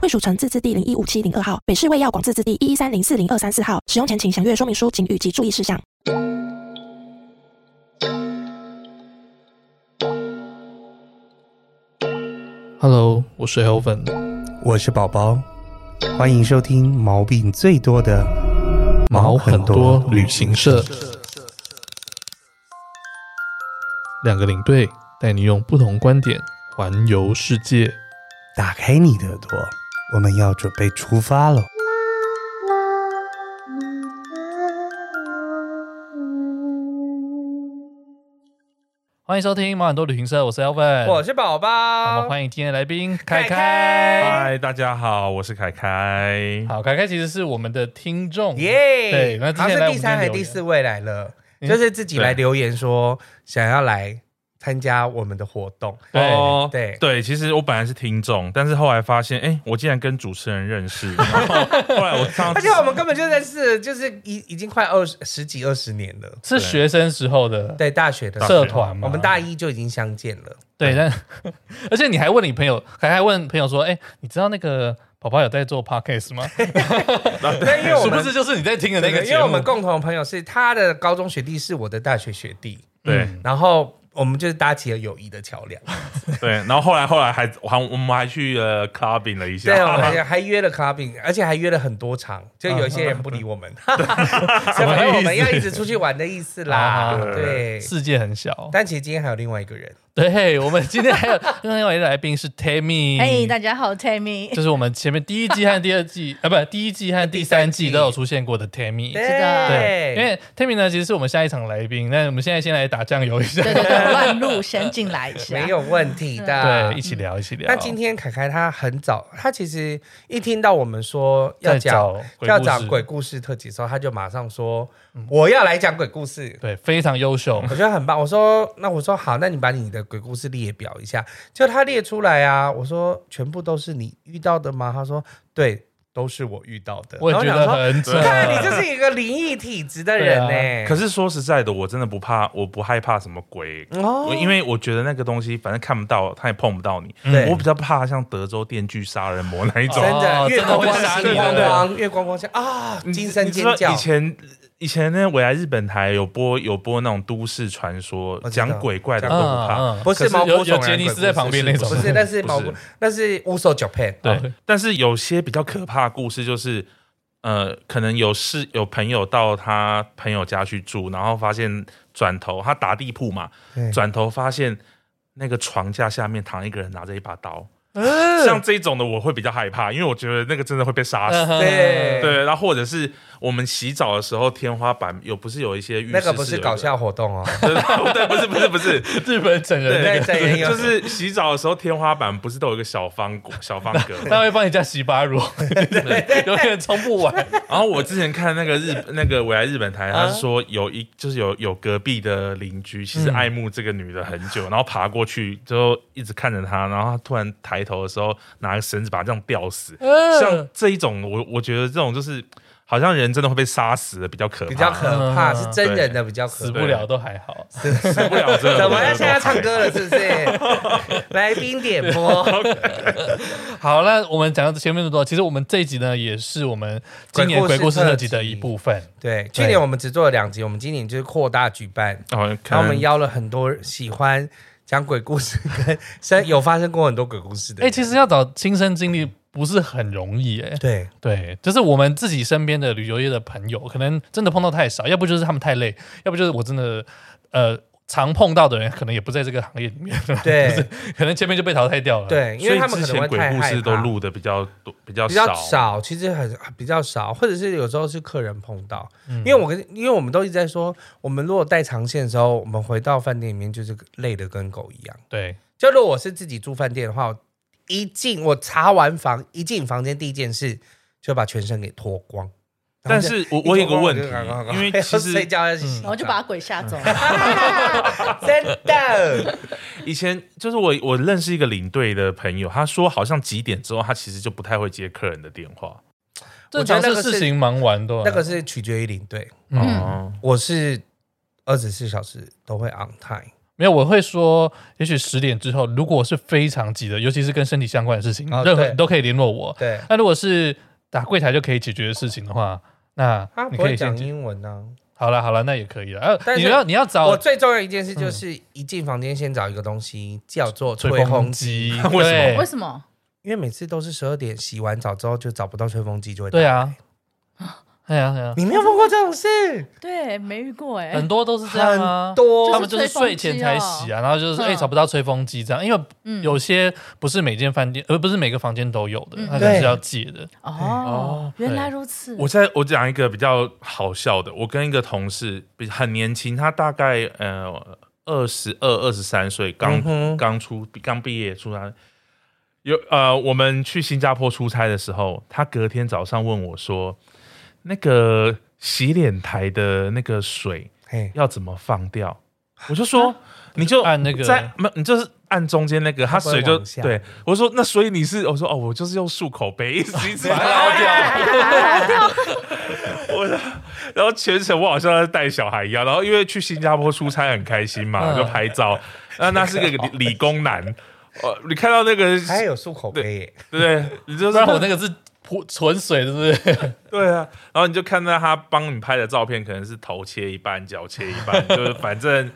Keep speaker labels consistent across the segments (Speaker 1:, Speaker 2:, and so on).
Speaker 1: 惠蜀城自治地零一五七零二号，北市卫药广自治地一一三零四零二三四号。使用前请详阅说明书、警语及注意事项。
Speaker 2: Hello，我是 Elvin。
Speaker 3: 我是宝宝，欢迎收听毛病最多的
Speaker 2: 毛很多旅行社，两个领队带你用不同观点环游世界。
Speaker 3: 打开你的耳朵，我们要准备出发了。
Speaker 2: 欢迎收听毛很多旅行社，我是 Elvin，
Speaker 4: 我是
Speaker 2: 嗯
Speaker 4: 宝
Speaker 2: 我
Speaker 4: 宝
Speaker 2: 们，欢迎今天的来宾凯凯。
Speaker 4: 凯凯
Speaker 5: 嗨，大家好，我是凯凯。
Speaker 2: 好，凯凯其实是我们的听众，
Speaker 4: 耶！
Speaker 2: 对，那之
Speaker 4: 好
Speaker 2: 前来
Speaker 4: 像是
Speaker 2: 我
Speaker 4: 第
Speaker 2: 们
Speaker 4: 三
Speaker 2: 这边
Speaker 4: 还是
Speaker 2: 留
Speaker 4: 第
Speaker 2: 言
Speaker 4: 四位来了，
Speaker 2: 嗯
Speaker 4: 就是自己
Speaker 5: 对
Speaker 4: 来留言说想要来参加我们的活动。
Speaker 2: 对
Speaker 5: 哦
Speaker 4: 对
Speaker 5: 对，其实我本来是听众，但是后来发现，哎，我竟然跟主持人认 识。然后后来我上
Speaker 4: 而
Speaker 5: 次
Speaker 4: 且我们根本就认识，就是已已经快二十十几二十年了。
Speaker 2: 是学生时候的
Speaker 4: 对，大学的时
Speaker 2: 社
Speaker 4: 候
Speaker 2: 团嘛，
Speaker 4: 我们大一就已经相见了。
Speaker 2: 对，但 而且你还问你朋友，凯凯问朋友说，哎，你知道那个宝宝有在做 podcast 吗？
Speaker 4: 对，因为我
Speaker 2: 是不
Speaker 4: 们
Speaker 2: 是就是你在听的那个
Speaker 4: 对
Speaker 2: 节目？
Speaker 4: 因为我们共同的朋友是他的高中学弟是我的大学学弟，嗯
Speaker 5: 对
Speaker 4: 然后我们就是搭起了友谊的桥 梁。
Speaker 5: 对，然后后来后来还还我们还去呃 clubbing 了一下
Speaker 2: 啊
Speaker 4: 对，，我们还约了 clubbing，而且还约了很多场，就有一些人不理我们， 所以我们要一直出去玩的意思啦。
Speaker 2: 对
Speaker 4: 对，
Speaker 2: 世界很小。
Speaker 4: 但其实今天还有另外一个人，
Speaker 2: 对，我们今天还有另外一位来宾是 Tammy，
Speaker 6: 哎、大家好 ，Tammy
Speaker 2: 就。是我们前面第一季和第二季啊，不，第一季和第三季都有出现过的 Tammy。
Speaker 6: 的
Speaker 2: 对，因为 Tammy 呢，其实是我们下一场来宾，那我们现在先来打酱油一下，
Speaker 6: 对对对，乱入先进来一下。
Speaker 4: 没有问题的
Speaker 2: 对，一。起聊一起聊。
Speaker 4: 那今天凯凯他很早，他其实一听到我们说要
Speaker 2: 再
Speaker 4: 讲
Speaker 2: 找鬼
Speaker 4: 要
Speaker 2: 故
Speaker 4: 讲
Speaker 2: 事
Speaker 4: 鬼故事特辑的时候，他就马上说我要来讲鬼故事。
Speaker 2: 对非常优秀，
Speaker 4: 我觉得很棒。我说，那我说好，那你把你的鬼故事列表一下。就他列出来啊，我说全部都是你遇到的吗？他说对，都是我遇到的。
Speaker 2: 我也觉
Speaker 4: 然后
Speaker 2: 得
Speaker 4: 我想说。
Speaker 2: 很准。
Speaker 4: 看啊来你就是一个灵异体质的人
Speaker 2: 啊
Speaker 4: 呢、
Speaker 5: 可是说实在的，我真的不怕，我不害怕什么鬼。
Speaker 4: 哦
Speaker 5: 我因为我觉得那个东西，反正看不到，他也碰不到你。
Speaker 4: 对
Speaker 5: 我比较怕像德州电锯杀人魔那一种
Speaker 4: 真，的
Speaker 2: 哦
Speaker 4: 月
Speaker 2: 真的
Speaker 4: 光
Speaker 2: 会
Speaker 4: 光
Speaker 2: 杀
Speaker 4: 心
Speaker 2: 你
Speaker 4: 慌
Speaker 2: 的。
Speaker 4: 慌，月光光下啊，
Speaker 5: 你
Speaker 4: 惊声
Speaker 5: 嗯你知
Speaker 4: 尖
Speaker 5: 道
Speaker 4: 叫
Speaker 5: 以。前以前呢，我来日本台有播有播那种都市传说，
Speaker 4: 我知道
Speaker 5: 讲鬼怪的
Speaker 4: 讲
Speaker 5: 都不怕。
Speaker 4: 不是
Speaker 2: 嗯可
Speaker 4: 毛骨
Speaker 2: 有
Speaker 4: 悚
Speaker 2: 有
Speaker 4: 然
Speaker 2: 杰尼斯在旁边那种，
Speaker 4: 不 是，那是毛
Speaker 5: 不
Speaker 4: 骨
Speaker 5: 是，
Speaker 4: 那是乌手 Japan。
Speaker 2: 对，
Speaker 5: 但是有些比较可怕的故事就是，呃，可能有事有朋友到他朋友家去住，然后发现转头他打地铺嘛，
Speaker 4: 对
Speaker 5: 转头发现那个床架下面躺一个人拿着一把刀，像这种的我会比较害怕，因为我觉得那个真的会被杀
Speaker 2: 嗯
Speaker 5: 死。
Speaker 4: 嗯对
Speaker 5: 对，然后或者是我们洗澡的时候，天花板有不是有一些浴室
Speaker 4: 那个不
Speaker 5: 有
Speaker 4: 是
Speaker 5: 一
Speaker 4: 搞笑活动 哦，
Speaker 5: 对，对，不是不是不是，
Speaker 2: 日本整人那
Speaker 4: 对，
Speaker 2: 个，
Speaker 4: 真人有
Speaker 5: 就是洗澡的时候天花板不是都有一个小方 格小方格吗？
Speaker 2: 他会帮你加洗发乳，永远冲不完。
Speaker 5: 然后我之前看那个日那个我来日本台，
Speaker 4: 啊
Speaker 5: 他是说有一就是有有隔壁的邻居，其实
Speaker 4: 嗯
Speaker 5: 爱慕这个女的很久，然后爬过去之后一直看着她，然后她突然抬头的时候拿个绳子把她这样吊死，
Speaker 4: 嗯
Speaker 5: 像这一种我我觉得这种就是好像人真的会被杀死的比较可怕，
Speaker 4: 比较可怕，
Speaker 2: 嗯
Speaker 4: 是真人的比较可
Speaker 2: 死
Speaker 4: 怕。
Speaker 2: 不了都还好。
Speaker 5: 死不了真 的。
Speaker 4: 怎么要现在唱歌了？是不是？ 来宾点播，
Speaker 2: 好，那我们讲到前面这么多，其实我们这一集呢，也是我们今年鬼
Speaker 4: 鬼
Speaker 2: 故
Speaker 4: 故
Speaker 2: 事
Speaker 4: 事
Speaker 2: 特
Speaker 4: 特
Speaker 2: 辑
Speaker 4: 辑
Speaker 2: 的一部分。
Speaker 4: 对，去年我们只做了两集，我们今年就是扩大举办，
Speaker 5: 哦，
Speaker 4: 然
Speaker 5: 看
Speaker 4: 后我们邀了很多喜欢讲鬼故事跟生有发生过很多鬼故事的
Speaker 2: 哎、
Speaker 4: 人。
Speaker 2: 其实要找亲身经历不是很容易、哎，
Speaker 4: 对
Speaker 2: 对，就是我们自己身边的旅游业的朋友，可能真的碰到太少，要不就是他们太累，要不就是我真的呃常碰到的人，可能也不在这个行业里 面，
Speaker 4: 对
Speaker 2: 可能前面就被淘汰掉了。，
Speaker 4: 对，因
Speaker 5: 所
Speaker 4: 为
Speaker 5: 以
Speaker 4: 他们
Speaker 5: 之
Speaker 4: 可能会
Speaker 5: 前鬼
Speaker 4: 太
Speaker 5: 故
Speaker 4: 害
Speaker 5: 事都
Speaker 4: 怕。
Speaker 5: 录的比较多，比较
Speaker 4: 比较
Speaker 5: 少。
Speaker 4: 少，其实很比较少，或者是有时候是客人碰到，
Speaker 2: 嗯
Speaker 4: 因为我跟因为我们都一直在说，我们如果带长线的时候，我们回到饭店里面就是累的跟狗一样。
Speaker 2: 对，
Speaker 4: 就如果我是自己住饭店的话，我一进我查完房，一进房间第一件事就把全身给脱光。然
Speaker 5: 但
Speaker 4: 后就是
Speaker 5: 我我有一个问题
Speaker 4: 一脱光我就，
Speaker 5: 因为其
Speaker 4: 要睡
Speaker 5: 实
Speaker 4: 觉要洗
Speaker 2: 嗯
Speaker 4: 澡，
Speaker 6: 然后就把鬼吓走了。
Speaker 4: 真的
Speaker 5: 以前就是我我认识一个领队的朋友，他说好像几点之后他其实就不太会接客人的电话。
Speaker 2: 正常是事情忙完都
Speaker 4: 那个是取决于领队，
Speaker 2: 嗯。
Speaker 5: 哦，
Speaker 4: 我是二十四小时都会 on time。
Speaker 2: 没有，我会说，也许十点之后，如果是非常急的，尤其是跟身体相关的事情，
Speaker 4: 哦
Speaker 2: 任何
Speaker 4: 对
Speaker 2: 你都可以联络我。
Speaker 4: 对，
Speaker 2: 那如果是打柜台就可以解决的事情的话，那
Speaker 4: 他
Speaker 2: 你
Speaker 4: 不
Speaker 2: 可
Speaker 4: 会
Speaker 2: 以先
Speaker 4: 讲
Speaker 2: 解。
Speaker 4: 英文呢、
Speaker 2: 好了好了，那也可以了。呃，
Speaker 4: 但
Speaker 2: 你
Speaker 4: 是
Speaker 2: 要你要
Speaker 4: 我
Speaker 2: 找
Speaker 4: 最重要一件事就是一进房间先找一个东西叫做
Speaker 2: 吹
Speaker 4: 吹
Speaker 2: 风
Speaker 4: 风机，
Speaker 2: 机，
Speaker 5: 为什么
Speaker 2: 对
Speaker 6: 为什么？
Speaker 4: 因为每次都是十二点洗完澡之后就找不到吹风机，就会
Speaker 2: 对啊，哎呀哎呀，
Speaker 4: 你没有碰过这种事，
Speaker 6: 对，没遇过哎、
Speaker 2: 很多都是这样啊
Speaker 4: 很。多
Speaker 2: 他们就是睡前才洗啊，然后就是
Speaker 6: 嗯
Speaker 2: 哎、找不到吹风机这样，因为
Speaker 6: 嗯
Speaker 2: 有些不是每间饭店，呃，不是每个房间都有的，
Speaker 6: 嗯
Speaker 2: 它可能是要借的。
Speaker 6: 哦，原来如
Speaker 4: 嗯
Speaker 6: 此。
Speaker 5: 我 在我讲一个比较好笑的，我跟一个同事比很年轻，他大概呃二十二、二十三岁，刚、
Speaker 4: 嗯哼
Speaker 5: 刚出刚毕业出来。有呃，我们去新加坡出差的时候，他隔天早上问我说：“那个洗脸台的那个水
Speaker 4: 嘿，
Speaker 5: 要怎么放掉？”我就说：“你就
Speaker 2: 按那个
Speaker 5: 在没有，你就是按中间那个，它
Speaker 4: 它不会
Speaker 5: 水就
Speaker 4: 往下
Speaker 5: 对。”我说：“那所以你是？”我说：“哦，我就是用漱口杯一直 一直把它捞掉。” 我的，然后全程我好像在带小孩一样，然后因为去新加坡出差很开心嘛，
Speaker 2: 嗯
Speaker 5: 就拍照。那 那是个理理工男，呃，你看到那个，
Speaker 4: 还
Speaker 5: 对
Speaker 4: 有漱口杯耶，
Speaker 5: 不对？你就
Speaker 2: 不
Speaker 5: 是
Speaker 2: 然我那个是泼纯水，是不是？
Speaker 5: 对啊，然后你就看到他帮你拍的照片，可能是头切一半，脚切一 半，就是反正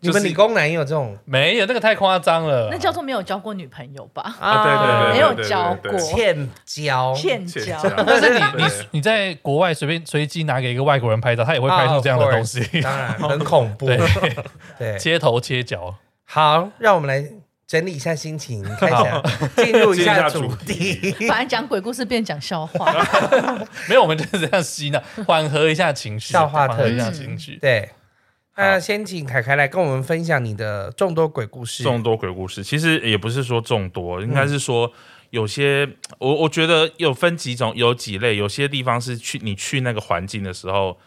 Speaker 4: 你
Speaker 5: 就是
Speaker 4: 们理工男也有这种
Speaker 2: 没有，那个太夸张了。
Speaker 6: 那叫做没有交过女朋友吧？
Speaker 5: 啊，对对对，
Speaker 6: 没有教
Speaker 5: 对对对
Speaker 6: 过
Speaker 4: 欠哦交，
Speaker 6: 欠
Speaker 5: 对
Speaker 6: 交。
Speaker 2: 但是你
Speaker 5: 对
Speaker 2: 你你在国外随便随机拿给一个外国人拍照，他也会拍出
Speaker 4: 啊
Speaker 2: 这样的东西。
Speaker 4: 当然很恐怖。
Speaker 2: 对，
Speaker 4: 对，
Speaker 2: 切头切脚，
Speaker 4: 好，让我们来整理一下心情，开始啊进入一下
Speaker 5: 进入
Speaker 4: 主
Speaker 5: 一下主
Speaker 4: 题。
Speaker 6: 本来讲鬼故事变讲笑话，
Speaker 2: 没有，我们就是这样吸纳，缓和一下情绪，
Speaker 4: 笑话
Speaker 2: 缓和一下
Speaker 6: 特辑
Speaker 2: 情绪。
Speaker 4: 对，那先请凯凯来跟我们分享你的众多鬼故事。
Speaker 5: 众多鬼故事，其实也不是说众多，应该是说有些，我我觉得有分几种，有几类，有些地方是去你去那个环境的时候，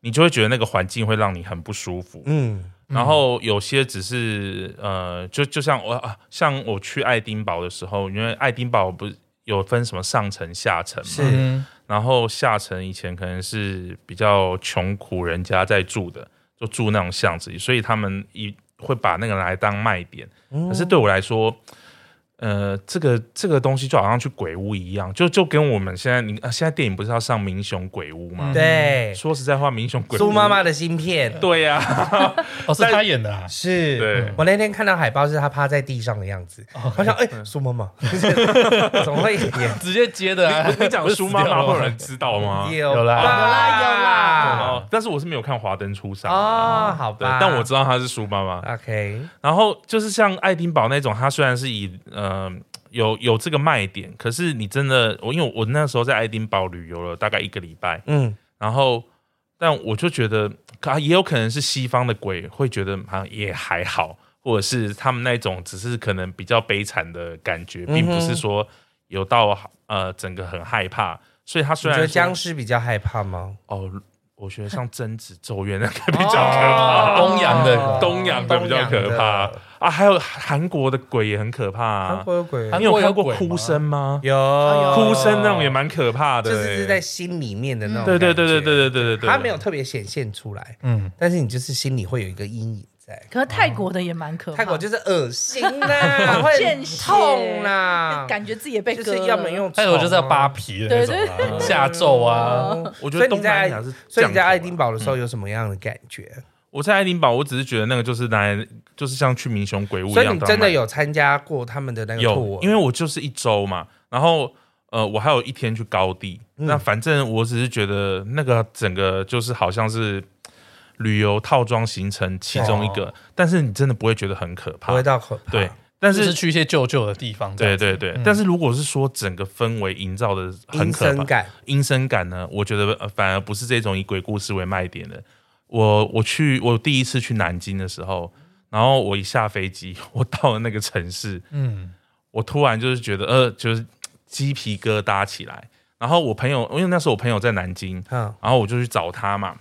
Speaker 5: 你就会觉得那个环境会让你很不舒服，
Speaker 4: 嗯，
Speaker 5: 然后有些只是呃，就就像我啊，像我去爱丁堡的时候，因为爱丁堡不是有分什么上层下层嘛，
Speaker 4: 是
Speaker 2: 嗯，
Speaker 5: 然后下层以前可能是比较穷苦人家在住的，就住那种巷子里，所以他们一会把那个来当卖点。可是对我来说，呃，这个这个东西就好像去鬼屋一样，就就跟我们现在你、啊、现在电影不是要上《民雄鬼屋》吗？
Speaker 4: 对，
Speaker 5: 嗯说实在话，《民雄鬼屋》
Speaker 4: 苏妈妈的芯片
Speaker 5: 对 呀、
Speaker 2: 哦，是他演的啊。
Speaker 4: 是。
Speaker 5: 对哦
Speaker 4: 我那天看到海报是她趴在地上的样子，我 想，哎、苏妈妈 怎么会演？
Speaker 2: 直接接的啊！
Speaker 5: 你讲苏妈妈会有人
Speaker 2: 知
Speaker 5: 知道吗？
Speaker 2: 有啦
Speaker 4: 吧
Speaker 2: 有
Speaker 6: 啦有啦
Speaker 5: 哦，但是我是没有看《华灯初上》
Speaker 4: 哦，好
Speaker 5: 对
Speaker 4: 吧，，
Speaker 5: 但我知道她是苏妈妈。
Speaker 4: OK，
Speaker 5: 然后就是像爱丁堡那种，它虽然是以呃有有这个卖点，可是你真的我因为我那时候在爱丁堡旅游了大概一个礼拜，
Speaker 4: 嗯，
Speaker 5: 然后但我就觉得啊，也有可能是西方的鬼会觉得好像也还好，或者是他们那种只是可能比较悲惨的感觉，并不是说有到呃整个很害怕，所以他
Speaker 4: 你觉
Speaker 5: 虽然
Speaker 4: 得
Speaker 5: 说
Speaker 4: 僵尸比较害怕吗？
Speaker 5: 哦，我觉得像贞子、咒怨那个比较可怕。
Speaker 2: 东洋的
Speaker 4: 哦
Speaker 5: 东洋的比较可怕
Speaker 4: 东洋的
Speaker 5: 啊，还有韩国的鬼也很可怕、啊，
Speaker 4: 韩国有鬼，
Speaker 2: 韩
Speaker 5: 你有
Speaker 2: 国
Speaker 5: 看过
Speaker 2: 鬼吗
Speaker 5: 哭声吗？
Speaker 4: 有啊
Speaker 5: 哭声那种也蛮可怕的、
Speaker 4: 就
Speaker 5: 欸，
Speaker 4: 是是在心里面的那种
Speaker 5: 对
Speaker 4: 感
Speaker 5: 对
Speaker 4: 觉，
Speaker 5: 对对对对对对对，
Speaker 4: 它没有特别显现出来，
Speaker 2: 嗯，
Speaker 4: 但是你就是心里会有一个阴影在。
Speaker 6: 可是泰国的也蛮可怕。
Speaker 4: 泰国哦就是恶心啦，会
Speaker 6: 见
Speaker 4: 很
Speaker 6: 血
Speaker 4: 痛啦，
Speaker 6: 感觉自己也被
Speaker 4: 就
Speaker 6: 割
Speaker 4: 是
Speaker 6: 了，
Speaker 4: 要么用
Speaker 2: 还有就是要
Speaker 4: 虫啊
Speaker 2: 扒皮的那种
Speaker 6: 对
Speaker 2: 啊，下咒啊，
Speaker 5: 我觉
Speaker 4: 所
Speaker 5: 得
Speaker 4: 以你
Speaker 5: 东南
Speaker 4: 在
Speaker 5: 亚是，
Speaker 4: 所以你在爱丁
Speaker 5: 堡，
Speaker 4: 堡的时候有什么样的感觉？
Speaker 5: 啊我在爱丁堡，我只是觉得那个就是拿来，就是像去民雄鬼屋一
Speaker 4: 所
Speaker 5: 样
Speaker 4: 以
Speaker 5: 当
Speaker 4: 你
Speaker 5: 卖，
Speaker 4: 真的有啊参加过他们的那个 tour？
Speaker 5: 嗯有，因为我就是一周嘛，然后呃，我还有一天去高地，
Speaker 4: 嗯
Speaker 5: 那反正我只是觉得那个整个就是好像是旅游套装行程其中一个，
Speaker 4: 哦
Speaker 5: 但是你真的不会觉得很可
Speaker 4: 不
Speaker 5: 怕
Speaker 4: 会，到可怕。
Speaker 5: 对，，但
Speaker 2: 就是
Speaker 5: 是
Speaker 2: 去一些旧旧的地方这
Speaker 5: 对
Speaker 2: 样子。
Speaker 5: 对对，但是如果是说整个氛围营造的很
Speaker 4: 嗯阴
Speaker 5: 可怕
Speaker 4: 森，感
Speaker 5: 阴森感呢，我觉得呃反而不是这种以鬼故事为卖点的。我我去我第一 次去南京的时候，然后我一下飞机，我到了那个城市，
Speaker 2: 嗯，
Speaker 5: 我突然就是觉得呃，就是鸡皮疙瘩起来。然后我朋友，因为那时候我朋友在南京，
Speaker 4: 嗯，
Speaker 5: 然后我就去找他嘛。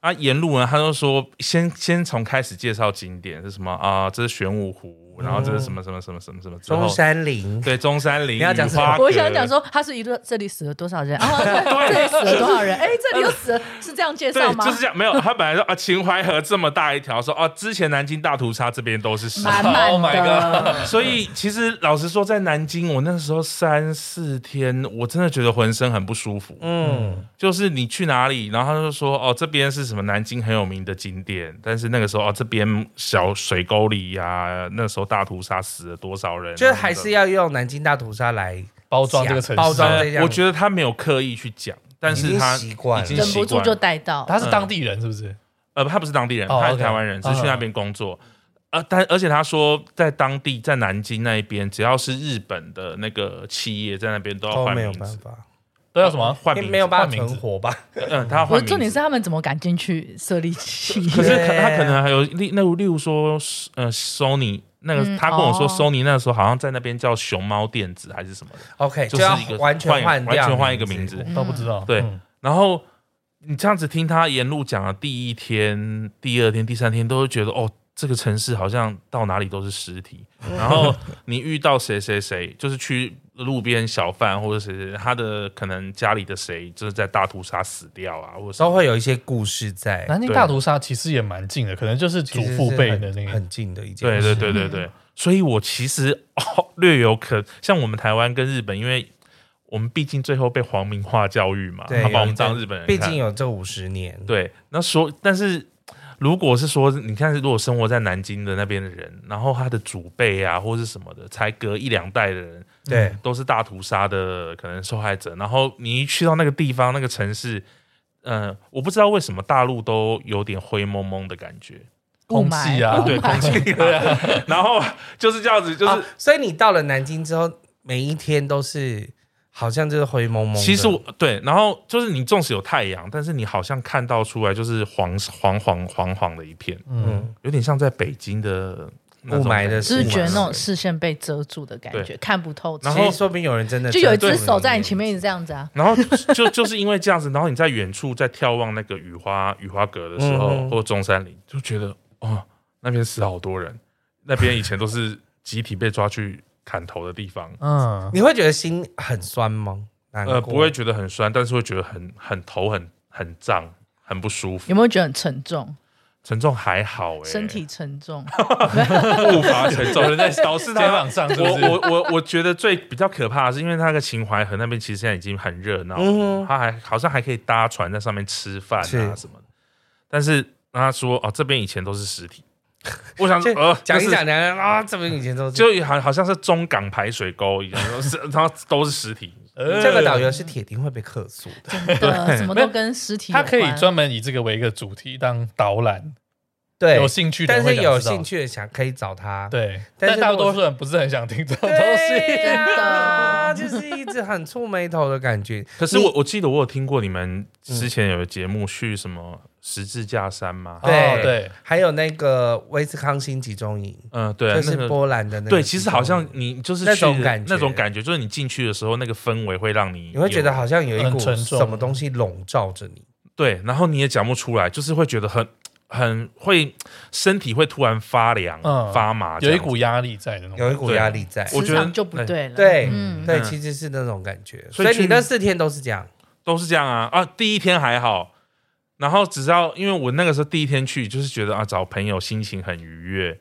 Speaker 5: 啊，沿路呢，他就说先先从开始介绍景点是什么啊、这是玄武湖，然后这是什么什么什么什么什么，之后
Speaker 4: 中山陵，
Speaker 5: 对中山陵，
Speaker 4: 你要讲
Speaker 5: 雨
Speaker 4: 什么
Speaker 5: 花
Speaker 6: 我想
Speaker 5: 阁
Speaker 6: 讲说，他是一路这里死了多少人，然后这里死了多少人，哎，这里又死了，是这样介绍
Speaker 5: 对，
Speaker 6: 吗？
Speaker 5: 就是这样。没有，他本来说啊，秦淮河这么大一条，说哦、之前南京大屠杀这边都是尸。
Speaker 6: 满
Speaker 2: Oh
Speaker 6: 满
Speaker 2: my
Speaker 6: 的，
Speaker 5: 所以其实老实说，在南京，我那时候三四天，我真的觉得浑身很不舒服。
Speaker 4: 嗯，
Speaker 5: 就是你去哪里，然后他就说哦，这边是什么南京很有名的景点，但是那个时候哦，这边小水沟里呀、那时候大屠杀死了多少人啊，
Speaker 4: 就是还是
Speaker 5: 要
Speaker 4: 要用南京大屠杀来
Speaker 2: 包装这个城市，
Speaker 4: 包装这样
Speaker 5: 呃我觉得他没有刻意去讲，但
Speaker 4: 已
Speaker 5: 是
Speaker 4: 经
Speaker 5: 他
Speaker 4: 习惯了
Speaker 5: 已经
Speaker 6: 忍不
Speaker 5: 习
Speaker 6: 住
Speaker 5: 惯
Speaker 6: 就
Speaker 5: 了
Speaker 6: 带到。
Speaker 2: 他是当地人是不是？
Speaker 5: 呃，他不是当地人，
Speaker 2: 哦
Speaker 5: 他是
Speaker 2: OK
Speaker 5: 台湾人，只
Speaker 4: 嗯
Speaker 5: 是去那边工作。呃，但而且他说，在当地，在南京那一边，只要是日本的那个企业在那边都要
Speaker 4: 都
Speaker 5: 哦换
Speaker 4: 哦没有
Speaker 5: 名
Speaker 4: 办
Speaker 5: 字，
Speaker 4: 法，
Speaker 2: 都要什么？
Speaker 5: 换
Speaker 4: 因
Speaker 5: 名
Speaker 4: 为
Speaker 5: 字
Speaker 4: 没有办
Speaker 2: 换
Speaker 4: 法
Speaker 2: 名字
Speaker 4: 存活吧？
Speaker 5: 嗯，他要
Speaker 6: 我
Speaker 5: 换名字。
Speaker 6: 重点是他们怎么敢进去设立企
Speaker 5: 可
Speaker 6: 业？
Speaker 5: 是
Speaker 4: 对
Speaker 5: 他他可能还有例，例如例如说，呃，Sony 那个，
Speaker 6: 嗯
Speaker 5: 他跟我说
Speaker 6: 哦
Speaker 5: ，Sony 那时候好像在那边叫熊猫电子还是什么的，
Speaker 4: OK， 就
Speaker 5: 就
Speaker 4: 是要
Speaker 5: 一个
Speaker 4: 完全换
Speaker 5: 完
Speaker 4: 掉
Speaker 5: 全换一个名字。
Speaker 2: 我倒不知道。
Speaker 5: 对
Speaker 2: 嗯
Speaker 5: 然后你这样子听他沿路讲的第一天、第二天、第三天，都会觉得哦，这个城市好像到哪里都是尸体。
Speaker 6: 嗯
Speaker 5: 然后你遇到谁谁谁，就是去路边小贩或者谁谁，他的可能家里的谁就是在大屠杀死掉啊，或者什
Speaker 4: 都
Speaker 5: 么
Speaker 4: 会有一些故事在，
Speaker 2: 南京大屠杀其实也蛮近的，可能就是祖
Speaker 4: 其实
Speaker 2: 父
Speaker 4: 是
Speaker 2: 辈
Speaker 4: 很
Speaker 2: 的那个。
Speaker 4: 很近的一件
Speaker 5: 对
Speaker 4: 事
Speaker 5: 对对对对。所以我其实哦 略有可像我们台湾跟日本，因为我们毕竟最后被皇民化教育嘛，
Speaker 4: 对
Speaker 5: 他把我
Speaker 4: 有
Speaker 5: 们
Speaker 4: 一段
Speaker 5: 当日本人看，
Speaker 4: 毕竟有这五十年，
Speaker 5: 对，那说，但是如果是说，你看，如果生活在南京的那边的人，然后他的祖辈啊，或是什么的，才隔一两代的人，
Speaker 4: 对
Speaker 5: 都是大屠杀的可能受害者。然后你一去到那个地方，那个城市，嗯，我不知道为什么大陆都有点灰蒙蒙的感觉，
Speaker 6: 雾
Speaker 2: 空
Speaker 6: 霾
Speaker 2: 气啊
Speaker 6: 雾
Speaker 5: 对，空
Speaker 6: 霾
Speaker 5: 气、对啊，然后就是这样子，就是。
Speaker 4: 啊所以你到了南京之后，每一天都是好像就是灰蒙蒙的。
Speaker 5: 其实我对，然后就是你纵使有太阳，但是你好像看到出来就是黄黄黄黄黄的一片，
Speaker 2: 嗯，。
Speaker 4: 嗯，
Speaker 5: 有点像在北京的那
Speaker 4: 雾
Speaker 5: 种
Speaker 4: 霾
Speaker 5: 感
Speaker 4: 的
Speaker 5: 觉
Speaker 6: 就是觉得那
Speaker 4: 雾霾
Speaker 6: 种视线被遮住的感觉，
Speaker 5: 对
Speaker 6: 看不透彻。
Speaker 5: 然
Speaker 4: 其
Speaker 5: 后
Speaker 4: 实说不定有人真的
Speaker 6: 就有一
Speaker 4: 真的
Speaker 6: 只手在你前面一直这样子啊，
Speaker 5: 然后就就就是因为这样子，然后你在远处在眺望那个雨花雨花阁的时候，
Speaker 4: 嗯嗯
Speaker 5: 或中山陵，就觉得哦，那边死好多人，那边以前都是集体被抓去砍头的地方
Speaker 2: 嗯，
Speaker 4: 你会觉得心很酸吗？难过
Speaker 5: 呃，不会，觉得很酸，但是会觉得很很头很很胀，很不舒服
Speaker 6: 有。没有觉得很沉重？
Speaker 5: 沉重还好哎、
Speaker 6: 身体沉重，
Speaker 5: 步伐沉重，
Speaker 2: 有人在
Speaker 5: 导致
Speaker 2: 肩
Speaker 5: 他
Speaker 2: 膀。上是不
Speaker 5: 我
Speaker 2: 是？
Speaker 5: 我我我觉得最比较可怕的是，因为他那个秦淮河那边其实现在已经很热闹了，
Speaker 4: 嗯哼，
Speaker 5: 他还好像还可以搭船在上面吃饭啊
Speaker 4: 是
Speaker 5: 什么的。但是他说哦，这边以前都是实体。 我想
Speaker 4: 就
Speaker 5: 呃，
Speaker 4: 讲一
Speaker 5: 那是
Speaker 4: 讲，，讲讲啊，这么以前都是。
Speaker 5: 就好好像是中港排水沟一样，然后是然后都是实体。
Speaker 2: 呃
Speaker 4: 这个导游是铁定会被克诉的，
Speaker 6: 真的什么
Speaker 2: 没
Speaker 6: 都
Speaker 2: 有
Speaker 6: 跟尸体有
Speaker 2: 他
Speaker 6: 关。
Speaker 2: 可以专门以这个为一个主题当导览，
Speaker 4: 对
Speaker 2: 有。兴趣的
Speaker 4: 但
Speaker 2: 人
Speaker 4: 是
Speaker 2: 会想
Speaker 4: 有
Speaker 2: 知道
Speaker 4: 兴。趣的想可以找他，
Speaker 2: 对，
Speaker 4: 但
Speaker 2: 但
Speaker 4: 是
Speaker 2: 大
Speaker 4: 如果
Speaker 2: 多数人不是很想听这种东
Speaker 4: 对
Speaker 2: 西。
Speaker 4: 呀，就是一直很蹙眉头的感觉。
Speaker 5: 可是
Speaker 4: 你嗯
Speaker 5: 我我记得我有听过你们之前有个节目去什么十字架山吗？
Speaker 4: 对
Speaker 2: 哦对，
Speaker 4: 还有那个威斯康星集中营，
Speaker 5: 嗯，对啊，
Speaker 4: 就
Speaker 5: 那
Speaker 4: 是
Speaker 5: 个
Speaker 4: 波兰的那个集中营。
Speaker 5: 对，其实好像你就是
Speaker 4: 那
Speaker 5: 去
Speaker 4: 种
Speaker 5: 的
Speaker 4: 感觉
Speaker 5: 那种感觉就是你进去的时候，那个氛围会让你
Speaker 4: 你会觉
Speaker 5: 有
Speaker 4: 得好像有一
Speaker 2: 很
Speaker 4: 股
Speaker 2: 沉重
Speaker 4: 什么东西笼罩着你。
Speaker 5: 对，然后你也讲不出来，就是会觉得很很会身体会突然发凉、
Speaker 2: 嗯
Speaker 5: 发麻这
Speaker 2: 有
Speaker 5: 样
Speaker 2: 一
Speaker 5: 子，
Speaker 2: 股压力在的那种。
Speaker 4: 有一股压力在。
Speaker 5: 我
Speaker 6: 磁
Speaker 5: 觉得
Speaker 6: 场就不对了。
Speaker 4: 对、
Speaker 6: 嗯
Speaker 4: 对，
Speaker 5: 嗯
Speaker 4: 其实是那种感觉。
Speaker 5: 所以
Speaker 4: 所以
Speaker 5: 去
Speaker 4: 你那四天都是这样，
Speaker 5: 都是这样啊啊！第一天还好，然后只要因为我那个时候第一天去，就是觉得啊找朋友心情很愉悦，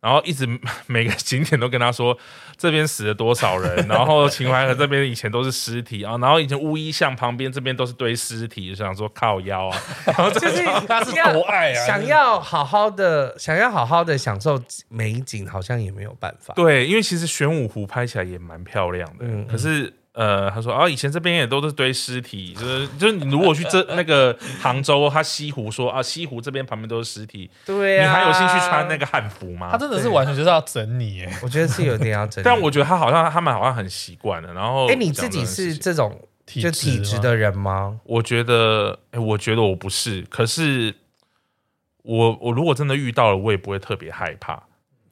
Speaker 5: 然后一直每个景点都跟他说这边死了多 少人，然后秦淮河这边以前都是尸体啊，然后以前乌衣巷旁边这边都是堆尸体，就想说靠腰 啊，然后这
Speaker 4: 就是
Speaker 2: 他是多爱啊！
Speaker 4: 想要好好的，想要好好的享受美景，好像也没有办法。
Speaker 5: 对，因为其实玄武湖拍起来也蛮漂亮的，
Speaker 4: 嗯
Speaker 5: 可是。呃，他说啊，以前这边也都是堆尸体，就是就是你如果去这那个杭州，他西湖说啊，西湖这边旁边都是尸体，
Speaker 4: 对啊
Speaker 5: 你
Speaker 4: 呀、
Speaker 5: 还有兴趣穿那？个汉服吗
Speaker 2: 啊他？真的是完全就是要整你耶。
Speaker 4: 我觉得是有点要整理。
Speaker 5: 但我觉得他好像他们好像很习惯了，然后
Speaker 4: 哎、你自
Speaker 5: 讲这
Speaker 4: 己
Speaker 5: 件事
Speaker 4: 是
Speaker 5: 情
Speaker 4: 这种
Speaker 2: 体
Speaker 4: 就
Speaker 2: 质
Speaker 4: 体质
Speaker 2: 吗
Speaker 4: 的人吗？
Speaker 5: 我觉得，哎、我觉得我不是，可是我我如果真的遇到了，我也不会特别害怕。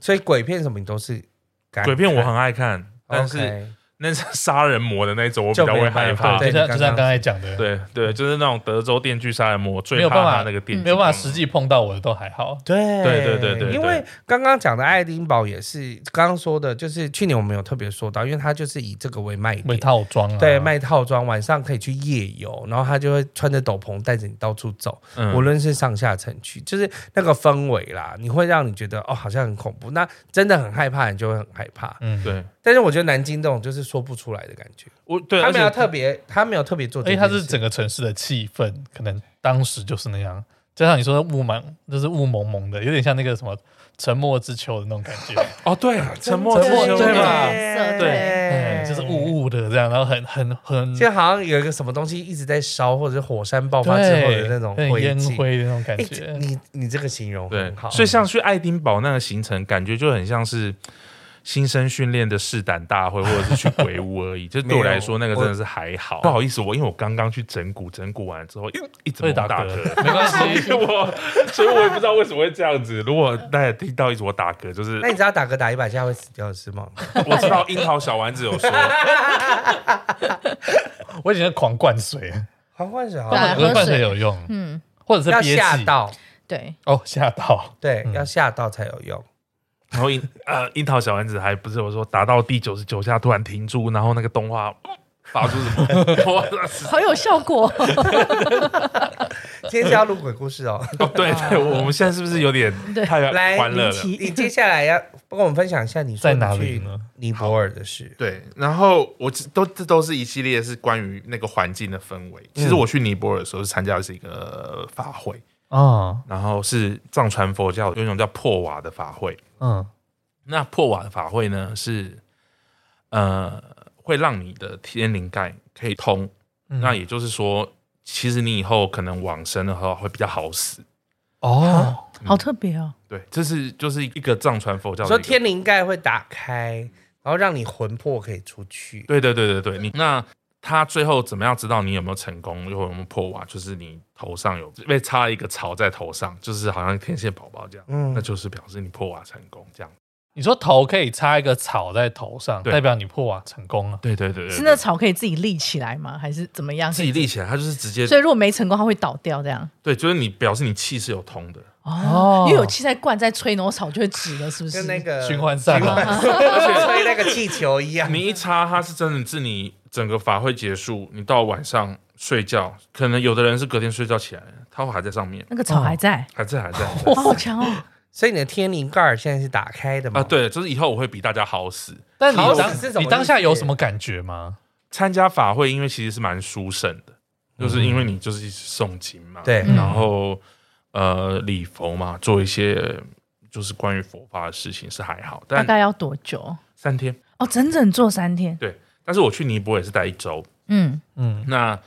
Speaker 4: 所以鬼片什么你都是敢
Speaker 5: 鬼片我
Speaker 4: 看
Speaker 5: 很爱看，
Speaker 7: 但是
Speaker 4: OK
Speaker 7: 那是杀人魔的那种，我比较
Speaker 4: 就没
Speaker 7: 会
Speaker 4: 办
Speaker 7: 害
Speaker 4: 法
Speaker 7: 怕。
Speaker 2: 就
Speaker 4: 对
Speaker 2: 像
Speaker 4: 你刚刚
Speaker 2: 就像刚才讲的，
Speaker 7: 对对，就是那种德州电锯杀人魔，
Speaker 2: 没
Speaker 7: 最
Speaker 2: 有办
Speaker 7: 怕
Speaker 2: 法
Speaker 7: 他那个电锯，
Speaker 2: 没有办法实际碰到我的都还好。
Speaker 4: 嗯对
Speaker 7: 对对对对
Speaker 4: 因为刚刚讲的爱丁堡也是刚刚说的，就是去年我们有特别说到，因为它就是以这个为卖
Speaker 2: 为
Speaker 4: 点。
Speaker 2: 套装啊，
Speaker 4: 对，卖套装，晚上可以去夜游，然后他就会穿着斗篷带着你到处走，
Speaker 7: 嗯
Speaker 4: 无论是上下城区，就是那个氛围啦，你会让你觉得哦，好像很恐怖。那真的很害怕，你就会很害怕。
Speaker 2: 嗯，
Speaker 7: 对，
Speaker 4: 但是我觉得南京这种就是说不出来的感觉，
Speaker 7: 我对，
Speaker 4: 他没有
Speaker 7: 而且
Speaker 4: 特别，他没有特别做
Speaker 2: 而
Speaker 4: 这
Speaker 2: 且
Speaker 4: 件事。
Speaker 2: 哎它是整个城市的气氛，可能当时就是那样。加上你说的雾茫，就是雾蒙蒙的，有点像那个什么《沉默之丘》的那种感 觉，
Speaker 7: 哦，对，沉默
Speaker 2: 沉默
Speaker 7: 之丘
Speaker 2: 之丘
Speaker 7: 对吧？
Speaker 6: 对
Speaker 2: 嗯就是雾雾的这样，然后很很很
Speaker 4: 就好像有一个什么东西一直在烧，或者是火山爆发之后
Speaker 2: 对
Speaker 4: 的那种
Speaker 2: 有
Speaker 4: 灰
Speaker 2: 点烟
Speaker 4: 烬。
Speaker 2: 灰的那种感
Speaker 4: 哎
Speaker 2: 觉。
Speaker 4: 你你这个形容
Speaker 7: 对
Speaker 4: 很好，，
Speaker 7: 所以像去爱丁堡那个行程，感觉就很像是新生训练的试胆大会，或者是去鬼屋而已。就对我来 说，那个真的是还好。不好意思，我因为我刚刚去整蛊，整蛊完之后一一直
Speaker 2: 会
Speaker 7: 猛
Speaker 2: 打
Speaker 7: 打
Speaker 2: 嗝
Speaker 7: 嗝，
Speaker 2: 没关系
Speaker 7: 所以 我所以我也不知道为什么会这样子。如果大家听到一直我打嗝，就是
Speaker 4: 那你知道打嗝打一百下会死掉的是吗？
Speaker 7: 我知道樱桃小丸子有说，
Speaker 2: 我以前狂灌水，
Speaker 4: 黄冠水好
Speaker 6: 对
Speaker 4: 像
Speaker 6: 啊
Speaker 2: 我
Speaker 6: 喝水
Speaker 2: 灌水有用，
Speaker 6: 嗯，
Speaker 2: 或者是
Speaker 4: 要
Speaker 2: 憋
Speaker 4: 吓
Speaker 2: 气
Speaker 4: 到，
Speaker 6: 对，
Speaker 2: 哦，吓到
Speaker 4: 对，
Speaker 2: 嗯
Speaker 4: 要吓到才有用。
Speaker 7: 然后樱呃樱桃小丸子还不是我说打到第九十九下突然停住，然后那个动画发出什么？ 哇
Speaker 6: 好有效 果。
Speaker 4: 今天是要录鬼故事哦。
Speaker 7: 哦，对对，我们现在是不是有点太
Speaker 4: 来
Speaker 7: 欢乐了？
Speaker 4: 你接下来要跟我们分享一下你说
Speaker 2: 在哪
Speaker 4: 你
Speaker 2: 里
Speaker 4: 去
Speaker 2: 呢？
Speaker 4: 尼泊尔的事。
Speaker 5: 对，然后我只都这都是一系列是关于那个环境的氛围。其实
Speaker 4: 嗯
Speaker 5: 我去尼泊尔的时候是参加的是一个法会，
Speaker 2: 啊，
Speaker 5: 然后是藏传佛教有一种叫破瓦的法会。
Speaker 2: 嗯，
Speaker 5: 那破瓦的法会呢是呃会让你的天灵盖可以通，
Speaker 2: 嗯
Speaker 5: 那也就是说，其实你以后可能往生的话会比较好死。
Speaker 4: 啊
Speaker 2: 哦，
Speaker 6: 好特别哦，
Speaker 5: 对，这是就是一个藏传佛教
Speaker 4: 你
Speaker 5: 的
Speaker 4: 说
Speaker 5: 一个
Speaker 4: 天灵盖会打开，然后让你魂魄可以出去。
Speaker 5: 对对对对对，你那他最后怎么样知道你有没有成功，有没有破瓦？就是你头上有被插一个槽在头上，就是好像天线宝宝这样，
Speaker 4: 嗯
Speaker 5: 那就是表示你破瓦成功这样。
Speaker 2: 你说头可以插一个草在头上，
Speaker 5: 对
Speaker 2: 代表你破瓦成功了。
Speaker 5: 对对对对
Speaker 6: 是那草可以自己立起来吗？还是怎么样？
Speaker 5: 自己立起来，它就是直接
Speaker 6: 所以如果没成功，它会倒掉这样。
Speaker 5: 对，就是你表示你气是有通的，
Speaker 6: 哦，因为有气在灌在吹，然后草就会直了，是不是
Speaker 4: 跟？那个
Speaker 2: 循环赛嘛
Speaker 4: 循环赛吹那个气球一 样。
Speaker 5: 你一插它是真的，是你整个法会结束，你到晚上睡觉，可能有的人是隔天睡觉起来，他会还在上面，
Speaker 6: 那个草还在，
Speaker 5: 还在还在还
Speaker 6: 哇，
Speaker 5: 在
Speaker 6: 好强哦！
Speaker 4: 所以你的天灵盖现在是打开的吗？
Speaker 5: 啊，，对，就是以后我会比大家好死。
Speaker 2: 但你
Speaker 4: 好
Speaker 2: 当
Speaker 4: 是什么
Speaker 2: 你当下
Speaker 4: 意思
Speaker 2: 有什么感觉吗？
Speaker 5: 参加法会，因为其实是蛮殊胜的，就是因为你就是一直诵经嘛，
Speaker 4: 嗯对
Speaker 6: 嗯
Speaker 5: 然后呃礼佛嘛，做一些就是关于佛法的事情是还好，
Speaker 6: 大
Speaker 5: 但
Speaker 6: 概要多久？
Speaker 5: 三天。
Speaker 6: 哦，整整做三天。
Speaker 5: 但是我去尼泊尔也是待一周，
Speaker 6: 嗯，
Speaker 2: 嗯，
Speaker 5: 那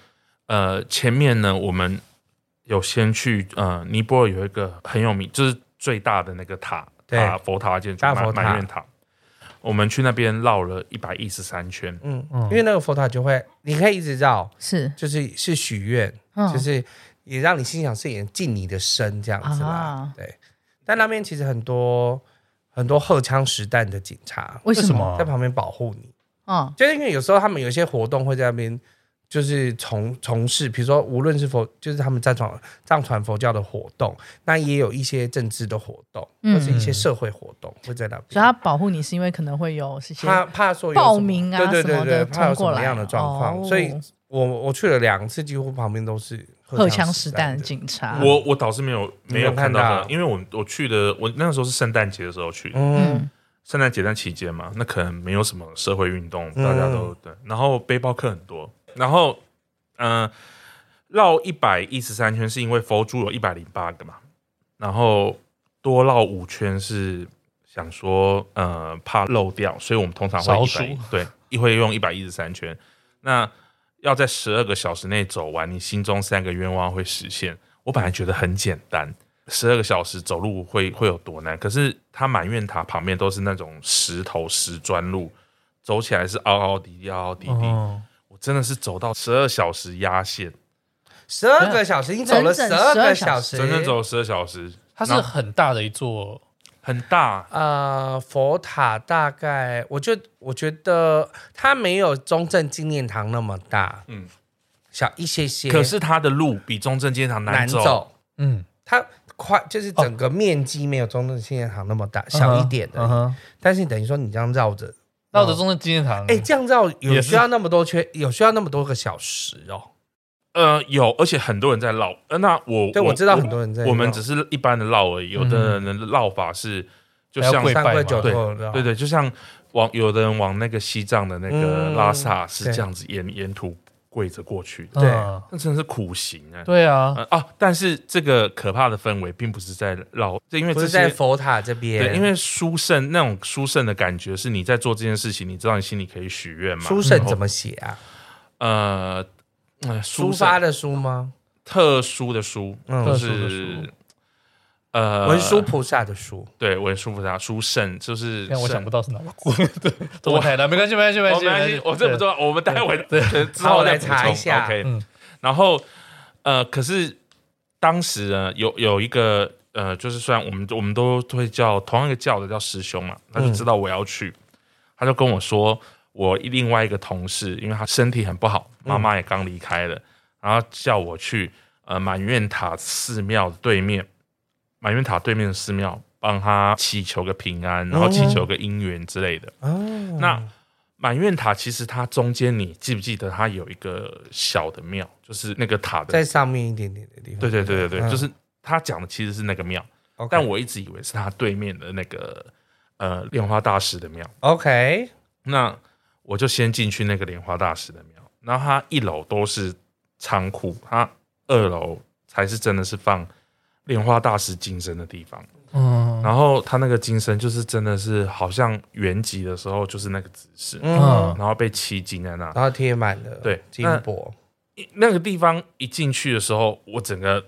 Speaker 5: 呃前面呢，我们有先去呃尼泊尔有一个很有名，就是最大的那个塔，
Speaker 4: 对
Speaker 5: 塔佛塔建筑，
Speaker 4: 大佛塔
Speaker 5: 满满愿塔。我们去那边绕了一百一十三圈，
Speaker 4: 嗯
Speaker 2: 嗯，
Speaker 4: 因为那个佛塔就会，你可以一直绕，
Speaker 6: 是，
Speaker 4: 就是是许愿，
Speaker 6: 嗯
Speaker 4: 就是也让你心想事成，尽你的身这样子啦
Speaker 6: 啊。
Speaker 4: 对，但那边其实很多很多荷枪实弹的警察
Speaker 6: 为什么？
Speaker 2: 哦
Speaker 4: 在旁边保护你，
Speaker 6: 嗯，
Speaker 4: 就是因为有时候他们有一些活动会在那边。就是从从事，比如说，无论是佛，就是他们藏传藏传佛教的活动，那也有一些政治的活动，
Speaker 6: 嗯
Speaker 4: 或是一些社会活动会在那边。
Speaker 6: 所以它保护你是因为可能会有这些
Speaker 4: 怕怕说有
Speaker 6: 报
Speaker 4: 什么
Speaker 6: 名啊
Speaker 4: 对对
Speaker 6: 什
Speaker 4: 对
Speaker 6: 么
Speaker 4: 对，
Speaker 6: 的
Speaker 4: 怕有什
Speaker 6: 冲
Speaker 4: 么
Speaker 6: 过来
Speaker 4: 样的状况，
Speaker 6: 哦
Speaker 4: 所以我我去了两次，几乎旁边都是
Speaker 6: 荷枪实弹
Speaker 4: 弹
Speaker 6: 的
Speaker 4: 的。
Speaker 6: 警察。
Speaker 5: 我我倒是没有
Speaker 4: 你
Speaker 5: 没
Speaker 4: 没
Speaker 5: 有
Speaker 4: 有看
Speaker 5: 看到
Speaker 4: 到
Speaker 5: 他，因为我我去的我那个时候是圣诞节的时候去的，
Speaker 4: 嗯，
Speaker 6: 嗯，
Speaker 5: 圣诞节那期间嘛，那可能没有什么社会运动，大家都、对，然后背包客很多，然后嗯、呃绕一百一十三圈是因为佛珠有一百零八个嘛，然后多绕五圈是想说呃怕漏掉，所以我们通常会
Speaker 2: 少
Speaker 5: 100
Speaker 2: 数
Speaker 5: 对，一会用一百一十三圈，那要在十二个小时内走完，你心中三个愿望会实现。我本来觉得很简单，十二个小时走路会会有多难？可是它满愿塔旁边都是那种石头石砖路，走起来是凹凹滴滴凹凹滴滴。
Speaker 2: 哦
Speaker 5: 我真的是走到十二小时压线，
Speaker 4: 十二个小时，你走了
Speaker 6: 整
Speaker 4: 十
Speaker 6: 整
Speaker 4: 二个
Speaker 6: 12小
Speaker 4: 时，
Speaker 5: 整整走十二小时。
Speaker 2: 它是
Speaker 5: 然后
Speaker 2: 很大的一座
Speaker 5: 很大，
Speaker 4: 呃，佛塔大概，我觉我觉得它没有中正纪念堂那么大，嗯
Speaker 5: 嗯，
Speaker 4: 小一些些，
Speaker 5: 可是它的路比中正纪念堂
Speaker 4: 难
Speaker 5: 走。
Speaker 4: 走，
Speaker 2: 嗯，
Speaker 4: 它宽就是整个面积没有中正纪念堂那么
Speaker 5: 哦
Speaker 4: 大，小一点的，
Speaker 2: 嗯哼，
Speaker 4: 但是你等于说你这样绕着，
Speaker 5: 嗯
Speaker 2: 绕着中正纪念堂，啊
Speaker 4: 哎，这样绕有
Speaker 2: 也是
Speaker 4: 需要那么多圈，有需要那么多个小时哦，
Speaker 5: 呃，有，而且很多人在绕。呃，那我
Speaker 4: 对，我知道很多人在
Speaker 5: 我，我们
Speaker 4: 绕嗯
Speaker 5: 只是一般的绕而已，有的人的绕法是就
Speaker 2: 还要
Speaker 5: 像
Speaker 2: 跪
Speaker 4: 三
Speaker 2: 拜
Speaker 4: 跪
Speaker 2: 嘛
Speaker 4: 九
Speaker 5: 对
Speaker 4: 叩绕，
Speaker 5: 对对，就像往有的人往那个西藏的那个
Speaker 4: 嗯
Speaker 5: 拉萨是
Speaker 4: 对
Speaker 5: 这样子沿沿途跪着过去的，
Speaker 4: 对
Speaker 2: 嗯
Speaker 5: 那真的是苦行哎、
Speaker 2: 对啊，
Speaker 5: 呃啊，但是这个可怕的氛围并不是在绕，这因为
Speaker 4: 不
Speaker 5: 这
Speaker 4: 是在
Speaker 5: 些
Speaker 4: 佛塔这边，
Speaker 5: 对，因为殊胜那种殊胜的感觉是你在做这件事情，你知道你心里可以许愿嘛？嗯
Speaker 4: 书
Speaker 5: 然
Speaker 4: 圣
Speaker 5: 后
Speaker 4: 怎么写啊？
Speaker 5: 呃呃殊
Speaker 4: 抒
Speaker 5: 胜
Speaker 4: 发的书吗？
Speaker 5: 特殊的书，
Speaker 4: 嗯
Speaker 5: 就
Speaker 2: 特殊的
Speaker 5: 是呃
Speaker 4: 文殊菩萨的书，
Speaker 5: 对文殊菩萨殊胜，就是
Speaker 2: 啊但我想
Speaker 5: 胜
Speaker 2: 不到是哪个国， 对，中国台的，没关系，没关系，没
Speaker 5: 我
Speaker 2: 关系，
Speaker 5: 没关系，我这不知
Speaker 2: 对
Speaker 5: 道，我们待会之
Speaker 4: 好
Speaker 5: 后
Speaker 4: 我来
Speaker 5: 再补
Speaker 4: 查
Speaker 5: 充
Speaker 4: 一下
Speaker 5: OK，、
Speaker 2: 嗯
Speaker 5: 然后呃，可是当时呢，有有一个呃，就是虽然我们我们都会叫同样一个教的叫师兄嘛，他就知道我要去，他就跟我说，我另外一个同事，因为他身体很不好，妈妈也刚离开了，然后叫我去呃满愿塔寺庙的对面，满愿塔对面的寺庙帮他祈求个平安，然后祈求个姻缘之类的。
Speaker 4: 哦，
Speaker 5: 那满愿塔其实它中间，你记不记得它有一个小的庙，就是那个塔的
Speaker 4: 在？上面一点点的地方。
Speaker 5: 对对对对对，
Speaker 4: 嗯
Speaker 5: 就是他讲的其实是那个庙，
Speaker 4: OK，
Speaker 5: 但我一直以为是他对面的那个呃莲花大师的庙。
Speaker 4: OK，
Speaker 5: 那我就先进去那个莲花大师的庙，然后它一楼都是仓库，它二楼才是真的是放莲花大师金身的地方。
Speaker 2: 嗯
Speaker 5: 然后他那个金身就是真的是好像原籍的时候就是那个姿势，
Speaker 4: 嗯，
Speaker 5: 然后被七金在那。
Speaker 4: 然后贴满了
Speaker 5: 对
Speaker 4: 金箔，
Speaker 5: 一那个地方一进去的时候，我整个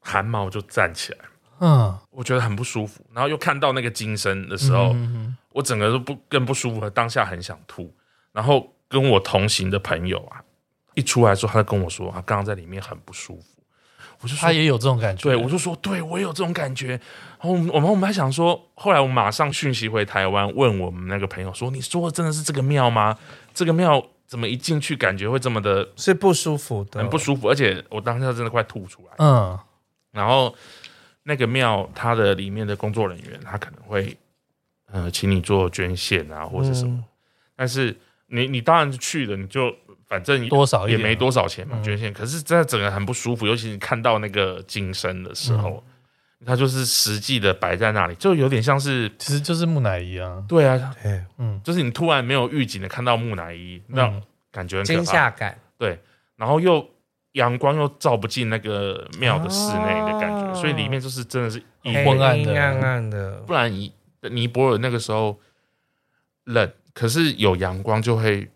Speaker 5: 汗毛就站起来，
Speaker 2: 嗯，
Speaker 5: 我觉得很不舒服。然后又看到那个金身的时候，
Speaker 2: 嗯
Speaker 5: 嗯我整个都不更不舒服，当下很想吐。然后跟我同行的朋友啊，一出来的时候，他就跟我说，他啊刚刚在里面很不舒服。我就说
Speaker 2: 他也有这种感觉，
Speaker 5: 对，我就说，对我有这种感觉。然后我们我们我们还想说，后来我马上讯息回台湾，问我们那个朋友说，你说的真的是这个庙吗？这个庙怎么一进去感觉会这么的
Speaker 4: 是不舒服的，
Speaker 5: 很不舒服，而且我当下真的快吐出来。
Speaker 2: 啊嗯，
Speaker 5: 然后那个庙，它的里面的工作人员，他可能会呃，请你做捐献啊，或者什么。
Speaker 4: 嗯
Speaker 5: 但是你你当然是去了，你就反正也
Speaker 2: 多少一
Speaker 5: 也
Speaker 2: 点
Speaker 5: 没多少钱嘛，
Speaker 2: 嗯
Speaker 5: 捐献。可是真的整个很不舒服，尤其你看到那个金身的时候，
Speaker 2: 嗯
Speaker 5: 它就是实际的摆在那里，就有点像是
Speaker 2: 其实就是木乃伊啊，
Speaker 5: 对啊，
Speaker 4: 对，
Speaker 2: 嗯，
Speaker 5: 就是你突然没有预警的看到木乃伊，那
Speaker 2: 嗯
Speaker 5: 感觉很可怕
Speaker 4: 惊吓感。
Speaker 5: 对，然后又阳光又照不进那个庙的室内的感觉，
Speaker 4: 哦
Speaker 5: 所以里面就是真的是一
Speaker 4: 黑
Speaker 2: 昏暗的
Speaker 4: 阴暗啊暗的
Speaker 5: 不，然尼尼泊尔那个时候冷，可是有阳光就会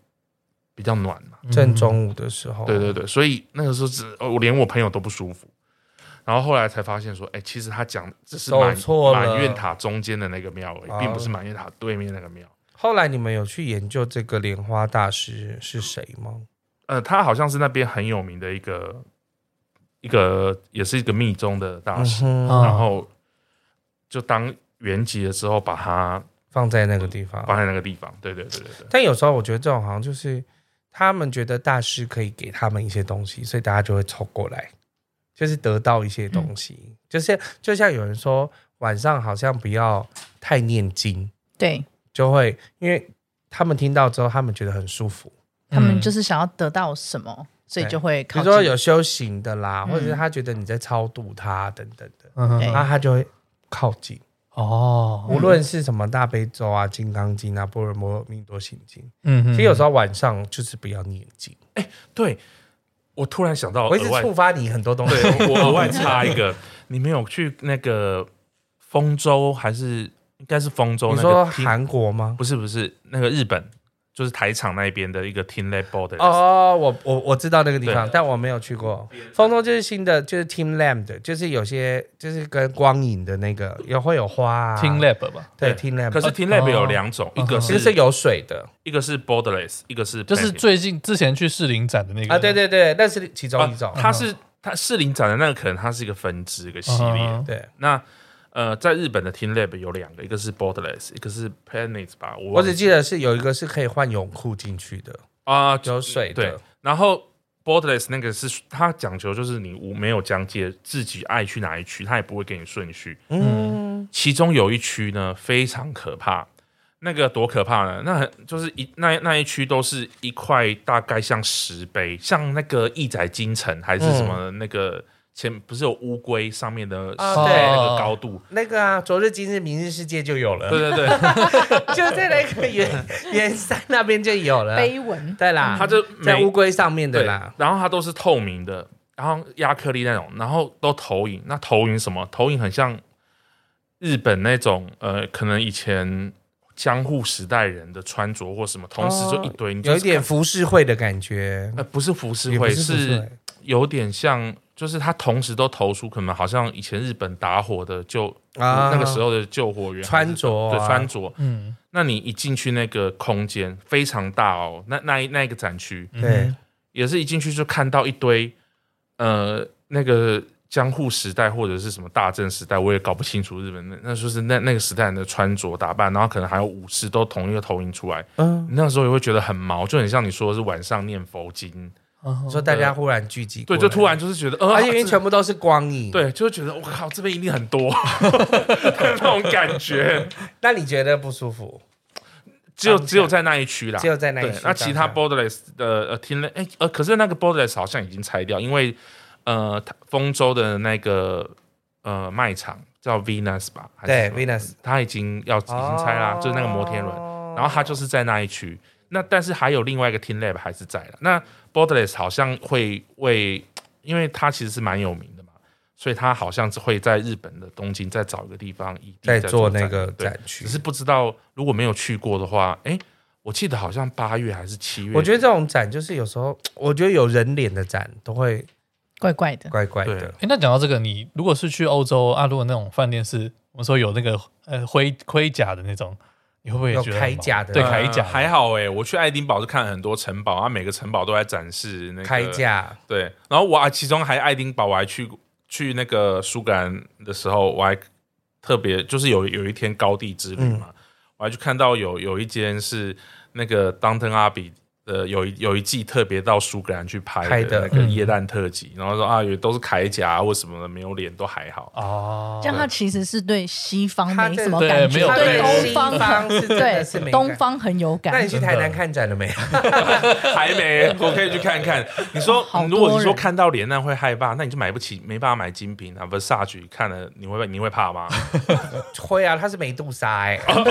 Speaker 5: 比较暖嘛。
Speaker 2: 嗯
Speaker 4: 正中午的时候，
Speaker 5: 嗯对对对，所以那个时候只呃我连我朋友都不舒服。然后后来才发现说，哎，其实他讲只是
Speaker 4: 走
Speaker 5: 满
Speaker 4: 错了
Speaker 5: 满愿塔中间的那个庙而
Speaker 4: 哦
Speaker 5: 已，并不是满愿塔对面那个庙。
Speaker 4: 后来你们有去研究这个莲花大师是谁吗？
Speaker 5: 呃，他好像是那边很有名的一个一个，也是一个密宗的大师。
Speaker 4: 嗯哼，
Speaker 2: 嗯
Speaker 8: 啊
Speaker 5: 然后就当原籍的时候把它
Speaker 4: 放在那个地方。
Speaker 5: 放在那个地方。对对对对对，
Speaker 4: 但有时候我觉得这种好像就是他们觉得大师可以给他们一些东西，所以大家就会凑过来，就是得到一些东西。就是就像有人说晚上好像不要太念经，
Speaker 6: 对
Speaker 4: 就会因为他们听到之后，他们觉得很舒服。
Speaker 6: 他们
Speaker 2: 嗯
Speaker 6: 就是想要得到什么，所以就
Speaker 4: 嗯
Speaker 6: 会
Speaker 4: 比
Speaker 6: 靠
Speaker 4: 如说
Speaker 6: 近。
Speaker 4: 有修行的啦，
Speaker 6: 嗯
Speaker 4: 或者是他觉得你在超度他等等的，
Speaker 2: 嗯哼
Speaker 6: 对嗯
Speaker 4: 那、他就会靠近。
Speaker 2: 哦，
Speaker 4: 啊无论是什么大悲咒啊、金刚经啊、波若波罗蜜多心经，
Speaker 2: 嗯哼，
Speaker 4: 其实有时候晚上就是不要念经。
Speaker 5: 对我突然想到
Speaker 4: 我一
Speaker 5: 哦额
Speaker 4: 直
Speaker 5: 外，
Speaker 4: 触发你很多东西。
Speaker 5: 对我 额外插一个，你没有去那个丰州还是应该是丰州
Speaker 4: 你
Speaker 5: 那个
Speaker 4: 说
Speaker 5: 厅
Speaker 4: 韩国吗？
Speaker 5: 不是不是那个日本，就是台场那边的一个 Team Lab Board 的。
Speaker 4: 哦，我我我知道那个地方，
Speaker 5: 对
Speaker 4: 但我没有去过。丰州就是新的，就是 Team Lab 的，就是有些就是跟光影的那个，也会有花啊。
Speaker 2: 听 lab 吧，
Speaker 4: 对
Speaker 5: 对
Speaker 4: Team Lab，
Speaker 5: 可是 Team Lab
Speaker 2: 哦
Speaker 5: 有两种，一个
Speaker 4: 其实是
Speaker 5: 是
Speaker 4: 有水的
Speaker 5: 一个是 borderless，一个是
Speaker 2: 就是
Speaker 5: planting
Speaker 2: 最近之前去士林展的那个
Speaker 4: 啊，对对对，那是其中
Speaker 5: 啊
Speaker 4: 一种。
Speaker 5: 它是它士林展的那个可能它是一个分支一个系列，
Speaker 2: 嗯哼
Speaker 4: 对，
Speaker 5: 那呃，在日本的 Team Lab 有两个，一个是 Borderless，一个是 Planet 吧，我
Speaker 4: 我
Speaker 5: 忘
Speaker 4: 只
Speaker 5: 记
Speaker 4: 记得是有一个是可以换泳裤进去的，
Speaker 5: 啊、
Speaker 4: 有水
Speaker 5: 对
Speaker 4: 的，，
Speaker 5: 然后 Borderless 那个是它讲求就是你无没有疆界，自己爱去哪一区，它也不会给你顺序。
Speaker 4: 嗯，
Speaker 5: 其中有一区呢非常可怕，那个多可怕呢？那很就是一那那一区都是一块大概像石碑，像那个义载金城还是什么那个前不是有乌龟上面的
Speaker 4: 嗯啊
Speaker 5: 石碑
Speaker 4: 对
Speaker 5: 那个高度？
Speaker 4: 那个啊，昨日今日明日世界就有
Speaker 5: 对
Speaker 4: 了，
Speaker 5: 对对，
Speaker 4: 就在那个圆圆山那边就有了，
Speaker 6: 碑文
Speaker 4: 对啦，
Speaker 5: 它就
Speaker 4: 在
Speaker 5: 每
Speaker 4: 乌龟上面的
Speaker 5: 对
Speaker 4: 啦，
Speaker 5: 然后它都是透明的，然后亚克力那种，然后都投影。那投影什么？投影很像日本那种呃，可能以前江户时代人的穿着或什么，同时就一堆，你就
Speaker 4: 哦有
Speaker 5: 是
Speaker 4: 一点
Speaker 5: 看
Speaker 4: 浮世绘的感觉，
Speaker 5: 呃，不是浮世
Speaker 4: 也不
Speaker 5: 绘，
Speaker 4: 是浮世
Speaker 5: 是
Speaker 4: 绘
Speaker 5: 有点像，就是它同时都投出可能好像以前日本打火的救、
Speaker 4: 啊
Speaker 5: 那个时候的救火员
Speaker 4: 穿着啊
Speaker 5: 对穿着。
Speaker 2: 嗯，
Speaker 5: 那你一进去那个空间非常大哦，那那一那一个展区，
Speaker 4: 对，
Speaker 5: 也是一进去就看到一堆，呃，那个江户时代或者是什么大正时代，我也搞不清楚日本那那就是那那个时代人的穿着打扮，然后可能还有武士都同一个投影出来，
Speaker 4: 嗯，
Speaker 5: 那时候也会觉得很毛，就很像你说的是晚上念佛经，
Speaker 4: 说大家忽然聚集过来，啊
Speaker 5: 对，就突然就是觉得，呃，
Speaker 4: 而且因为
Speaker 5: 这
Speaker 4: 全部都是光影。，
Speaker 5: 对，就会觉得我靠，这边一定 很多 那种感觉，
Speaker 4: 那你觉得不舒服？
Speaker 5: 只有
Speaker 4: 当下
Speaker 5: 只有在那一区啦，
Speaker 4: 只有在那一
Speaker 5: 对
Speaker 4: 区。
Speaker 5: 那其他
Speaker 4: 当下
Speaker 5: Borderless 的呃听了，哎、呃，可是那个 Borderless 好像已经拆掉，因为呃，它丰州的那个呃卖场叫 Venus 吧，还是
Speaker 4: 对
Speaker 5: 什么
Speaker 4: Venus 哦
Speaker 5: 它已经要已经拆啦，就是那个摩天轮，然后它就是在那一区。那但是还有另外一个 Team Lab 还是在了。那 Borderless 好像会为，因为它其实是蛮有名的嘛，所以它好像是会在日本的东京再找一个地方一
Speaker 4: 在做
Speaker 5: 展
Speaker 4: 那个
Speaker 5: 对
Speaker 4: 展区
Speaker 5: 只是不知道如果没有去过的话，哎、我记得好像八月还是七月，
Speaker 4: 我觉得这种展就是有时候，我觉得有人脸的展都会
Speaker 6: 怪怪的，
Speaker 4: 怪怪
Speaker 5: 对
Speaker 4: 的。
Speaker 2: 哎，那讲到这个，你如果是去欧洲啊，如果那种饭店是我们说有那个呃盔盔甲的那种，你会不会也
Speaker 4: 有
Speaker 2: 觉得
Speaker 4: 铠
Speaker 2: 很毛
Speaker 4: 甲的啊
Speaker 2: 对
Speaker 4: 那
Speaker 2: 铠甲的
Speaker 5: 嗯还好哎、我去爱丁堡是看很多城堡，啊，每个城堡都在展示那个
Speaker 4: 开。价
Speaker 5: 对，然后我啊，其中还爱丁堡，我还去去那个苏格兰的时候，我还特别就是有有一天高地之旅
Speaker 4: 嗯
Speaker 5: 嘛，我还去看到有有一间是那个当登阿比。的有一有一季特别到苏格兰去拍
Speaker 4: 拍
Speaker 5: 的
Speaker 4: 的嗯
Speaker 5: 那个夜蛋特辑，然后说啊，也都是铠甲啊或什么的，没有脸都还好。
Speaker 2: 哦，
Speaker 6: 这样他其实是对西方
Speaker 4: 他
Speaker 6: 没
Speaker 4: 这
Speaker 6: 什么
Speaker 2: 对
Speaker 6: 感
Speaker 2: 没
Speaker 6: 觉
Speaker 2: 有，
Speaker 6: 对
Speaker 2: 感觉
Speaker 6: 东方
Speaker 4: 西方是真的是没
Speaker 6: 对
Speaker 4: 感
Speaker 6: 东方很有
Speaker 4: 那
Speaker 6: 感
Speaker 4: 你。去台南看展了没有？
Speaker 5: 还 没，我可以去看看。你说，
Speaker 6: 好多
Speaker 5: 如果你说
Speaker 6: 人
Speaker 5: 看到脸那会害怕，那你就买不起，没办法买精品啊。Versace 看了你会你会 怕吗？
Speaker 4: 会啊，他是梅杜莎哎、
Speaker 5: 哦
Speaker 4: 欸，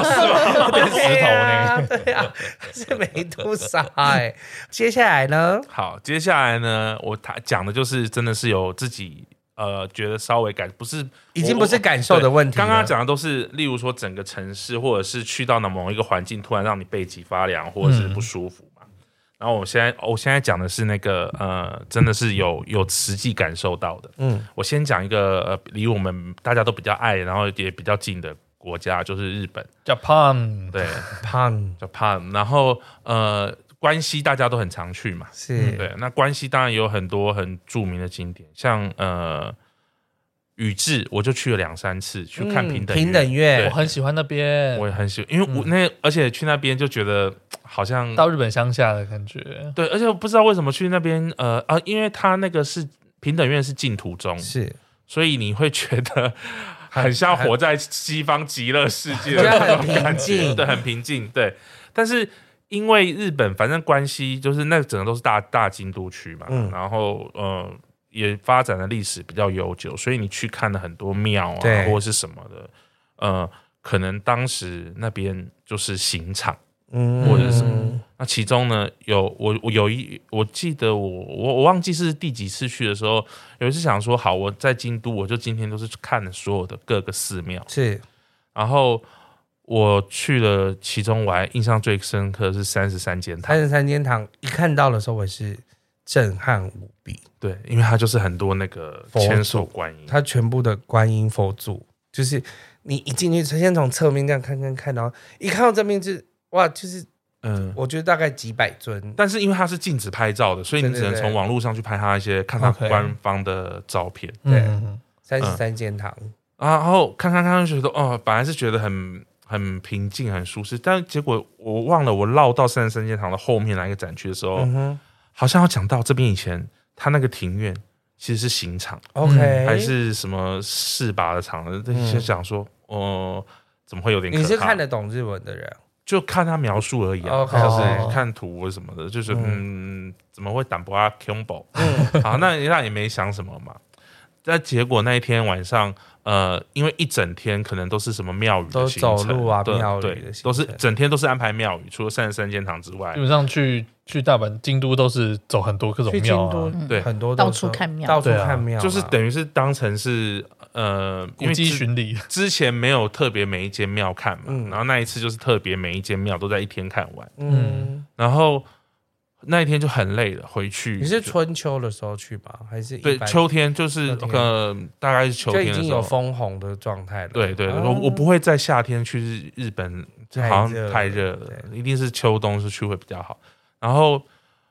Speaker 4: 对啊，对啊，是梅杜莎哎、接下来呢？
Speaker 5: 好，接下来呢，我他讲的就是真的是有自己呃觉得稍微感不是，
Speaker 4: 已经不是感受的问题
Speaker 5: 对
Speaker 4: 了
Speaker 5: 刚刚讲的都是，例如说整个城市，或者是去到哪某一个环境，突然让你背脊发凉，或者是不舒服
Speaker 4: 嗯
Speaker 5: 嘛。然后我现在我现在讲的是那个呃，真的是有有实际感受到的。
Speaker 4: 嗯，
Speaker 5: 我先讲一个呃，离我们大家都比较爱，然后也比较近的国家，就是日本。
Speaker 2: Japan
Speaker 5: 对，
Speaker 4: 胖
Speaker 5: 叫 Japan。然后呃，关西大家都很常去嘛。
Speaker 4: 是、
Speaker 5: 对，那关西当然有很多很著名的景点，像呃宇治，我就去了两三次，去看平等、
Speaker 4: 嗯平等，
Speaker 2: 我
Speaker 4: 院，嗯
Speaker 2: 很喜欢那边，
Speaker 5: 我也很喜欢，因为我那、而且去那边就觉得好像
Speaker 2: 到日本乡下的感觉，
Speaker 5: 对，而且我不知道为什么去那边呃啊，因为它那个是平等院是净土宗，
Speaker 4: 是
Speaker 5: 所以你会觉得很像活在西方极乐世界
Speaker 4: 觉
Speaker 5: 的
Speaker 4: 得
Speaker 5: 那
Speaker 4: 很
Speaker 5: 种感觉，
Speaker 4: 平静
Speaker 5: 对，很平静，对。但是因为日本反正关系就是那整个都是大大京都区嘛，
Speaker 4: 嗯
Speaker 5: 然后呃也发展的历史比较悠久，所以你去看了很多庙啊
Speaker 4: 对
Speaker 5: 或者是什么的，呃，可能当时那边就是刑场。
Speaker 4: 嗯
Speaker 5: 或者是什么。那其中呢，有我我有一我记得我我我忘记是第几次去的时候，有一次想说好，我在京都，我就今天都是看了所有的各个寺庙，
Speaker 4: 是
Speaker 5: 然后我去了其中，我还印象最深刻的是三十三间
Speaker 4: 三
Speaker 5: 堂，
Speaker 4: 十三间堂，一看到的时候我也是震撼无比，
Speaker 5: 对，因为它就是很多那个
Speaker 4: 佛祖
Speaker 5: 千手观音，
Speaker 4: 它全部的观音佛祖，就是你一进去，先从侧面这样看看看，然后一看到正面就是哇，就是
Speaker 5: 嗯。
Speaker 4: 我觉得大概几百尊，
Speaker 5: 但是因为它是禁止拍照的，所以你
Speaker 4: 对
Speaker 5: 只
Speaker 4: 对
Speaker 5: 能
Speaker 4: 对
Speaker 5: 从网络上去拍它一些看它
Speaker 2: OK
Speaker 5: 官方的照片。
Speaker 4: 对
Speaker 2: 嗯，
Speaker 4: 三十三间堂，
Speaker 5: 然后看看看看，觉得哦，本来是觉得很很平静、很舒适，但结果我忘了我绕到三十三间堂的后面那一个展区的时候，
Speaker 4: 嗯
Speaker 5: 好像要讲到这边以前，他那个庭院其实是刑场，
Speaker 4: OK，、
Speaker 5: 还是什么市拔的场，就想说哦、怎么会有点可怕？
Speaker 4: 你是看得懂日文的人，
Speaker 5: 就看他描述而已啊，
Speaker 4: OK
Speaker 5: 就是看图或什么的，就是嗯，怎么会胆薄啊 c o m b
Speaker 4: 嗯
Speaker 5: o 好，那那也没想什么嘛。但结果那一天晚上，呃，因为一整天可能都是什么庙宇的
Speaker 4: 都
Speaker 5: 行程
Speaker 4: 走路啊
Speaker 5: 对
Speaker 4: 庙宇的行
Speaker 5: 对
Speaker 4: 程
Speaker 5: 都是整天都是安排庙宇，除了三十三间堂之外
Speaker 2: 基，本上去去大阪、京都都是走很多各种
Speaker 4: 去京
Speaker 2: 庙
Speaker 4: 都、
Speaker 2: 啊，
Speaker 5: 对
Speaker 4: 很多
Speaker 6: 嗯到
Speaker 4: 都是
Speaker 6: 处看庙
Speaker 4: 到处
Speaker 2: 对啊
Speaker 4: 看庙嘛，
Speaker 5: 就是等于是当成是呃，
Speaker 2: 古
Speaker 5: 因为
Speaker 2: 迹
Speaker 5: 之
Speaker 2: 巡礼。
Speaker 5: 之前没有特别每一间庙看嘛，
Speaker 4: 嗯
Speaker 5: 然后那一次就是特别每一间庙都在一天看完，
Speaker 4: 嗯，
Speaker 5: 然后那一天就很累了，回去
Speaker 4: 你是
Speaker 5: 就
Speaker 4: 春秋的时候去吧，还是一
Speaker 5: 对，
Speaker 4: 般
Speaker 5: 秋天就是
Speaker 4: 秋天
Speaker 5: 呃，大概是秋
Speaker 4: 就
Speaker 5: 天
Speaker 4: 已
Speaker 5: 的
Speaker 4: 经
Speaker 5: 时
Speaker 4: 有
Speaker 5: 候。
Speaker 4: 枫红的状态了？
Speaker 5: 对对，
Speaker 4: 哦
Speaker 5: 我我不会在夏天去日日本，这
Speaker 4: 太
Speaker 5: 好
Speaker 4: 热了
Speaker 5: 像太热了，一定是秋冬是去会比较好。然后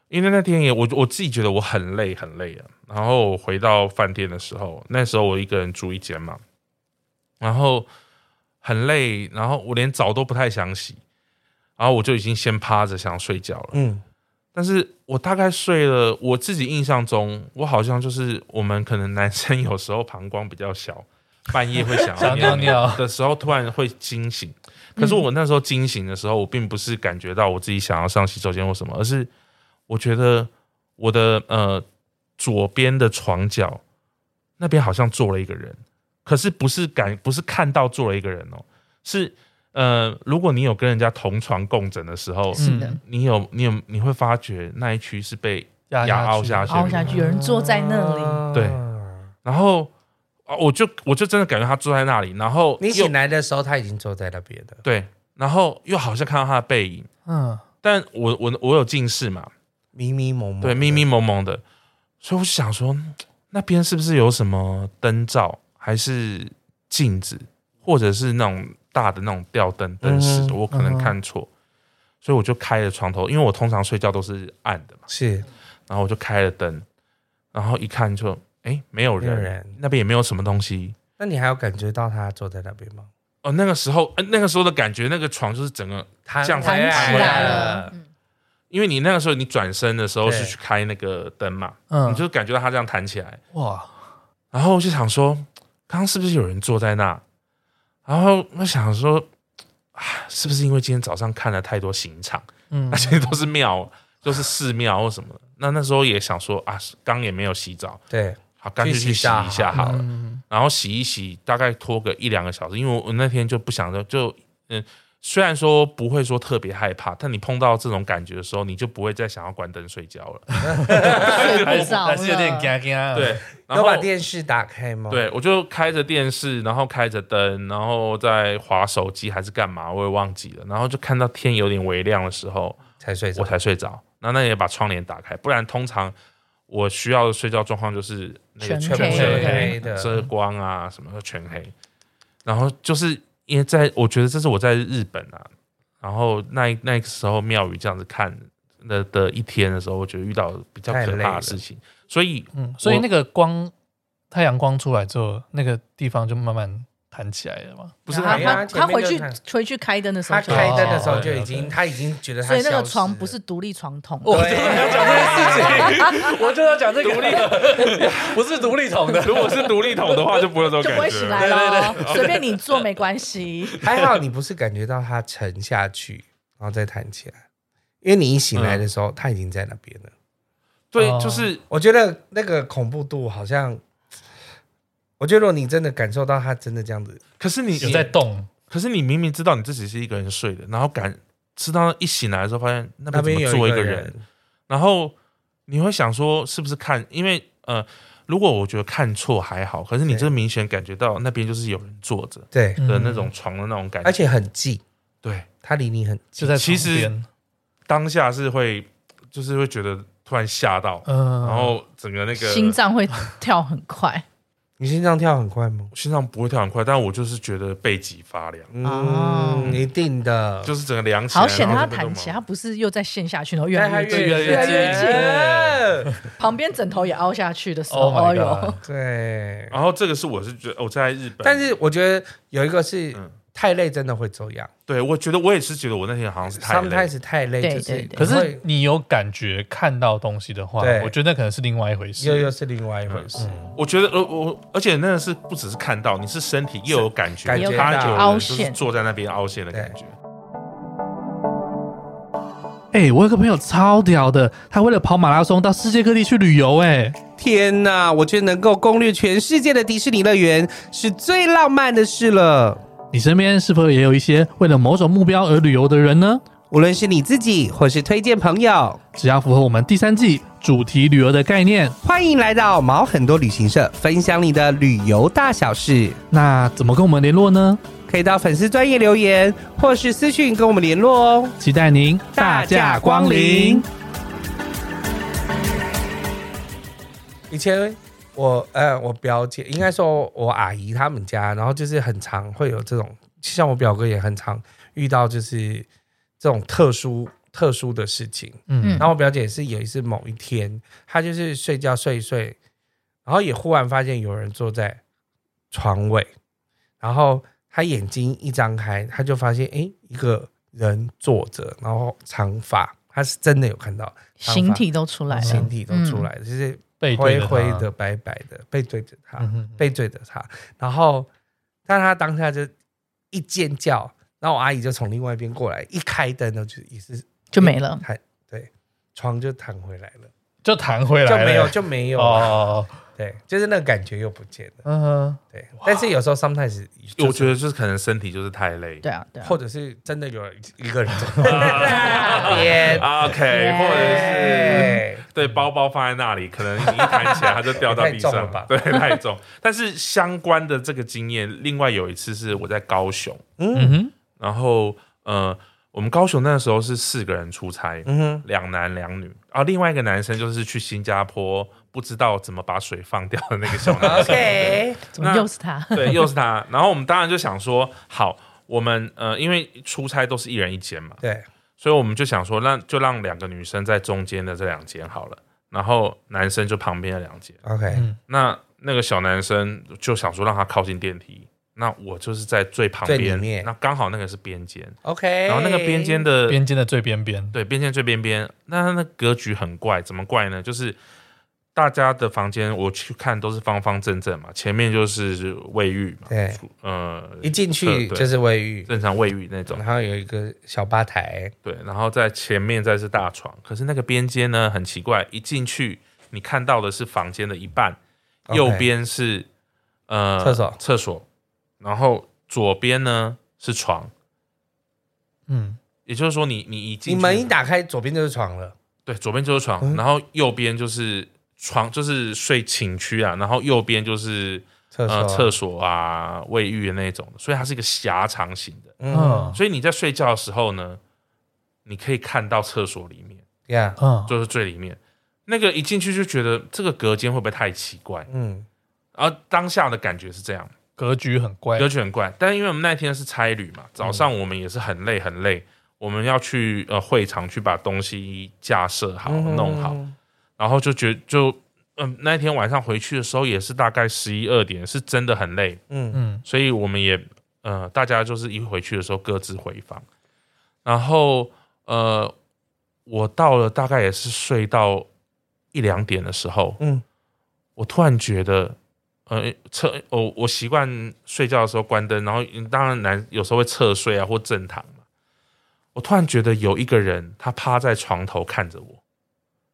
Speaker 5: 因为那天也我我自己觉得我很累很累啊，然后我回到饭店的时候，那时候我一个人住一间嘛，然后很累，然后我连澡都不太想洗，然后我就已经先趴着想睡觉了。
Speaker 4: 嗯，
Speaker 5: 但是我大概睡了，我自己印象中，我好像就是我们可能男生有时候膀胱比较小，半夜会想 要
Speaker 2: 想尿尿
Speaker 5: 的时候，突然会惊醒。可是我那时候惊醒的时候，我并不是感觉到我自己想要上洗手间或什么，而是我觉得我的呃左边的床角那边好像坐了一个人，可是不是感不是看到坐了一个人哦，是呃，如果你有跟人家同床共枕的时候，
Speaker 6: 是的，
Speaker 4: 嗯
Speaker 5: 你有你有你会发觉那一区是被
Speaker 2: 压
Speaker 5: 压凹
Speaker 2: 去
Speaker 5: 下去的，
Speaker 6: 凹下去，有人坐在那里，
Speaker 4: 啊
Speaker 5: 对然后啊，我就我就真的感觉他坐在那里，然后
Speaker 4: 你
Speaker 5: 又
Speaker 4: 醒来的时候他已经坐在那边了。
Speaker 5: 对，然后又好像看到他的背影，
Speaker 2: 嗯，
Speaker 5: 但我我我有近视嘛，
Speaker 4: 迷迷蒙蒙，
Speaker 5: 对，迷迷，蒙蒙的，所以我就想说，嗯那边是不是有什么灯罩，还是镜子，或者是那种大的那种吊灯灯饰
Speaker 4: 嗯？哼
Speaker 5: 我可能看错，所以我就开了床头，因为我通常睡觉都是暗的嘛，
Speaker 4: 是
Speaker 5: 然后我就开了灯，然后一看就哎、诶没有
Speaker 4: 没有
Speaker 5: 人，
Speaker 4: 人。
Speaker 5: 那边也没有什么东西。
Speaker 4: 那你还有感觉到他坐在那边吗？
Speaker 5: 哦，那个时候，呃那个时候的感觉，那个床就是整个，
Speaker 4: 弹
Speaker 5: 这样
Speaker 6: 弹起
Speaker 5: 回
Speaker 4: 哎
Speaker 6: 来
Speaker 5: 来
Speaker 6: 了，。嗯
Speaker 5: 因为你那个时候你转身的时候
Speaker 4: 对
Speaker 5: 是去开那个灯嘛，
Speaker 2: 嗯
Speaker 5: 你就感觉到它这样弹起来，
Speaker 2: 哇，
Speaker 5: 然后我就想说，刚刚是不是有人坐在那？然后我想说，啊，是不是因为今天早上看了太多刑场，
Speaker 2: 嗯
Speaker 5: 那，些都是庙，都是寺庙或什么的？那那时候也想说啊，刚也没有洗澡，
Speaker 6: 嗯
Speaker 4: 对，
Speaker 5: 好，干脆
Speaker 4: 去洗
Speaker 5: 去洗
Speaker 4: 一下
Speaker 5: 一下好了。
Speaker 2: 嗯
Speaker 5: 然后洗一洗，大概拖个一两个小时，因为我我那天就不想着就嗯。虽然说不会说特别害怕，但你碰到这种感觉的时候，你就不会再想要关灯睡觉了。
Speaker 6: 睡
Speaker 2: 还
Speaker 6: 不
Speaker 2: 是
Speaker 6: 着
Speaker 2: 还是有点啊
Speaker 6: 了。
Speaker 2: 嘎嘎。，
Speaker 5: 对，然
Speaker 4: 要
Speaker 5: 后
Speaker 4: 把电视打开吗？，
Speaker 5: 对，我就开着电视，然后开着灯，然后在划手机还是干嘛，我也忘记了。然后就看到天有点微亮的时候，
Speaker 4: 才睡着
Speaker 5: 我。才睡着。那那也把窗帘打开，不然通常我需要的睡觉状况就是那个
Speaker 6: 全
Speaker 5: 全
Speaker 6: 黑
Speaker 5: 遮
Speaker 4: 黑的
Speaker 5: 遮光啊，什么的全黑。然后就是因为在我觉得这是我在日本啊，然后那一那个时候庙宇这样子看的的一天的时候，我觉得遇到比较
Speaker 4: 太
Speaker 5: 可
Speaker 4: 累
Speaker 5: 怕
Speaker 4: 了
Speaker 5: 的事情，所以
Speaker 2: 嗯，所以那个光，太阳光出来之后，那不是那个地方就慢慢弹起来了嘛。
Speaker 5: 不是
Speaker 6: 然后
Speaker 4: 哎呀
Speaker 6: 他
Speaker 4: 前
Speaker 6: 他
Speaker 4: 面
Speaker 6: 回
Speaker 4: 就
Speaker 6: 去
Speaker 4: 看
Speaker 6: 回去开灯的时候
Speaker 4: 他
Speaker 6: 就，
Speaker 4: 开灯的时候
Speaker 2: 哦
Speaker 4: 就已经，他已经觉得他
Speaker 6: 所以那
Speaker 4: 消
Speaker 6: 个
Speaker 4: 失
Speaker 6: 床
Speaker 4: 了
Speaker 6: 不是独立床筒，
Speaker 4: 哦
Speaker 2: 我就要讲这件事 情，我就要讲这个独立的， 不是独立桶的。
Speaker 5: 如果是独立桶的话，就不会有这种
Speaker 6: 就
Speaker 5: 感觉
Speaker 6: 不会
Speaker 5: 了。
Speaker 6: 醒来了，随便你做没关系。
Speaker 4: 还好你不是感觉到它沉下去，然后再弹起来，因为你一醒来的时候，它已经在那边了。
Speaker 5: 对
Speaker 2: 哦，
Speaker 5: 就是
Speaker 4: 我觉得那个恐怖度好像，我觉得如果你真的感受到它真的这样子，
Speaker 5: 可是你
Speaker 2: 有在，动，
Speaker 5: 可是你明明知道你自己是一个人睡的，然后感知道一醒来的时候，发现那
Speaker 4: 那
Speaker 5: 边
Speaker 4: 边
Speaker 5: 怎
Speaker 4: 有
Speaker 5: 么坐
Speaker 4: 一
Speaker 5: 一
Speaker 4: 个
Speaker 5: 个人，，然后你会想说是不是看？因为呃，如果我觉得看错还好，可是你
Speaker 4: 对
Speaker 5: 这明显感觉到那边就是有人坐着
Speaker 4: 对，
Speaker 2: 嗯
Speaker 5: 的那种床的那种感觉，
Speaker 4: 而且很近，
Speaker 5: 对
Speaker 4: 它离你很
Speaker 2: 就在
Speaker 5: 其
Speaker 2: 床
Speaker 5: 实
Speaker 2: 边
Speaker 5: 当下是会就是会觉得突然吓到，
Speaker 2: 嗯，
Speaker 5: 然后整个那个
Speaker 6: 心脏会跳很快，
Speaker 4: 你心脏跳很快吗？
Speaker 5: 心脏不会跳很快，但我就是觉得背脊发凉，
Speaker 6: 哦
Speaker 4: 嗯，一定的，
Speaker 5: 就是整个凉起来。
Speaker 6: 好险
Speaker 5: 然后
Speaker 6: 他
Speaker 5: 就被
Speaker 6: 弹
Speaker 5: 弄
Speaker 6: 起，
Speaker 5: 麻
Speaker 6: 他不是又再陷下去，然后越
Speaker 4: 但
Speaker 6: 来
Speaker 4: 它
Speaker 6: 越紧，
Speaker 4: 越
Speaker 2: 越来越紧
Speaker 4: 紧。
Speaker 6: 旁边枕头也凹下去的时候，
Speaker 2: Oh
Speaker 6: 哦
Speaker 2: my
Speaker 6: 哟
Speaker 2: god！，
Speaker 4: 对，
Speaker 5: 然后这个是我是觉得我哦在日本，
Speaker 4: 但是我觉得有一个是
Speaker 5: 嗯
Speaker 4: 太累，真的会这样。
Speaker 5: 对我觉得我也是觉得我那天好像是太累，
Speaker 4: sometimes 太累，
Speaker 6: 对
Speaker 4: 就是
Speaker 6: 对对
Speaker 2: 可
Speaker 4: 会
Speaker 2: 是你有感觉看到东西的话
Speaker 4: 对，
Speaker 2: 我觉得那可能是另外一回事。
Speaker 4: 又又是另外一回事。
Speaker 5: 我觉得呃我而且那个是不只是看到，你是身体又有感觉，
Speaker 4: 感觉
Speaker 5: 他
Speaker 4: 到
Speaker 5: 有
Speaker 6: 凹
Speaker 5: 人就是
Speaker 6: 陷
Speaker 5: 坐在那边凹陷的感觉。
Speaker 2: 哎、我有个朋友超屌的，他为了跑马拉松到世界各地去旅游、哎，
Speaker 8: 天哪！我觉得能够攻略全世界的迪士尼乐园是最浪漫的事了。
Speaker 2: 你身边是否也有一些为了某种目标而旅游的人呢？
Speaker 8: 无论是你自己或是推荐朋友，
Speaker 2: 只要符合我们第三季主题旅游的概念，
Speaker 8: 欢迎来到毛很多旅行社，分享你的旅游大小事。
Speaker 2: 那怎么跟我们联络呢？
Speaker 8: 可以到粉丝专业留言，或是私讯跟我们联络哦。
Speaker 2: 期待您
Speaker 8: 大驾光临。
Speaker 4: 以前我呃，我表姐应该说我阿姨他们家，然后就是很常会有这种，像我表哥也很常遇到，就是这种特殊特殊的事情。
Speaker 2: 嗯
Speaker 4: 然后我表姐也是有一次某一天，她就是睡觉睡一睡，然后也忽然发现有人坐在床尾，然后她眼睛一张开，她就发现诶一个人坐着，然后长发，她是真的有看到长发
Speaker 6: 形体都出来了，
Speaker 4: 形体都出来了，就是
Speaker 2: 背
Speaker 4: 灰
Speaker 2: 对
Speaker 4: 灰的、
Speaker 2: 的，
Speaker 4: 白白的，背对着她，
Speaker 2: 嗯哼
Speaker 4: 背对着她，然后但她当下就一尖叫，然后我阿姨就从另外一边过来，一开灯呢就也是
Speaker 6: 就没了。
Speaker 4: 弹对，床就弹回来了，
Speaker 2: 就弹回来
Speaker 4: 就
Speaker 2: 了，
Speaker 4: 没有就没有了，
Speaker 2: 哦，
Speaker 4: 对，就是那个感觉又不见了，
Speaker 2: 嗯哼，
Speaker 4: 对。但是有时候 sometimes
Speaker 5: 我觉得就是可能身体就是太累。
Speaker 6: 对啊，对啊
Speaker 4: 或。者是真的有一 个人坐在那边，
Speaker 5: OK，
Speaker 6: Yeah
Speaker 5: 或者是
Speaker 4: 对
Speaker 5: 对包包放在那里，可能你一弹起来它就掉到地
Speaker 4: 太重了
Speaker 5: 上
Speaker 4: 吧，
Speaker 5: 对，太重。 但是相关的这个经验，另外有一次是我在高雄，
Speaker 2: 嗯哼，
Speaker 5: 然后呃，我们高雄那时候是四个人出差，
Speaker 4: 嗯哼，
Speaker 5: 两男两女，然后另外一个男生就是去新加坡，不知道怎么把水放掉的那个小 男生。
Speaker 4: ，OK，
Speaker 6: 怎么又是他？
Speaker 5: 对，又是他。然后我们当然就想说，好，我们呃，因为出差都是一人一间嘛，
Speaker 4: 对，
Speaker 5: 所以我们就想说，那就让两个女生在中间的这两间好了，然后男生就旁边的两间。
Speaker 4: OK，
Speaker 5: 那那个小男生就想说让他靠近电梯，那我就是在最旁
Speaker 4: 最里
Speaker 5: 边
Speaker 4: 面，哎
Speaker 5: 那刚好那个是边间，
Speaker 4: OK，
Speaker 5: 然后那个边间的
Speaker 2: 边间的最边边，
Speaker 5: 对，边线最边边，那它那格局很怪，怎么怪呢？就是大家的房间，我去看都是方方正正嘛，前面就是卫浴嘛，
Speaker 4: 对
Speaker 5: 出，呃，
Speaker 4: 一进去
Speaker 5: 对
Speaker 4: 就是嗯卫浴，
Speaker 5: 正常卫浴那种
Speaker 4: 然，后有一个小吧台，
Speaker 5: 对，然后在前面再是大床，可是那个边间呢很奇怪，一进去你看到的是房间的一半，右
Speaker 4: OK
Speaker 5: 边是呃
Speaker 4: 厕所
Speaker 5: 厕所，然后左边呢是床，
Speaker 2: 嗯，
Speaker 5: 也就是说你你一进
Speaker 4: 你
Speaker 5: 去
Speaker 4: 门一打开，左边就是床了。
Speaker 5: 对，左边就是
Speaker 4: 嗯
Speaker 5: 床，然后右边就是床，就是睡寝区啊，然后右边就是
Speaker 4: 厕所，啊
Speaker 5: 呃厕所啊、卫浴的那种，所以它是一个狭长型的。
Speaker 4: 嗯，
Speaker 5: 所以你在睡觉的时候呢，你可以看到厕所里面，
Speaker 4: 呀，
Speaker 2: 嗯，
Speaker 5: 就是最里面那个一进去就觉得这个隔间会不会太奇怪？
Speaker 4: 嗯，
Speaker 5: 然后当下的感觉是这样，
Speaker 2: 格局很怪，
Speaker 5: 格局很怪。但因为我们那天是差旅嘛，早上我们也是很累很累，我们要去呃会场去把东西架设好、弄好。然后就觉就嗯、那一天晚上回去的时候也是大概十一二点，是真的很累，
Speaker 4: 嗯，
Speaker 2: 嗯，
Speaker 5: 所以我们也呃大家就是一回去的时候各自回房，然后呃我到了大概也是睡到一两点的时候，
Speaker 4: 嗯，
Speaker 5: 我突然觉得。呃，侧我我习惯睡觉的时候关灯，然后嗯当然难有时候会侧睡啊或正躺嘛。我突然觉得有一个人他趴在床头看着我，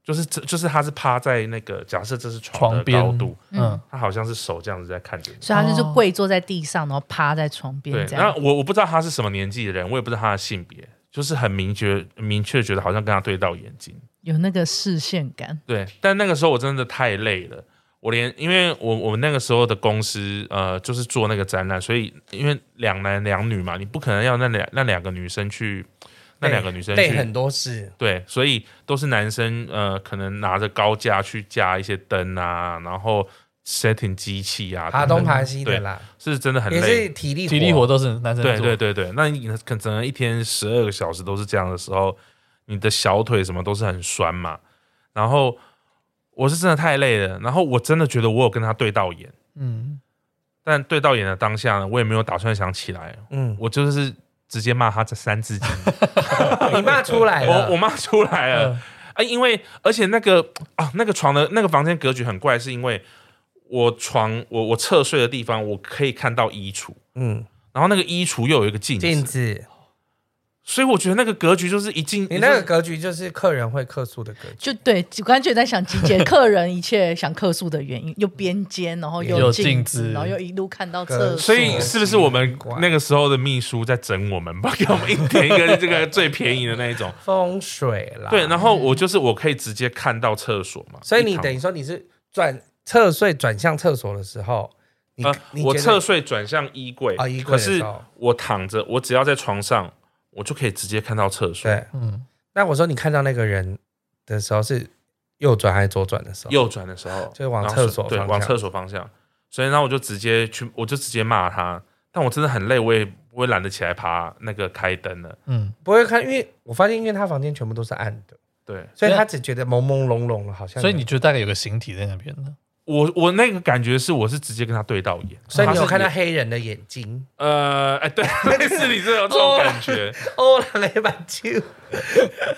Speaker 5: 就是这就是他是趴在那个假设这是床
Speaker 2: 床
Speaker 5: 的
Speaker 2: 边
Speaker 5: 高度，，
Speaker 2: 嗯
Speaker 6: 嗯，
Speaker 5: 他好像是手这样子在看着我。
Speaker 6: 所以他就是
Speaker 2: 哦
Speaker 6: 跪坐在地上，然后趴在床边
Speaker 5: 对，
Speaker 6: 这
Speaker 5: 那
Speaker 6: 样。
Speaker 5: 我我不知道他是什么年纪的人，我也不知道他的性别，就是很明确明确觉得好像跟他对到眼睛。
Speaker 6: 有那个视线感，
Speaker 5: 对，但那个时候我真的太累了，我连因为我我们那个时候的公司呃就是做那个展览，所以因为两男两女嘛，你不可能要那两那两个女生去那两个女生
Speaker 4: 累
Speaker 5: 去
Speaker 4: 很多事，
Speaker 5: 对，所以都是男生，呃，可能拿着高架去架一些灯啊，然后 setting 机器啊，
Speaker 4: 爬
Speaker 5: 等
Speaker 4: 东
Speaker 5: 等
Speaker 4: 爬西的
Speaker 5: 对
Speaker 4: 啦，
Speaker 5: 是真的很
Speaker 4: 也是
Speaker 5: 累。
Speaker 4: 体力
Speaker 2: 体力活都是男生在
Speaker 5: 对
Speaker 2: 做
Speaker 5: 对对对，那你可能整个一天十二个小时都是这样的时候，你的小腿什么都是很酸嘛。然后我是真的太累了，然后我真的觉得我有跟他对到眼，
Speaker 2: 嗯，
Speaker 5: 但对到眼的当下呢，我也没有打算想起来，
Speaker 4: 嗯，
Speaker 5: 我就是直接骂他这三字经，
Speaker 4: 哦你骂出来了，
Speaker 5: 我我骂出来了。
Speaker 2: 嗯
Speaker 5: 啊，因为而且那个啊，那个床的那个房间格局很怪，是因为我床我我侧睡的地方，我可以看到衣橱，
Speaker 4: 嗯，
Speaker 5: 然后那个衣橱又有一个镜子，
Speaker 4: 镜子，
Speaker 5: 所以我觉得那个格局就是一进
Speaker 4: 你那
Speaker 5: 就
Speaker 4: 个
Speaker 5: 是
Speaker 4: 格局就是客人会客诉的格局，
Speaker 6: 就对，我刚才就在想集结客人一切想客诉的原因，又边间，然后
Speaker 2: 有
Speaker 6: 又
Speaker 2: 镜
Speaker 6: 镜
Speaker 2: 子
Speaker 6: 子，然后又一路看到
Speaker 4: 隔
Speaker 6: 厕
Speaker 5: 所
Speaker 6: 所，
Speaker 5: 以是不是我们那个时候的秘书在整我们吧？给我们一点一个这个最便宜的那一 种。
Speaker 4: 风水啦。
Speaker 5: 对，然后我就是我可以直接看到厕所嘛，
Speaker 4: 嗯所以你
Speaker 5: 一
Speaker 4: 等
Speaker 5: 躺
Speaker 4: 于说你是转侧睡转向厕所的时候，你
Speaker 5: 呃，
Speaker 4: 你
Speaker 5: 我
Speaker 4: 觉得
Speaker 5: 侧睡转向衣柜，
Speaker 4: 哦衣柜
Speaker 5: 可
Speaker 4: 的时
Speaker 5: 是
Speaker 4: 候
Speaker 5: 我躺着，我只要在床上，我就可以直接看到厕所。
Speaker 4: 对，嗯。那我说你看到那个人的时候是右转还是左转的时候？
Speaker 5: 右转的时候，
Speaker 4: 就是往
Speaker 5: 然后
Speaker 4: 厕所
Speaker 5: 对，
Speaker 4: 方
Speaker 5: 往
Speaker 4: 向
Speaker 5: 厕所方向。所以，然后我就直接去，我就直接骂他。但我真的很累，我也我也懒得起来爬那个开灯了。
Speaker 4: 不会看，因为我发现，因为他房间全部都是暗的，
Speaker 5: 对
Speaker 4: 所以他只觉得朦朦胧胧的，好像有。
Speaker 2: 所以你觉得大概有个形体在那边呢？
Speaker 5: 我，我那个感觉是，我是直接跟他对到眼，
Speaker 4: 所以你有
Speaker 5: 他是
Speaker 4: 看到黑人的眼睛？
Speaker 5: 呃，哎，对，类似你这种这种感觉。
Speaker 4: 哦，来把酒。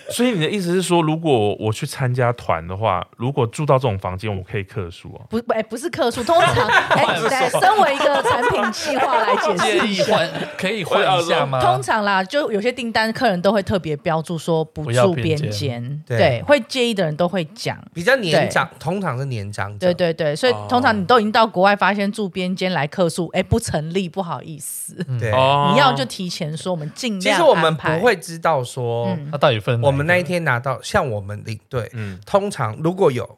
Speaker 5: 所以你的意思是说，如果我去参加团的话，如果住到这种房间，我可以克数哦。
Speaker 6: 不不哎、不是客诉，通常哎、来身为一个产品计划来解 释
Speaker 2: 建
Speaker 6: 一
Speaker 2: 议
Speaker 6: 下。
Speaker 2: 换可以换一下吗？
Speaker 6: 通常啦，就有些订单客人都会特别标注说不
Speaker 2: 不要
Speaker 6: 住
Speaker 2: 边间
Speaker 6: 边间，
Speaker 4: 对
Speaker 6: 对，会介意的人都会讲。
Speaker 4: 比较年长，通常是年长者。
Speaker 6: 对对对，所以通常你都已经到国外，发现住边间来客诉，哎，不成立，不好意思，
Speaker 2: 嗯
Speaker 4: 对。
Speaker 5: 哦，
Speaker 6: 你要就提前说，我们尽
Speaker 4: 其
Speaker 6: 量。
Speaker 4: 实我们不，会知道说，
Speaker 6: 嗯
Speaker 2: 那到底分哪
Speaker 4: 我们那一
Speaker 2: 个
Speaker 4: 天拿到，像我们领队，
Speaker 5: 嗯
Speaker 4: 通常如果有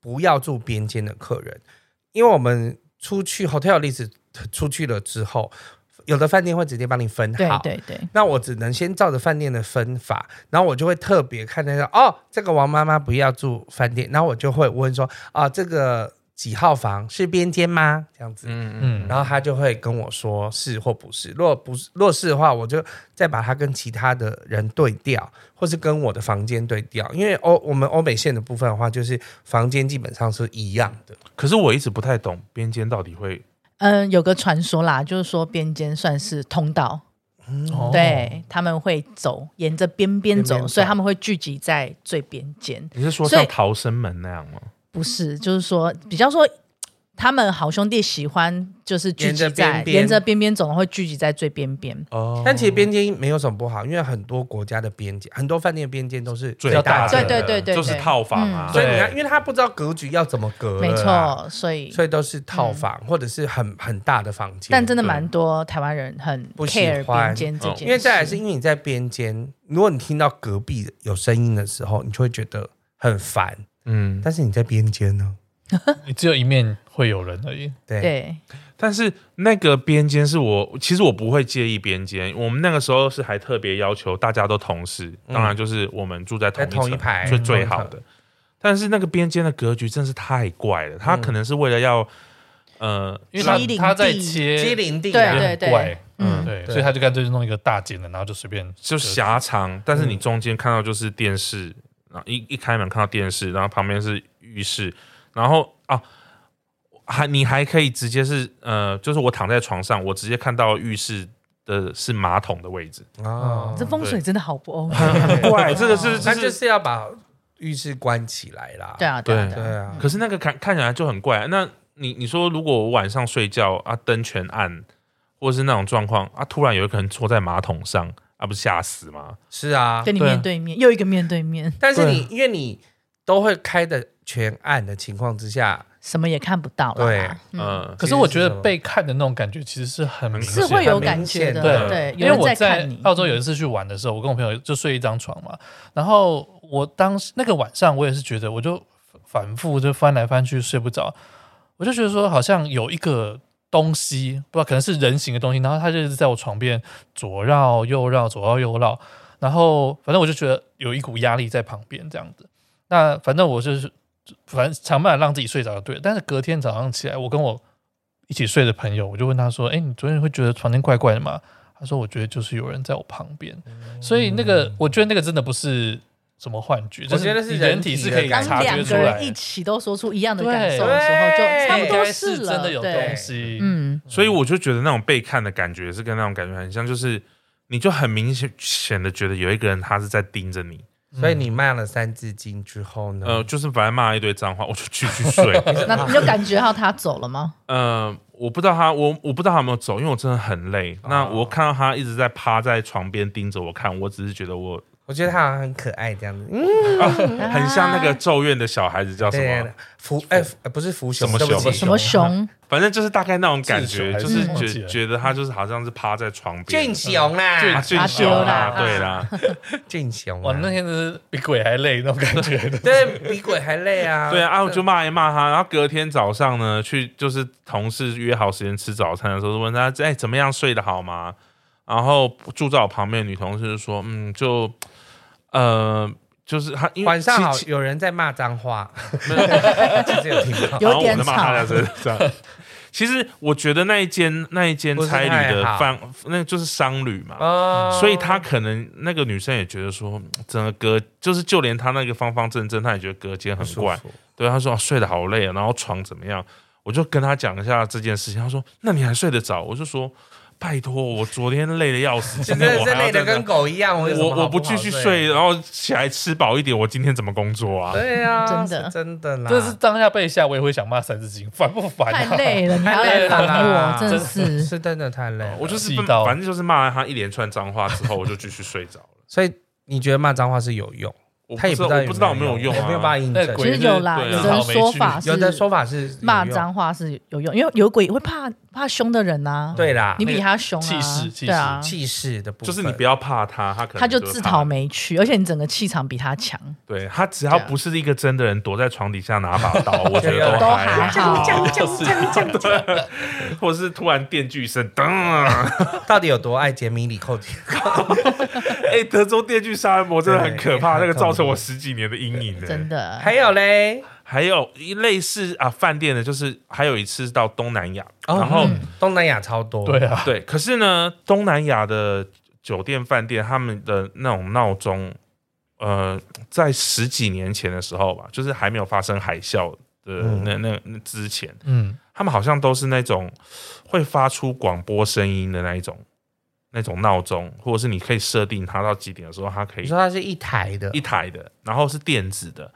Speaker 4: 不要住边间的客人，因为我们出去 hotel list 出去了之后，有的饭店会直接帮你分
Speaker 6: 对
Speaker 4: 好。
Speaker 6: 对对，
Speaker 4: 那我只能先照着饭店的分法，然后我就会特别看那个哦，这个王妈妈不要住饭店，然后我就会问说啊、这个几号房是边间吗？这样子，
Speaker 5: 嗯嗯，
Speaker 2: 嗯，
Speaker 4: 然后他就会跟我说是或不是。如果不是，若是的话，我就再把它跟其他的人对调，或是跟我的房间对调。因为欧我们欧美线的部分的话，就是房间基本上是一样的。
Speaker 5: 可是我一直不太懂边间到底会
Speaker 6: 嗯，有个传说啦，就是说边间算是通道，
Speaker 2: 哦
Speaker 6: 对，他们会走沿着边边
Speaker 4: 边
Speaker 6: 走，
Speaker 4: 边
Speaker 6: 所以
Speaker 4: 走
Speaker 6: 他们会聚集在最边间，
Speaker 5: 你是说
Speaker 6: 所以
Speaker 5: 像逃生门那样吗？
Speaker 6: 不是，就是说比较说。他们好兄弟喜欢就是聚
Speaker 4: 沿着
Speaker 6: 集在
Speaker 4: 边边
Speaker 6: 沿着边边走，会聚集在最边边。
Speaker 5: 哦
Speaker 4: 但其实边间没有什么不好，因为很多国家的边界，很多饭店的边界都是
Speaker 5: 最
Speaker 2: 较
Speaker 4: 大
Speaker 5: 大
Speaker 4: 的。
Speaker 5: 的
Speaker 6: 对对对对
Speaker 5: 就是套房啊，
Speaker 6: 嗯
Speaker 4: 所以你
Speaker 2: 对
Speaker 4: 看，因为他不知道格局要怎么隔，
Speaker 6: 没，错，所以
Speaker 4: 啊所以都是套房、或者是很很大的房间。
Speaker 6: 但真的
Speaker 5: 对
Speaker 6: 蛮多台湾人很
Speaker 4: 不喜
Speaker 6: care
Speaker 4: 欢哦
Speaker 6: 边间这件事，
Speaker 4: 因为再来是因为你在边间，如果你听到隔壁有声音的时候，你就会觉得很烦。
Speaker 5: 嗯，
Speaker 4: 但是你在边间呢？
Speaker 2: 你只有一面会有人而已。
Speaker 4: 对，
Speaker 6: 对
Speaker 5: 但是那个边间是我，其实我不会介意边间。我们那个时候是还特别要求大家都同事，
Speaker 4: 嗯
Speaker 5: 当然就是我们住在同
Speaker 4: 在同一
Speaker 5: 层
Speaker 4: 排
Speaker 5: 最
Speaker 4: 嗯
Speaker 5: 最好的。但是那个边间的格局真是太怪了，
Speaker 4: 嗯
Speaker 5: 他可能是为了要，呃，
Speaker 2: 因为
Speaker 6: 机
Speaker 2: 他
Speaker 6: 灵
Speaker 2: 他在
Speaker 6: 地
Speaker 4: 机
Speaker 2: 切，
Speaker 4: 灵地
Speaker 2: 有
Speaker 6: 对
Speaker 4: 啊，
Speaker 2: 点怪，
Speaker 6: 嗯
Speaker 2: 对，
Speaker 4: 对
Speaker 2: 所以他就干脆就弄一个大间的，然后就随便
Speaker 5: 就
Speaker 2: 折
Speaker 5: 狭长，但是
Speaker 4: 嗯
Speaker 5: 你中间看到就是电视，然后一一开门看到电视，然后旁边是浴室，然后啊，还你还可以直接是呃，就是我躺在床上，我直接看到浴室的是马桶的位置，
Speaker 4: 哦
Speaker 6: 这风水真的好 不 OK。
Speaker 5: 很怪，这个是
Speaker 4: 那
Speaker 5: 这。
Speaker 4: 就是是要把浴室关起来啦。
Speaker 6: 对啊，对啊，
Speaker 5: 对
Speaker 6: 对
Speaker 4: 对
Speaker 6: 啊
Speaker 4: 啊，
Speaker 5: 可是那个看看起来就很怪。啊那你你说，如果我晚上睡觉啊，灯全暗，或是那种状况啊，突然有一个人坐在马桶上，啊，不是吓死吗？
Speaker 4: 是啊，
Speaker 6: 跟你面对面，又一个面对面，
Speaker 4: 但是你因为你都会开的全暗的情况之下，
Speaker 6: 什么也看不到
Speaker 4: 对
Speaker 6: 啦。嗯，
Speaker 5: 嗯，
Speaker 2: 可是我觉得被看的那种感觉其实是很明
Speaker 6: 是
Speaker 2: 显
Speaker 6: 会
Speaker 2: 的
Speaker 6: 有感觉的，
Speaker 2: 对
Speaker 6: 对，
Speaker 2: 因
Speaker 6: 有
Speaker 2: 为
Speaker 6: 人
Speaker 2: 我在
Speaker 6: 看你。嗯
Speaker 2: 澳洲有一次去玩的时候，我跟我朋友就睡一张床嘛，然后我当时那个晚上我也是觉得，我就反复就翻来翻去睡不着，我就觉得说好像有一个东西，不知道可能是人形的东西，然后它就一直在我床边左绕右绕，左绕右绕，然后反正我就觉得有一股压力在旁边这样子。那反正我就是
Speaker 8: 反正想办法让自己睡着就对了。但是隔天早上起来，我跟我一起睡的朋友，我就问他说：“哎、你昨天会觉得房间怪怪的吗？”他说：“我觉得就是有人在我旁边。
Speaker 4: 嗯
Speaker 8: 所以那个，我觉得那个真的不是什么幻觉，
Speaker 4: 我
Speaker 8: 就是
Speaker 4: 觉得是
Speaker 8: 你
Speaker 4: 人
Speaker 8: 人体
Speaker 4: 体
Speaker 8: 是
Speaker 4: 的
Speaker 8: 可以
Speaker 4: 感觉
Speaker 8: 察
Speaker 6: 当
Speaker 8: 觉
Speaker 6: 两
Speaker 8: 出
Speaker 6: 个
Speaker 8: 来
Speaker 6: 人
Speaker 8: 的
Speaker 6: 一。起都说出一样的
Speaker 8: 对
Speaker 6: 感受的时
Speaker 4: 对
Speaker 6: 候，就差
Speaker 8: 应
Speaker 6: 不
Speaker 8: 该
Speaker 6: 多
Speaker 8: 是
Speaker 6: 了。
Speaker 8: 真的有
Speaker 6: 对
Speaker 8: 东，西，
Speaker 6: 嗯，
Speaker 5: 所以我就觉得那种被看的感觉是跟那种感觉很像，就是你就很明显显的觉得有一个人他是在盯着你，
Speaker 4: 所以你卖了三字经之后呢？
Speaker 5: 嗯呃，就是反正骂一堆脏话，我就继续睡。
Speaker 6: 那你就感觉到他走了吗？
Speaker 5: 呃，我不知道他，我我不知道他有没有走，因为我真的很累。那我看到他一直在趴在床边盯着我看，我只是觉得我
Speaker 4: 我觉得他好像很可爱这样子，嗯，
Speaker 5: 很像那个咒怨的小孩子叫什
Speaker 4: 对
Speaker 5: 么，，
Speaker 4: 福哎福呃不是福
Speaker 5: 什
Speaker 4: 熊，
Speaker 5: 么
Speaker 4: 对不
Speaker 5: 熊
Speaker 4: 起
Speaker 6: 什么熊？
Speaker 5: 反正就是大概那种感
Speaker 8: 自
Speaker 5: 觉，
Speaker 8: 首还
Speaker 5: 就是是
Speaker 8: 什么忘记
Speaker 5: 觉
Speaker 8: 了
Speaker 5: 觉得他就是好像是趴在床边
Speaker 4: 俊。雄啦，
Speaker 5: 俊
Speaker 6: 啊
Speaker 5: 雄啦，
Speaker 6: 对
Speaker 5: 对 啦，
Speaker 4: 俊雄
Speaker 8: 哇，那
Speaker 4: 啊，
Speaker 8: 天真是比鬼还累那种感觉。
Speaker 4: 对比鬼还累啊，
Speaker 5: 对啊，啊，我就骂一骂他，然后隔天早上呢，去就是同事约好时间吃早餐的时候，就问他，哎，怎么样睡得好吗？然后住在我旁边的女同事就说，嗯，就呃，就是他因为
Speaker 4: 晚上好
Speaker 5: 其，
Speaker 4: 有人在骂脏 话， 其实有听到，
Speaker 6: 有点
Speaker 5: 然后我在骂
Speaker 6: 吵
Speaker 5: 他的身上。其实我觉得那一间那一间
Speaker 4: 不是
Speaker 5: 差旅的
Speaker 4: 太好
Speaker 5: 饭，那就是商旅嘛，
Speaker 4: 哦
Speaker 5: 所以他可能那个女生也觉得说，嗯整个隔就是就连他那个方方正正，他也觉得隔间很怪。对，他说、啊睡得好累啊，然后床怎么样？我就跟他讲一下这件事情，他说那你还睡得着？我就说拜托，我昨天累得要死，今
Speaker 4: 真
Speaker 5: 天
Speaker 4: 的
Speaker 5: 我
Speaker 4: 是
Speaker 5: 还要
Speaker 4: 累
Speaker 5: 在
Speaker 4: 的
Speaker 5: 那
Speaker 4: 跟狗一样，我有什么
Speaker 5: 我
Speaker 4: 好
Speaker 5: 我
Speaker 4: 不
Speaker 5: 不
Speaker 4: 好
Speaker 5: 继续睡，然后起来吃饱一点，我今天怎么工作啊？
Speaker 4: 对啊，
Speaker 6: 真的
Speaker 4: 是真的啦，
Speaker 8: 这是当下被吓，我也会想骂三字经，烦不烦、啊？
Speaker 6: 太累了，你还要
Speaker 4: 太累
Speaker 6: 来
Speaker 4: 了
Speaker 6: 烦
Speaker 4: 啦
Speaker 6: 我，真的
Speaker 4: 是
Speaker 6: 是。
Speaker 4: 是真的太累了，
Speaker 5: 哦我就是
Speaker 8: 气到
Speaker 5: 反正就是骂了他一连串脏话之后，我就继续睡着了。
Speaker 4: 所以你觉得骂脏话是有用？
Speaker 5: 我不
Speaker 4: 他也
Speaker 5: 知
Speaker 4: 不知
Speaker 5: 道，
Speaker 4: 道
Speaker 5: 我不知道有没有用
Speaker 4: 我没有办
Speaker 5: 啊
Speaker 4: 法。印
Speaker 8: 那
Speaker 4: 证。
Speaker 6: 其
Speaker 8: 鬼
Speaker 6: 实有啦，
Speaker 5: 对啊
Speaker 6: 有的人说法是
Speaker 4: 有的说法是
Speaker 6: 骂
Speaker 4: 有用，
Speaker 6: 脏话是有用，因为有鬼会怕怕凶的人呐。，
Speaker 4: 对啦，
Speaker 6: 你比他凶啊，
Speaker 8: 气势气势
Speaker 6: 对啊，
Speaker 4: 气势的部
Speaker 5: 就
Speaker 4: 分，
Speaker 5: 是你不要怕他，他可能
Speaker 6: 他就
Speaker 5: 会
Speaker 6: 自
Speaker 5: 怕
Speaker 6: 讨
Speaker 5: 你。
Speaker 6: 没趣，而且你整个气场比他强。
Speaker 5: 对他只要
Speaker 6: 对啊
Speaker 5: 不是一个真的人躲在床底下拿把刀，我觉得
Speaker 4: 都
Speaker 5: 哦还
Speaker 6: 还好
Speaker 5: 好，对 或是突然电锯声，噔，
Speaker 4: 到底有多爱杰米里寇杰？
Speaker 5: 哎，德州电锯杀人魔真的很可怕，那
Speaker 4: 对
Speaker 5: 个造成我十几年的阴影呢。
Speaker 6: 真的，
Speaker 4: 还有嘞，
Speaker 5: 还有一类似啊饭店的，就是还有一次到东南亚，然后
Speaker 4: 嗯东南亚超多，
Speaker 8: 对，啊，
Speaker 5: 对，可是呢，东南亚的酒店饭店他们的那种闹钟，呃，在十几年前的时候吧，就是还没有发生海啸的
Speaker 4: 嗯
Speaker 5: 那那那之前，
Speaker 8: 嗯，
Speaker 5: 他们好像都是那种会发出广播声音的那一种那种闹钟，或者是你可以设定它到几点的时候，它可
Speaker 4: 你
Speaker 5: 以
Speaker 4: 说它是一台的
Speaker 5: 一，台的，然后是电子的。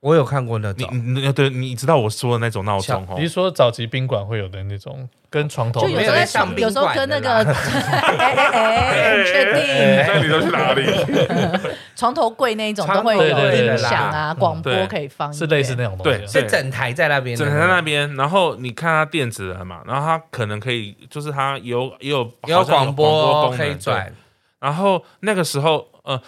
Speaker 4: 我有看过那
Speaker 5: 你
Speaker 4: 种，
Speaker 5: 你你对，你知道我说的那种闹钟哦
Speaker 8: 你。是说早期宾馆会有的那种跟床头
Speaker 6: 就有
Speaker 8: 没
Speaker 6: 时
Speaker 4: 没
Speaker 6: 候
Speaker 4: 有
Speaker 6: 在
Speaker 4: 在上
Speaker 6: 床
Speaker 4: 宾
Speaker 6: 有时候
Speaker 4: 馆
Speaker 6: 跟那
Speaker 4: 的
Speaker 6: 个，哎哎哎，确定
Speaker 5: 那你都去哪里？
Speaker 6: 床头柜那一种
Speaker 4: 床
Speaker 6: 都
Speaker 4: 头
Speaker 6: 会有
Speaker 8: 柜的
Speaker 6: 音
Speaker 8: 啦
Speaker 6: 响啊，广播
Speaker 5: 对
Speaker 6: 可以放，
Speaker 8: 是类似那种东西啊，
Speaker 5: 对
Speaker 4: 是整台在那边的，
Speaker 5: 整台在那边，然后你看它电子的嘛，然后它可能可以，就是它有也有
Speaker 4: 有
Speaker 5: 好像有
Speaker 4: 广播
Speaker 5: 功能
Speaker 4: 可以转，
Speaker 5: 然后那个时候，呃，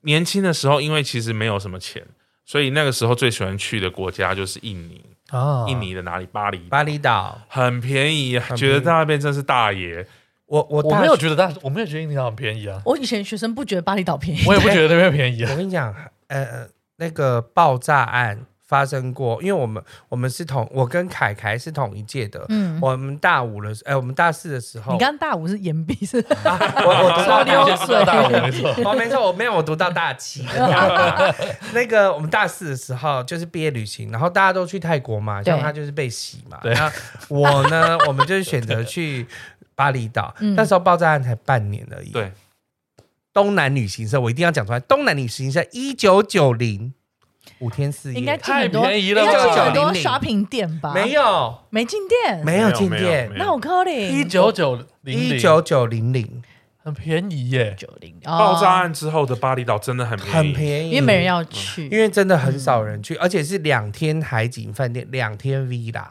Speaker 5: 年轻的时候，因为其实没有什么钱，所以那个时候最喜欢去的国家就是印尼，
Speaker 8: 啊
Speaker 5: 印尼的哪里？巴黎，
Speaker 4: 巴厘岛，
Speaker 5: 很便宜，
Speaker 4: 便宜
Speaker 5: 觉得在那边真是大爷。
Speaker 4: 我我
Speaker 8: 我
Speaker 4: 大
Speaker 8: 没有觉
Speaker 4: 学，
Speaker 8: 得大，我没有觉得印尼很便宜啊，
Speaker 6: 我以前学生不觉得巴厘岛便宜，
Speaker 8: 我也不觉得那边便宜啊
Speaker 4: 我。跟你讲，呃呃，那个爆炸案发生过，因为我们我们是同我跟凯凯是同一届的，
Speaker 6: 嗯，
Speaker 4: 我们大五的时，哎，我们大四的时候，啊
Speaker 6: 你刚刚大五是岩壁是
Speaker 4: 我 我
Speaker 2: 啊
Speaker 4: 读到
Speaker 6: 流水
Speaker 8: 大我没错，
Speaker 4: 哦，没错，我没有，我读到大 七。那个我们大四的时候就是毕业旅行，然后大家都去泰国嘛，
Speaker 6: 对
Speaker 4: 像他就是被洗嘛。
Speaker 8: 对
Speaker 4: 那我呢， 我们就是选择去巴厘岛
Speaker 6: 嗯。
Speaker 4: 那时候爆炸案才半年而已。
Speaker 5: 对，
Speaker 4: 东南旅行社我一定要讲出来，东南旅行社一九九零五天四夜，
Speaker 6: 应该进很多，
Speaker 8: 太便宜了
Speaker 6: 应该进
Speaker 4: 吧
Speaker 6: 很多
Speaker 4: 900
Speaker 6: shopping 店吧？
Speaker 4: 没，有
Speaker 6: 没进店，
Speaker 4: 没有进
Speaker 5: 没有
Speaker 4: 店
Speaker 5: 没，有
Speaker 6: 那我可
Speaker 8: 一
Speaker 6: 怜
Speaker 8: 九九零
Speaker 4: 一
Speaker 8: 零，
Speaker 4: 九九零零
Speaker 8: 很便宜耶。
Speaker 6: 九零
Speaker 5: 爆炸，案之后的巴厘岛真的很便宜，
Speaker 4: 很便宜，
Speaker 6: 因为没人。要去，
Speaker 4: 因为真的很少人
Speaker 6: 嗯
Speaker 4: 去，而且是两天海景饭店，两天 villa。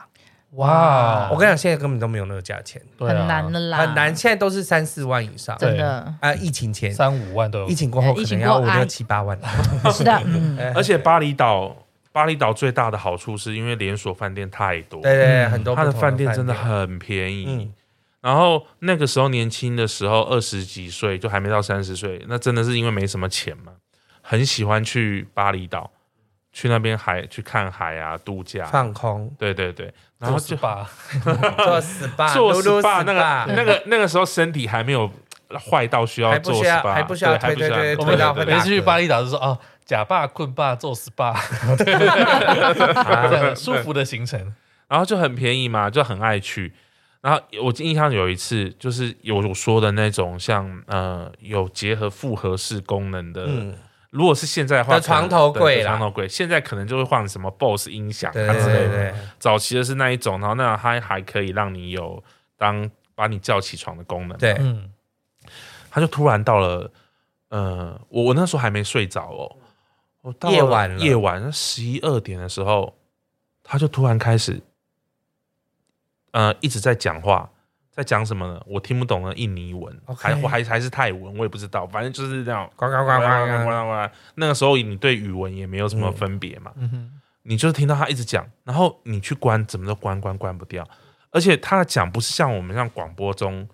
Speaker 8: 哇，
Speaker 4: 我跟你讲，现在根本都没有那个价钱，
Speaker 8: 对啊
Speaker 6: 很难的啦，
Speaker 4: 很难，现在都是三四万以上。
Speaker 8: 对
Speaker 6: 真的，
Speaker 4: 啊，疫情前，
Speaker 8: 三五万都有
Speaker 4: 疫。情过后
Speaker 6: 对
Speaker 4: 可
Speaker 6: 疫情
Speaker 4: 能
Speaker 6: 过后
Speaker 4: 要五
Speaker 6: 哎
Speaker 4: 六七八万。
Speaker 6: 是的，嗯，
Speaker 5: 而且巴厘岛巴厘岛最大的好处是因为连锁饭店太多，
Speaker 4: 对对
Speaker 6: 嗯
Speaker 4: 对，很多
Speaker 5: 它
Speaker 4: 不
Speaker 5: 的
Speaker 4: 同
Speaker 5: 饭店
Speaker 4: 店
Speaker 5: 真的很便宜。
Speaker 4: 嗯
Speaker 5: 然后那个时候年轻的时候，二十几岁就还没到三十岁，那真的是因为没什么钱嘛，很喜欢去巴厘岛去那边海去看海啊，度假。
Speaker 4: 放空，
Speaker 5: 对对对，然
Speaker 2: 然
Speaker 5: 后
Speaker 2: 后
Speaker 5: 就
Speaker 2: 就 把
Speaker 4: 做 SPA，
Speaker 5: 做
Speaker 4: 撸撸
Speaker 5: SPA 那
Speaker 4: SPA
Speaker 5: 个那个那个时候身体还没有坏到需要
Speaker 4: 还不
Speaker 5: 做
Speaker 4: 需要
Speaker 5: SPA，
Speaker 4: 还不需要
Speaker 5: 对还不需
Speaker 4: 推推推
Speaker 5: 要
Speaker 2: 我
Speaker 4: 推
Speaker 2: 们
Speaker 4: 到
Speaker 5: 对
Speaker 4: 会
Speaker 5: 对
Speaker 2: 每
Speaker 4: 打
Speaker 2: 次去
Speaker 4: 嗝
Speaker 2: 巴厘岛就说哦，假发、棍发、做 SPA，这样舒服的行程。
Speaker 5: 然后就很便宜嘛，就很爱去。然后我印象有一次，就是有我说的那种像呃有结合复合式功能的，
Speaker 4: 嗯
Speaker 5: 如果是现在的话，
Speaker 4: 的床头柜
Speaker 5: 对
Speaker 4: 啦
Speaker 5: 床头柜现在可能就会换什么 BOSS 音响
Speaker 4: 对
Speaker 5: 啊
Speaker 4: 对
Speaker 5: 之类
Speaker 4: 对
Speaker 5: 的。
Speaker 4: 对，
Speaker 5: 早期的是那一种，然后那它还可以让你有当把你叫起床的功能。
Speaker 4: 对
Speaker 2: 嗯，
Speaker 5: 他就突然到了，呃，我我那时候还没睡着哦，我到
Speaker 4: 夜晚了
Speaker 5: 夜晚十一二点的时候，他就突然开始，呃，一直在讲话，在讲什么呢？我听不懂的印尼文
Speaker 4: OK
Speaker 5: 还还还是泰文，我也不知道，反正就是这样。
Speaker 4: 呱呱呱
Speaker 5: 呱呱呱
Speaker 4: 呱呱，
Speaker 5: 呱呱！那个时候你对语文也没有什么分别嘛，
Speaker 2: 嗯哼，
Speaker 5: 你就听到他一直讲，然后你去关，怎么都关关关不掉，而且他的讲不是像我们像广播中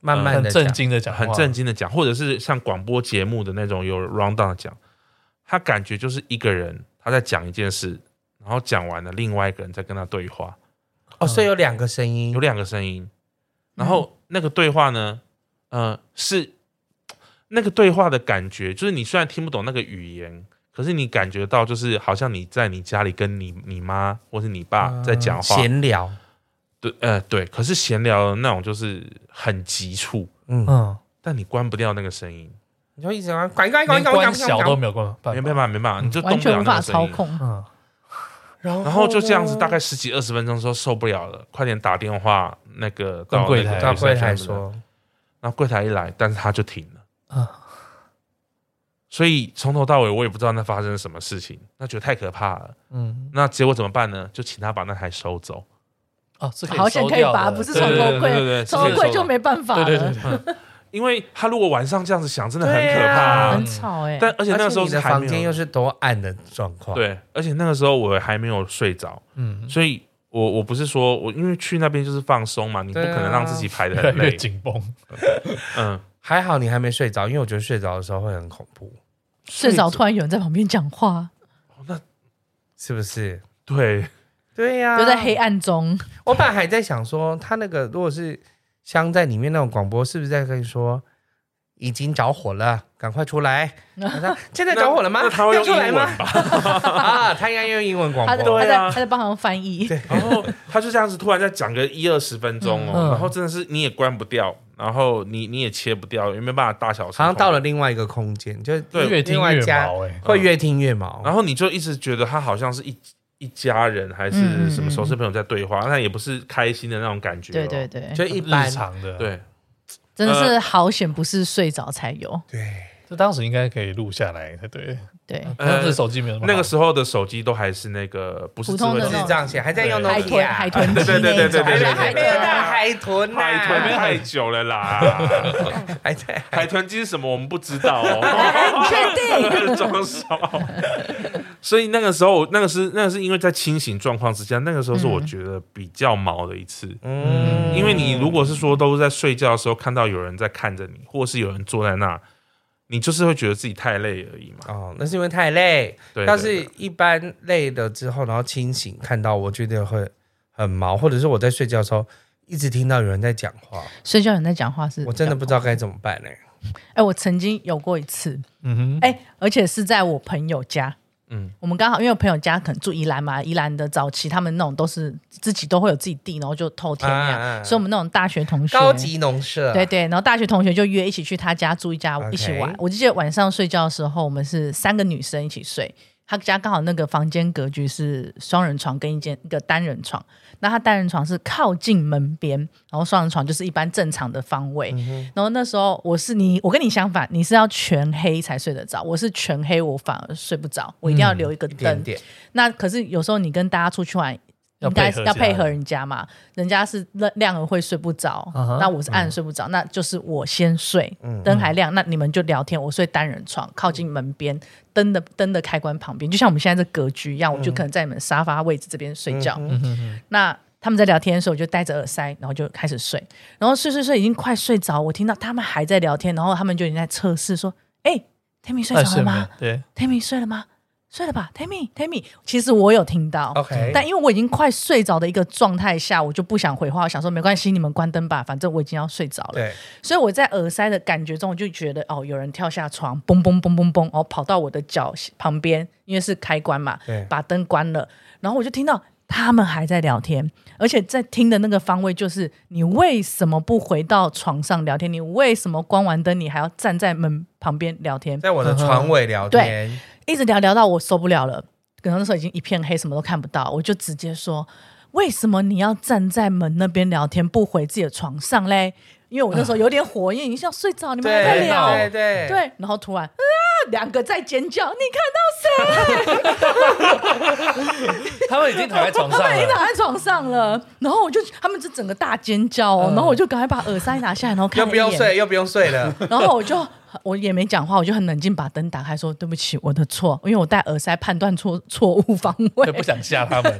Speaker 4: 慢慢
Speaker 2: 很
Speaker 4: 的
Speaker 2: 震惊的讲话，
Speaker 5: 很震惊的讲，或者是像广播节目的那种有 round down 的讲，他感觉就是一个人他在讲一件事，然后讲完了，另外一个人在跟他对话，嗯
Speaker 4: 哦，所以有嗯两个声音
Speaker 5: 有，两个声音，然后那个对话呢，呃，是那个对话的感觉，就是你虽然听不懂那个语言。可是你感觉到，就是好像你在你家里跟你你妈或是你爸在讲话，
Speaker 4: 啊嗯闲聊，
Speaker 5: 对，呃，对。可是闲聊的那种就是很急促，
Speaker 4: 嗯，
Speaker 2: 嗯，
Speaker 5: 但你关不掉那个声音，
Speaker 4: 你就一直玩呱呱呱呱
Speaker 2: 连
Speaker 4: 呱呱呱
Speaker 2: 关小都没有关办
Speaker 5: 没
Speaker 2: 法，
Speaker 5: 办法，没办法，你就动
Speaker 6: 完
Speaker 5: 不了
Speaker 6: 全
Speaker 5: 那
Speaker 6: 无法
Speaker 5: 个声
Speaker 6: 操
Speaker 5: 音。
Speaker 6: 控。
Speaker 2: 嗯，
Speaker 4: 然
Speaker 5: 然后就这样子，大概十几二十分钟之后受不了了，快点打电话那个
Speaker 2: 跟
Speaker 5: 到
Speaker 2: 柜
Speaker 5: 那个
Speaker 2: 台
Speaker 4: 到
Speaker 5: reception
Speaker 4: 柜台
Speaker 5: 的，
Speaker 4: 说，
Speaker 5: 然后柜台一来，但是他就停了。
Speaker 2: 啊，
Speaker 5: 所以从头到尾我也不知道那发生了什么事情，那觉得太可怕了。
Speaker 2: 嗯，
Speaker 5: 那结果怎么办呢？就请他把那台收走。
Speaker 2: 哦，是可以
Speaker 6: 好险
Speaker 2: 收
Speaker 6: 可以
Speaker 2: 掉
Speaker 6: 拔，
Speaker 2: 的
Speaker 6: 不是
Speaker 2: 对
Speaker 6: 床
Speaker 2: 对
Speaker 6: 头
Speaker 5: 对对对
Speaker 6: 柜，
Speaker 5: 对
Speaker 6: 床头
Speaker 5: 是可
Speaker 6: 柜
Speaker 5: 以
Speaker 6: 就没办法了，
Speaker 2: 对对对对，
Speaker 5: 因为他如果晚上这样子想，真的很欸可
Speaker 4: 对
Speaker 5: 怕、
Speaker 4: 啊
Speaker 6: 很吵哎。
Speaker 5: 但而且
Speaker 4: 而
Speaker 5: 那时
Speaker 4: 且
Speaker 5: 候
Speaker 4: 你
Speaker 5: 是
Speaker 4: 的
Speaker 5: 还
Speaker 4: 房
Speaker 5: 没
Speaker 4: 间
Speaker 5: 有
Speaker 4: 又是多暗的状况，，
Speaker 5: 对，而且那个时候我还没有睡着，
Speaker 2: 嗯，
Speaker 5: 所以我我不是说我因为去那边就是放松嘛，你不
Speaker 4: 对啊
Speaker 5: 可能让自己排的
Speaker 2: 越来
Speaker 5: 很累
Speaker 2: 越。紧绷，
Speaker 5: 嗯，
Speaker 4: 还好你还没睡着，因为我觉得睡着的时候会很恐怖，
Speaker 6: 睡着突然有人在旁边讲话，
Speaker 4: 是不是？
Speaker 5: 对，
Speaker 4: 对啊呀，
Speaker 6: 就在黑暗中，
Speaker 4: 我本来还在想说，他那个如果是镶在里面那种广播，是不是在跟你说已经着火了，赶快出 来？我说现在着火了吗？
Speaker 5: 那 他会
Speaker 4: 要
Speaker 5: 用
Speaker 4: 出来
Speaker 5: 英
Speaker 4: 吗
Speaker 5: 文？吧？
Speaker 4: 啊，他应该用英文广
Speaker 6: 他在
Speaker 4: 播。
Speaker 6: 他
Speaker 5: 对啊
Speaker 6: 在他在帮他们翻译，
Speaker 5: 然后他就这样子突然在讲个一二十分钟哦，
Speaker 2: 嗯
Speaker 5: 然后真的是你也关不掉，然后你你也切不掉，也没办法大小声。
Speaker 4: 好像到了，另外一个空间，就
Speaker 5: 对
Speaker 2: 越听
Speaker 4: 另外
Speaker 2: 越
Speaker 4: 加
Speaker 2: 毛哎，
Speaker 4: 会越听越毛。
Speaker 5: 欸然
Speaker 4: 后
Speaker 5: 后你就一直觉得他好像是一一家人还
Speaker 6: 嗯
Speaker 5: 是
Speaker 6: 嗯
Speaker 5: 什么熟识朋友在对话，那也不是开心的那种感觉哦。
Speaker 6: 对对对，
Speaker 4: 就一般呃
Speaker 2: 日常的，，
Speaker 5: 对，
Speaker 6: 真的是好险，不是睡着才有，
Speaker 4: 对，
Speaker 2: 这当时应该可以录下来才对，
Speaker 6: 对，
Speaker 4: 呃
Speaker 2: 当时手机没有么
Speaker 5: 那个
Speaker 2: 好
Speaker 5: 时候的手机都还是那个不是
Speaker 6: 普
Speaker 5: 智
Speaker 6: 通
Speaker 5: 慧
Speaker 6: 的
Speaker 5: 型
Speaker 6: 那
Speaker 4: 智
Speaker 6: 种
Speaker 4: 障险还在用
Speaker 6: 海
Speaker 4: Nokia，
Speaker 6: 豚 海豚机
Speaker 5: 对对对对
Speaker 6: 那种
Speaker 5: 对对对
Speaker 4: 还没有到海豚呢，啊
Speaker 5: 海豚太久了啦，
Speaker 4: 还在
Speaker 5: 海豚机是什么我们不知道哦。
Speaker 6: 你 确定？
Speaker 5: 装傻。所以那个时候，那个是那个是因为在清醒状况之下，那个时候是我觉得比较毛的一次。
Speaker 4: 嗯
Speaker 5: 因为你如果是说都是在睡觉的时候看到有人在看着你，或是有人坐在那，你就是会觉得自己太累而已嘛。
Speaker 4: 哦，那是因为太累。
Speaker 5: 对，
Speaker 4: 要
Speaker 5: 对
Speaker 4: 是一般累了之后，然后清醒看到，我觉得会很毛，或者是我在睡觉的时候一直听到有人在讲话，
Speaker 6: 睡觉人在讲话是，
Speaker 4: 我真的不知道。该怎么办呢、
Speaker 6: 哎，我曾经有过一次，
Speaker 2: 嗯哼，
Speaker 6: 哎，而且是在我朋友家。
Speaker 5: 嗯
Speaker 6: 嗯，我们刚好因为我朋友家可能住宜兰嘛，宜兰的早期他们那种都是自己都会有自己地，然后就透天那样，
Speaker 4: 啊啊啊
Speaker 6: 所以我们那种大学同学
Speaker 4: 高级农舍，
Speaker 6: 对对，然后大学同学就约一起去他家住一家
Speaker 4: OK
Speaker 6: 一起玩。我就记得晚上睡觉的时候，我们是三个女生一起睡。他家刚好那个房间格局是双人床跟一间一个单人床，那他单人床是靠近门边，然后双人床就是一般正常的方位。然后那时候我是你，我跟你相反，你是要全黑才睡得着，我是全黑我反而睡不着，我一定要留一个
Speaker 4: 一
Speaker 6: 灯。
Speaker 4: 点点，
Speaker 6: 那可是有时候你跟大家出去玩，
Speaker 2: 要
Speaker 6: 应该
Speaker 2: 配合
Speaker 6: 是
Speaker 2: 其
Speaker 6: 要
Speaker 2: 他人
Speaker 6: 配合人家嘛，人家是亮亮了会睡不着
Speaker 2: 嗯哼
Speaker 6: 那我是暗了睡不着，那就是我先睡，
Speaker 2: 嗯
Speaker 4: 嗯
Speaker 6: 灯还亮，那你们就聊天，我睡单人床，靠近门边，灯的灯的开关旁边，就像我们现在这格局
Speaker 2: 嗯
Speaker 6: 一样，我就可能在你们沙发位置这边睡
Speaker 4: 嗯
Speaker 6: 觉。嗯那他们在聊天的时候，我就戴着耳塞，然后就开始睡，然后睡睡睡，已经快睡着，我听到他们还在聊天，然后他们就已经在测试说，哎、天明睡
Speaker 2: 那
Speaker 6: 着
Speaker 2: 是
Speaker 6: 了
Speaker 2: 没
Speaker 6: 吗
Speaker 2: 有？对，
Speaker 6: 天明睡了吗？睡了吧，Tammy，Tammy。其实我有听到
Speaker 4: OK
Speaker 6: 但因为我已经快睡着的一个状态下，我就不想回话，我想说没关系，你们关灯吧，反正我已经要睡着了。
Speaker 4: 对，
Speaker 6: 所以我在耳塞的感觉中，我就觉得哦，有人跳下床，嘣嘣嘣嘣嘣，哦，跑到我的脚旁边，因为是开关嘛
Speaker 4: 对，
Speaker 6: 把灯关了，然后我就听到他们还在聊天，而且在听的那个方位就是你为什么不回到床上聊天？你为什么关完灯你还要站在门旁边聊天？
Speaker 4: 在
Speaker 5: 嗯
Speaker 4: 我的床尾聊天，
Speaker 6: 一直聊聊到我受不了了，可能那时候已经一片黑，什么都看不到，我就直接说：为什么你要站在门那边聊天，不回自己的床上嘞？因为我那时候有点火，因为已经要睡着，你们还在
Speaker 4: 对
Speaker 6: 聊。
Speaker 4: 对对
Speaker 6: 对，然后突然啊，两个在尖叫，你看到谁？
Speaker 2: 他们已经躺在床上
Speaker 6: 他们已经
Speaker 2: 了，
Speaker 6: 躺在床上了。然后我就，他们就整个大尖叫哦，然后我就赶快把耳塞拿下来，然后看
Speaker 4: 又嗯
Speaker 6: 了
Speaker 4: 不
Speaker 6: 一
Speaker 4: 用
Speaker 6: 眼
Speaker 4: 睡，又不用睡了。
Speaker 6: 然后我就我也没讲话，我就很冷静把灯打开，说对不起，我的错，因为我戴耳塞判断错错误方位
Speaker 2: 对，，不想吓他们。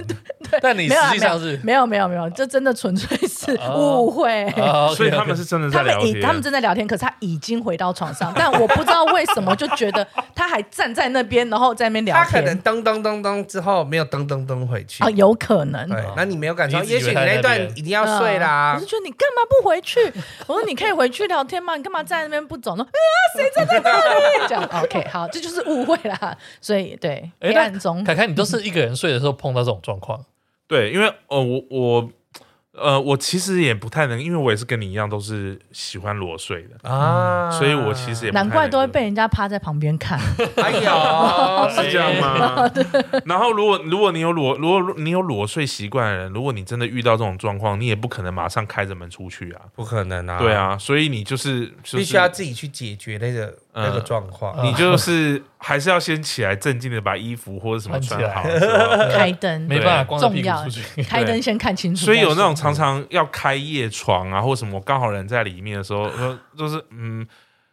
Speaker 2: 但你
Speaker 6: 没有
Speaker 2: 实
Speaker 6: 啊
Speaker 2: 际上是
Speaker 6: 没有没有没有没有，这真的纯粹是
Speaker 2: 哦
Speaker 6: 误会。
Speaker 2: 哦，OK，OK，
Speaker 5: 所以他们是真的在
Speaker 6: 他
Speaker 5: 聊
Speaker 6: 们已
Speaker 5: 天，
Speaker 6: 他们正在聊天，可是他已经回到床上，但我不知道为什么就觉得他还站在那边，然后在那边聊
Speaker 4: 他可能噔
Speaker 6: 天
Speaker 4: 噔噔噔之后没有噔噔噔回去
Speaker 6: 啊，，有哦可能。嗯
Speaker 4: 对，那你没有感受，
Speaker 2: 你一直以为
Speaker 4: 也许你
Speaker 2: 他在
Speaker 4: 那
Speaker 2: 那
Speaker 4: 段
Speaker 2: 边
Speaker 4: 已经要睡啦
Speaker 6: 我就。觉得你干嘛不回去？我说你可以回去聊天嘛，你干嘛在那边不走呢？啊，谁站在那里？这样 OK，好，这就是误会啦。所以对，
Speaker 2: 诶
Speaker 5: 哎
Speaker 6: 黑
Speaker 2: 那
Speaker 6: 暗中
Speaker 2: 凯凯，你都是一个人睡的时候碰到这种状况，
Speaker 5: 对，因为呃，我我呃，我其实也不太能，因为我也是跟你一样，都是喜欢裸睡的，
Speaker 6: 嗯
Speaker 4: 啊
Speaker 5: 所以我其实也不太
Speaker 6: 难怪
Speaker 5: 能
Speaker 6: 都会
Speaker 5: 够
Speaker 6: 被人家趴在旁边看。
Speaker 4: 哎 呦，
Speaker 5: 是这样吗？然后如果如果你有裸如果你有裸睡习惯的人，如果你真的遇到这种状况，你也不可能马上开着门出去啊。
Speaker 4: 不可能啊，
Speaker 5: 对，啊，所以你就是、就是、
Speaker 4: 必须要自己去解决那个
Speaker 5: 嗯
Speaker 4: 那个状况。
Speaker 5: 你就是还是要先起来，镇静的把衣服或者什么穿好。
Speaker 2: 穿
Speaker 5: 是吧
Speaker 6: 开
Speaker 4: 嗯
Speaker 6: 灯，
Speaker 2: 没办法光着屁
Speaker 6: 重
Speaker 2: 股
Speaker 6: 要
Speaker 2: 出 去。
Speaker 6: 开灯先看 清楚。
Speaker 5: 所以有那种常常要开夜床啊，或什么，我刚好人在里面的时候，说就是嗯，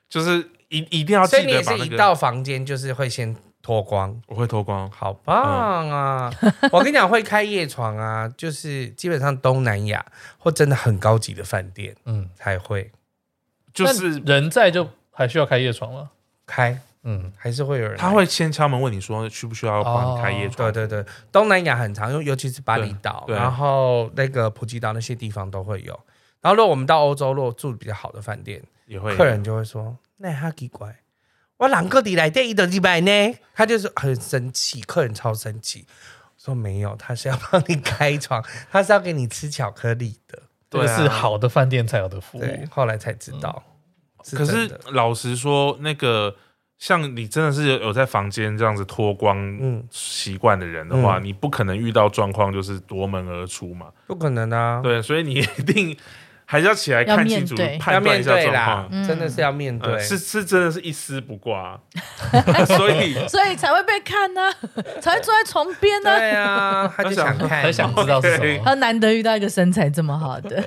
Speaker 5: 就是一一定要记
Speaker 4: 所以你
Speaker 5: 得
Speaker 4: 也
Speaker 5: 把
Speaker 4: 是
Speaker 5: 那
Speaker 4: 一
Speaker 5: 个
Speaker 4: 到房间就是会先脱光，
Speaker 5: 我会脱光，
Speaker 4: 好棒啊！ 我跟你讲，会开夜床啊，就是基本上东南亚或真的很高级的饭店
Speaker 2: 嗯，
Speaker 4: 才会
Speaker 5: 就是
Speaker 2: 但人在就还需要开夜床了。
Speaker 4: 开，
Speaker 2: 嗯，
Speaker 4: 还是会有人
Speaker 5: 他会先敲门问你说需不需要帮你开夜床
Speaker 4: 对。对对，东南亚很常用，尤其是巴厘岛，
Speaker 5: 对对
Speaker 4: 然后那个普吉岛那些地方都会有。然后如果我们到欧洲，如果住比较好的饭店，
Speaker 5: 也会
Speaker 4: 客人就会说：“那哈奇怪，我两个地来店一等几百呢？”他就是很生气，客人超生气，说没有，他是要帮你开床， 他是要给你吃巧克力的。
Speaker 2: 这个
Speaker 5: 对啊
Speaker 2: 是好的饭店才有的服
Speaker 4: 对
Speaker 2: 务，。
Speaker 4: 后来才知道，
Speaker 5: 哦嗯可
Speaker 4: 真
Speaker 5: 是
Speaker 4: 的
Speaker 5: 老实说，那个像你真的是有在房间这样子脱光
Speaker 4: 嗯，
Speaker 5: 习惯的人的话，
Speaker 4: 嗯
Speaker 5: 你不可能遇到状况就是夺门而出嘛。
Speaker 4: 不可能啊，
Speaker 5: 对，所以你一定还是要起来
Speaker 6: 要
Speaker 5: 看
Speaker 6: 面
Speaker 5: 清楚
Speaker 6: 对，
Speaker 4: 要
Speaker 5: 判断
Speaker 4: 面
Speaker 5: 一下
Speaker 4: 对
Speaker 5: 状
Speaker 4: 啦
Speaker 5: 况，。
Speaker 6: 嗯
Speaker 4: 真的是要面对
Speaker 5: 呃，。是是，真的是一丝不挂，啊 所以
Speaker 6: 所以才会被看呢、 才会坐在床边呢、
Speaker 4: 对啊，他就想看，
Speaker 2: 很想知道是什
Speaker 5: OK
Speaker 2: 么。
Speaker 6: 他难得遇到一个身材这么好的，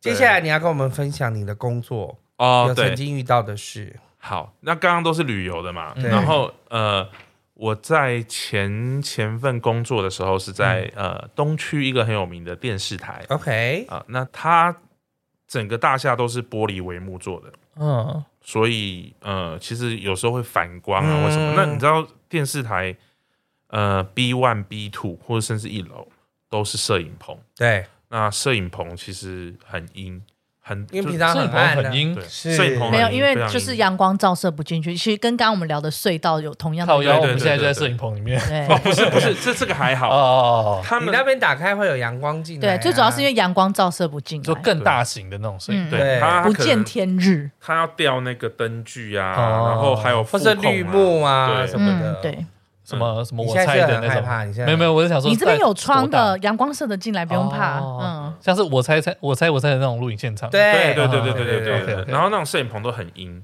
Speaker 4: 接下来你要跟我们分享你的工作，
Speaker 5: 哦
Speaker 4: 有，曾
Speaker 5: 对，
Speaker 4: 经嗯遇到的事。
Speaker 5: 好，那刚刚都是旅游的嘛，
Speaker 4: 对
Speaker 5: 然后呃，我在前前份工作的时候是在、
Speaker 4: 嗯
Speaker 5: 呃东区一个很有名的电视台，
Speaker 4: OK，
Speaker 5: 啊，那它整个大厦都是玻璃帷幕做的，
Speaker 2: 嗯，
Speaker 5: 所以呃，其实有时候会反光啊，
Speaker 4: 嗯
Speaker 5: 为什么？那你知道电视台呃 B one、B two 或者甚至一楼都是摄影棚，
Speaker 4: 对，
Speaker 5: 那摄影棚其实很阴，很
Speaker 4: 因为
Speaker 5: 就
Speaker 4: 平常
Speaker 2: 摄影
Speaker 4: 很
Speaker 2: 棚
Speaker 4: 暗啊
Speaker 2: 很啊
Speaker 4: 的，
Speaker 2: 阴
Speaker 5: 对，
Speaker 4: 是
Speaker 5: 摄影棚很
Speaker 6: 没有，
Speaker 5: 阴
Speaker 6: 因为
Speaker 5: 非常
Speaker 6: 就是
Speaker 5: 阴
Speaker 6: 阳光照射不进去。其实跟刚刚我们聊的隧道有同样的
Speaker 2: 靠腰，
Speaker 5: 对
Speaker 2: 我
Speaker 5: 对
Speaker 2: 们现在就在
Speaker 5: 对对
Speaker 2: 摄影棚里面。
Speaker 6: 对
Speaker 5: 哦，不是不是，这这个还
Speaker 2: 哦
Speaker 5: 好，
Speaker 2: 哦哦，
Speaker 5: 他
Speaker 4: 你
Speaker 5: 们
Speaker 4: 那边打开会有阳光进来啊、
Speaker 6: 对，最主要是因为阳光照射不进
Speaker 2: 你说
Speaker 6: 来，
Speaker 2: 更大型的那种摄影
Speaker 6: 嗯
Speaker 2: 棚，
Speaker 5: 对
Speaker 4: 对
Speaker 5: 他
Speaker 6: 不
Speaker 5: 可
Speaker 6: 见
Speaker 5: 能
Speaker 6: 天日。
Speaker 5: 他要吊那个灯具啊，
Speaker 2: 哦
Speaker 5: 然后还有
Speaker 4: 或
Speaker 5: 复
Speaker 4: 是
Speaker 5: 控
Speaker 4: 绿幕啊
Speaker 5: 对
Speaker 4: 什么
Speaker 6: 嗯
Speaker 4: 的。，
Speaker 6: 对
Speaker 2: 什么什么
Speaker 4: 嗯你
Speaker 2: 我
Speaker 4: 现在
Speaker 2: 猜
Speaker 4: 是
Speaker 2: 的
Speaker 4: 很害
Speaker 2: 那种。
Speaker 4: 怕，你现在
Speaker 2: 没有没有，我是想
Speaker 8: 嗯
Speaker 2: 说
Speaker 6: 你这边
Speaker 2: 在
Speaker 6: 有窗
Speaker 2: 多
Speaker 6: 的，
Speaker 2: 大，
Speaker 6: 阳光射得进来，不用怕。
Speaker 2: 哦
Speaker 6: 嗯，
Speaker 2: 像是我猜猜我猜我猜的那种录影现场。
Speaker 5: 对
Speaker 4: 对啊
Speaker 5: 对对
Speaker 2: 对
Speaker 5: 对对对
Speaker 2: 对对
Speaker 5: 对
Speaker 2: 对
Speaker 5: 然后那种摄影棚都很阴，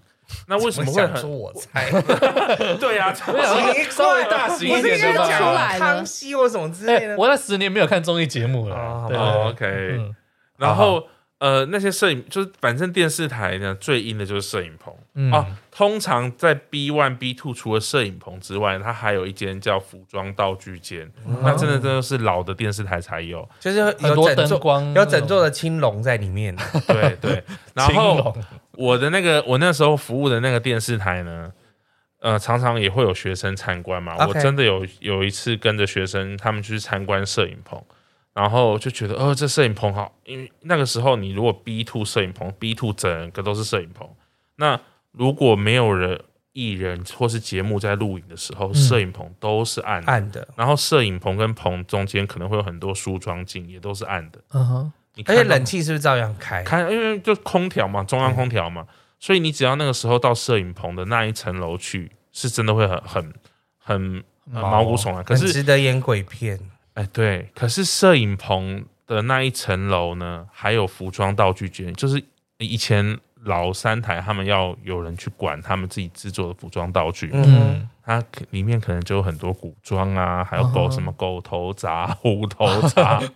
Speaker 5: 那为
Speaker 4: 为
Speaker 5: 什么会
Speaker 4: 说
Speaker 5: 很？
Speaker 4: 我猜？
Speaker 5: 对啊，超
Speaker 4: 奇怪
Speaker 2: 稍微大型
Speaker 4: 我
Speaker 2: 一点的
Speaker 4: 是跟你
Speaker 6: 我是因为这样
Speaker 2: 吧。
Speaker 4: 讲康熙或什么之类
Speaker 2: 哎，
Speaker 4: 的。
Speaker 2: 我那十年没有看综艺节目
Speaker 4: 啊哦
Speaker 2: 了。
Speaker 4: 好吧
Speaker 2: 对
Speaker 5: 哦
Speaker 2: 对，对
Speaker 5: OK。
Speaker 2: 嗯
Speaker 5: 然后呃，那些摄影就是反正电视台呢最阴的就是摄影棚
Speaker 2: 嗯
Speaker 4: 哦
Speaker 5: 啊。通常在 B one B two 除了摄影棚之外，它还有一间叫服装道具间，
Speaker 2: 哦
Speaker 5: 那真的真的是老的电视台才有。
Speaker 4: 就是
Speaker 2: 很多
Speaker 4: 有整
Speaker 2: 灯
Speaker 4: 座
Speaker 2: 光，嗯
Speaker 4: 有整座的青龙在里面，
Speaker 5: 对对，然
Speaker 2: 青
Speaker 5: 后
Speaker 2: 龙
Speaker 5: 我的那个我那时候服务的那个电视台呢，呃，常常也会有学生参观嘛。我
Speaker 4: OK
Speaker 5: 真的有有一次跟着学生他们去参观摄影棚，然后就觉得，哦，这摄影棚好，因为那个时候你如果 B two 摄影棚，B two 整个都是摄影棚，那如果没有人艺人或是节目在录影的时候，摄影棚都是暗的，
Speaker 4: 嗯暗的，
Speaker 5: 然后摄影棚跟棚中间可能会有很多梳妆镜，也都是暗的，
Speaker 2: 嗯哼，
Speaker 5: 你看
Speaker 4: 而
Speaker 5: 到
Speaker 4: 且冷气是不是照样开？
Speaker 5: 开，因为就空调嘛，中央空调嘛，所以你只要那个时候到摄影棚的那一层楼去，是真的会很很很、呃
Speaker 2: 毛
Speaker 5: 毛骨悚然。可
Speaker 4: 很
Speaker 5: 是
Speaker 4: 值得演鬼片，
Speaker 5: 哎，对，可是摄影棚的那一层楼呢，还有服装道具间，就是以前老三台他们要有人去管他们自己制作的服装道具，
Speaker 4: 嗯，
Speaker 5: 它可里面可能就有很多古装啊，还有狗
Speaker 2: 哦
Speaker 5: 什么狗头铡、虎头 铡，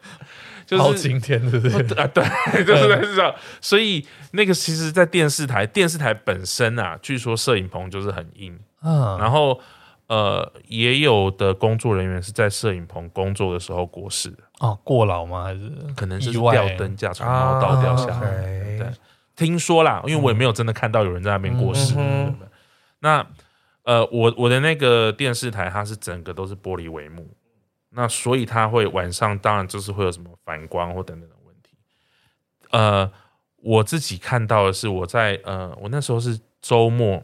Speaker 5: 就是
Speaker 2: 好晴天，对不对？
Speaker 5: 啊， 对，就是
Speaker 2: 嗯
Speaker 5: 类似这样。所以那个其实，在电视台，电视台本身啊，据说摄影棚就是很硬，
Speaker 2: 嗯，
Speaker 5: 然后呃，也有的工作人员是在摄影棚工作的时候过世的，
Speaker 2: 哦，过劳吗？还是
Speaker 5: 可能就是
Speaker 2: 意外啊
Speaker 5: 吊灯架从高倒
Speaker 4: 啊
Speaker 5: 掉下来。
Speaker 4: 来
Speaker 5: 对听说啦，因为我也没有真的看到有人在那边过世。
Speaker 4: 嗯
Speaker 5: 对不对那呃，我我的那个电视台，它是整个都是玻璃帷幕，那所以它会晚上当然就是会有什么反光或等等的问题。呃，我自己看到的是我在呃，我那时候是周末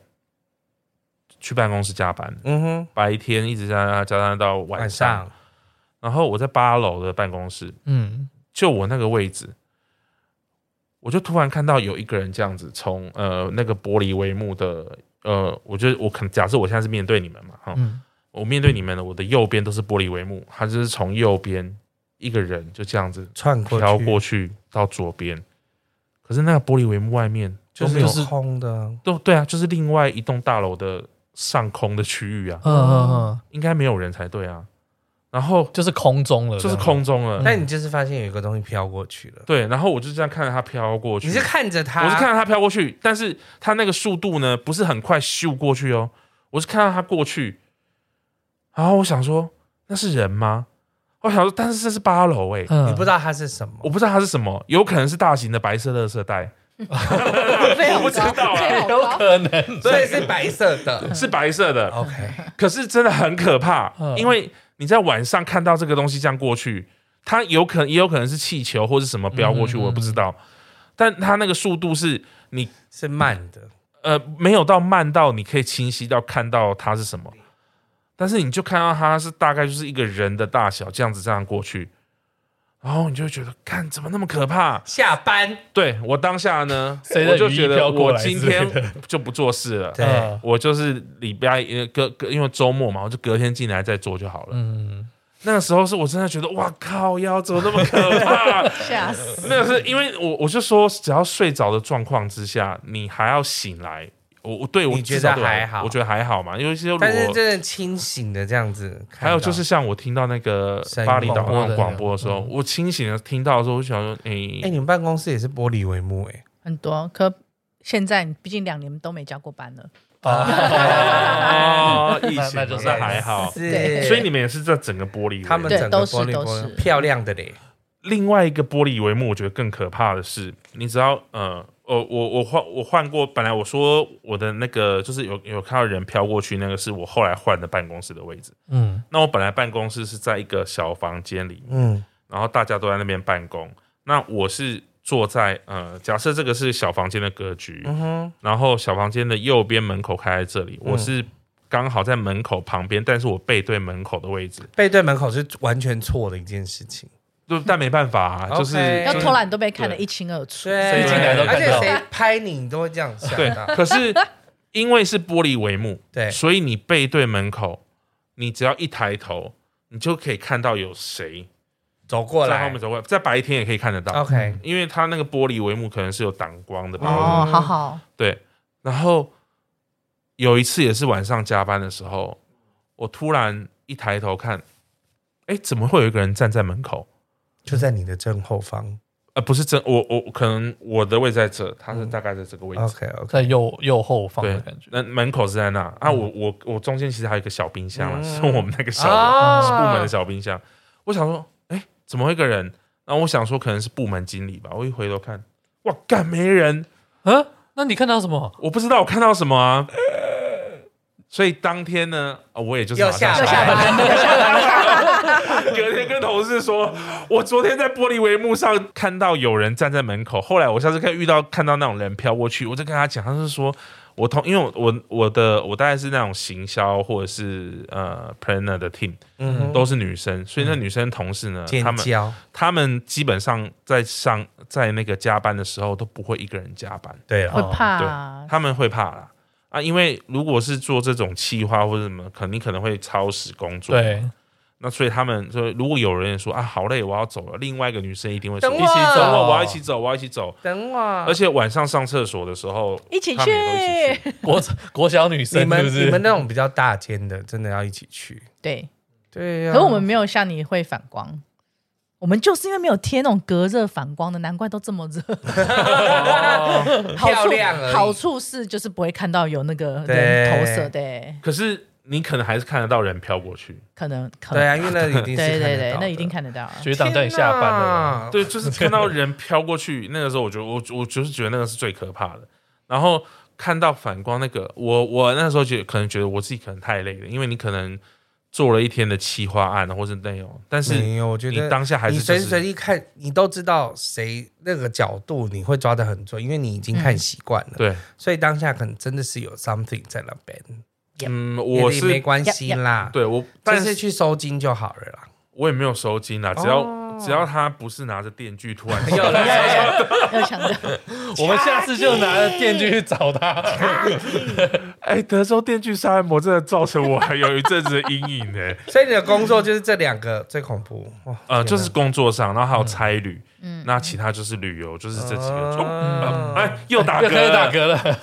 Speaker 5: 去办公室加班，
Speaker 4: 嗯哼，
Speaker 5: 白天一直加班加班到晚
Speaker 4: 晚
Speaker 5: 上，
Speaker 4: 上
Speaker 5: 然后我在八楼的办公室，
Speaker 2: 嗯，
Speaker 5: 就我那个位置，我就突然看到有一个人这样子从呃那个玻璃帷幕的呃，我觉得我可能假设我现在是面对你们嘛，哈，
Speaker 2: 嗯
Speaker 5: 我面对你们的，我的右边都是玻璃帷幕，他就是从右边一个人就这样子
Speaker 4: 窜过
Speaker 5: 飘过
Speaker 4: 去，
Speaker 5: 去到左边，可是那个玻璃帷幕外面
Speaker 4: 就
Speaker 5: 都没有，
Speaker 4: 是空的，
Speaker 5: 都对啊，就是另外一栋大楼的上空的区域啊
Speaker 2: 嗯，嗯嗯，
Speaker 6: 哦
Speaker 5: 应该没有人才对啊，然后
Speaker 2: 就是空中
Speaker 4: 啊
Speaker 2: 了，
Speaker 5: 就是空中了，
Speaker 4: 但你就是发现有一个东西飘过去了，
Speaker 5: 对，然后我就这样看着它飘过去，
Speaker 4: 你是看着它，
Speaker 5: 我是看到它飘过去，但是它那个速度呢，不是很快咻过去哦，我是看到它过去，然后我想说那是人吗？我想说，但是这是八楼哎、
Speaker 2: 这样，嗯，
Speaker 4: 你不知道它是什么
Speaker 5: 我，不知道它是什么，有可能是大型的白色垃 圾袋，我不知道啊，
Speaker 6: 嗯
Speaker 2: 有可能，
Speaker 4: 所以是白色的。
Speaker 5: 是白色的，
Speaker 4: OK，
Speaker 5: 可是真的很可怕，
Speaker 2: 嗯
Speaker 5: 因为你在晚上看到这个东西这样过去，它有可能也有可能是气球或是什么飙过
Speaker 2: 嗯
Speaker 5: 去，
Speaker 2: 嗯嗯
Speaker 5: 我不知道，但它那个速度是你
Speaker 4: 是慢的，
Speaker 5: 呃，没有到慢到你可以清晰到看到它是什么，但是你就看到它是大概就是一个人的大小这样子这样过去，然后你就会觉得，看怎么那么可怕？
Speaker 4: 下班
Speaker 5: 对我当下呢，
Speaker 2: 谁的
Speaker 5: 我就
Speaker 2: 雨衣
Speaker 5: 觉得
Speaker 2: 飘过
Speaker 5: 我
Speaker 2: 来
Speaker 5: 今
Speaker 2: 之类
Speaker 5: 天
Speaker 2: 的
Speaker 5: 就不做事了，
Speaker 4: 对
Speaker 2: 嗯
Speaker 5: 我就是礼拜一隔隔因为周末嘛，我就隔天进来再做就好了。
Speaker 2: 嗯，
Speaker 5: 那个时候是我真的觉得，哇靠，腰怎么那么可 怕？
Speaker 6: 吓死！
Speaker 5: 那个是因为我我就说，只要睡着的状况之下，你还要醒来，我我对我
Speaker 4: 你觉
Speaker 5: 至少
Speaker 4: 得
Speaker 5: 对我
Speaker 4: 还好
Speaker 5: 我觉得还好嘛，因为其实我
Speaker 4: 但是真的清醒的这样子，看
Speaker 5: 还有就是
Speaker 4: 到，
Speaker 5: 像我听到那个
Speaker 4: 声音
Speaker 5: 巴厘岛
Speaker 2: 广播
Speaker 5: 那
Speaker 2: 的
Speaker 5: 种广播的
Speaker 4: 嗯
Speaker 5: 时候，我清醒的听到的时候，我就想说，诶，
Speaker 4: 哎，你们办公室也是玻璃帷幕哎，
Speaker 6: 很多，可现在毕竟两年都没加过班了，
Speaker 2: 啊
Speaker 5: 哦，疫情
Speaker 2: 哎那就是
Speaker 5: 那还好，
Speaker 6: 对
Speaker 5: 所以你们也是在整个玻璃帷幕。
Speaker 4: 他们
Speaker 6: 对
Speaker 4: 整个
Speaker 6: 都是
Speaker 4: 玻璃
Speaker 6: 都
Speaker 4: 玻
Speaker 6: 是
Speaker 4: 璃漂亮的嘞，
Speaker 5: 另外一个玻璃帷幕，我觉得更可怕的是，你只要呃，我我我换我换过，本来我说我的那个就是有有看到人飘过去，那个是我后来换的办公室的位置。
Speaker 2: 嗯
Speaker 5: 那我本来办公室是在一个小房间里，
Speaker 4: 嗯，
Speaker 5: 然后大家都在那边办公。那我是坐在呃，假设这个是小房间的格局，
Speaker 4: 嗯哼，嗯
Speaker 5: 然后小房间的右边门口开在这里，我是刚好在门口旁边，但是我背对门口的位置，
Speaker 4: 背对门口是完全错的一件事情。
Speaker 5: 就但没办法、啊，
Speaker 4: OK
Speaker 5: 就是
Speaker 4: 对
Speaker 6: 要
Speaker 5: 就是
Speaker 6: 偷懒都被看得一清二楚。
Speaker 4: 对
Speaker 2: 谁进来都
Speaker 4: 而
Speaker 2: 看
Speaker 4: 且
Speaker 2: 到
Speaker 4: 谁拍你，你都会这样想
Speaker 5: 对
Speaker 4: 到。，
Speaker 5: 可是因为是玻璃帷幕，
Speaker 4: 对
Speaker 5: 所以你背对门口，你只要一抬头，你就可以看到有谁
Speaker 4: 走过
Speaker 5: 在
Speaker 4: 来
Speaker 5: 后面走过来，在白天也可以看得到。
Speaker 4: ，OK，
Speaker 5: 因为它那个玻璃帷幕可能是有挡光的吧，
Speaker 6: 哦，好好，
Speaker 5: 对。然后有一次也是晚上加班的时候，我突然一抬头看，哎，怎么会有一个人站在门口？
Speaker 4: 就在你的正后方。
Speaker 5: 呃，不是真，我我可能我的位置在这，他是大概在这个位置。
Speaker 4: OK，OK，
Speaker 2: 在右右后方
Speaker 5: 对
Speaker 2: 的感觉，，
Speaker 5: 那门口是在那啊，我我我中间其实还有一个小冰箱啊，
Speaker 4: 嗯
Speaker 5: 是我们那个小的是部门
Speaker 4: 啊
Speaker 5: 的，小冰箱。我想说，哎，怎么会一个人？然后我想说可能是部门经理吧。我一回头看，哇，干没人，
Speaker 2: 嗯，那你看到什么？
Speaker 5: 我不知道我看到什么啊。所以当天呢，呃我也就是
Speaker 4: 又
Speaker 5: 马上
Speaker 4: 下
Speaker 5: 来
Speaker 4: 班 了
Speaker 5: 隔天跟同事说，我昨天在玻璃帷幕上看到有人站在门口，后来我下次看遇到看到那种人飘过去，我就跟他讲，他是说。我同，因为我我我的我大概是那种行销或者是呃 planner 的 team，
Speaker 4: 嗯
Speaker 5: 都是女生，所以那女生同事呢，
Speaker 4: 尖
Speaker 5: 她们
Speaker 4: 叫，
Speaker 5: 她们基本上在上在那个加班的时候都不会一个人加班，
Speaker 4: 对
Speaker 6: 会
Speaker 4: 了，
Speaker 6: 怕
Speaker 5: 对
Speaker 6: 啊，
Speaker 5: 他们会怕啦啊，因为如果是做这种企划或者什么，可能你可能会超时工作。
Speaker 2: 对，
Speaker 5: 那所以他们说，如果有人说啊好累，我要走了，另外一个女生一定会说
Speaker 4: 等
Speaker 5: 一
Speaker 4: 我啊
Speaker 5: 起走，我要一起走，我要一起走。
Speaker 4: 等我，而
Speaker 5: 而且晚上上厕所的时候，
Speaker 6: 一起
Speaker 5: 他们也都一起
Speaker 6: 去，
Speaker 5: 去。
Speaker 2: 国国小女生
Speaker 4: 你
Speaker 2: 是
Speaker 4: 们
Speaker 2: 不
Speaker 4: 你们
Speaker 2: 是？
Speaker 4: 那种比较大间的，真的要一起去。
Speaker 6: 对。
Speaker 4: 对呀、啊
Speaker 6: 可是我们没有像你会反光，我们就是因为没有贴那种隔热反光的，难怪都 这么热。好
Speaker 4: 漂
Speaker 6: 处
Speaker 4: 亮而已
Speaker 6: 好处是就是不会看到有那个
Speaker 4: 对
Speaker 6: 人投射，对，
Speaker 5: 可是你可能还是看得到人飘过去，
Speaker 6: 可能可能
Speaker 4: 对啊，因为那一定是
Speaker 6: 对对对
Speaker 4: 看得到
Speaker 6: 那
Speaker 4: 的
Speaker 6: 一定看得到。啊
Speaker 2: 学长叫你下班了啦，
Speaker 4: 天哪
Speaker 5: 对，就是看到人飘过去， 那个时候我觉得我我就是觉得那个是最可怕的。然后看到反光那个，我我那时候觉得可能觉得我自己可能太累了，因为你可能做了一天的企划案啊或是内容，但是
Speaker 4: 没有，我觉得
Speaker 5: 你当下还是
Speaker 4: 你
Speaker 5: 就
Speaker 4: 随时随
Speaker 5: 是
Speaker 4: 地看，你都知道谁那个角度你会抓得很准，因为你已经看习惯了，
Speaker 5: 对，
Speaker 4: 所以当下可能真的是有 something 在那边，
Speaker 5: 嗯，
Speaker 4: 也
Speaker 5: 我
Speaker 4: 也没
Speaker 5: 是
Speaker 4: 关系啦，
Speaker 5: 对我，
Speaker 4: 但
Speaker 5: 但
Speaker 4: 是
Speaker 5: 是
Speaker 4: 去收金就好了啦。
Speaker 5: 我也没有收金啦，只要、只要他不是拿着电锯突 然
Speaker 4: 有哦了，
Speaker 6: 要强调，
Speaker 2: 我们下次就拿着电锯去找他。
Speaker 5: 哎，德州电锯杀人魔真的造成我还有一阵子的阴影呢、
Speaker 4: 所以你的工作就是这两个最恐怖，哇
Speaker 5: 呃，
Speaker 4: 天哪嗯
Speaker 5: 就是工作上，然后还有差旅，
Speaker 6: 嗯
Speaker 5: 那其他就是旅游，就是这几个。
Speaker 4: 啊
Speaker 5: 哦嗯哎，又 打
Speaker 2: 又
Speaker 5: 嗝，
Speaker 2: 开始打。嗝 了，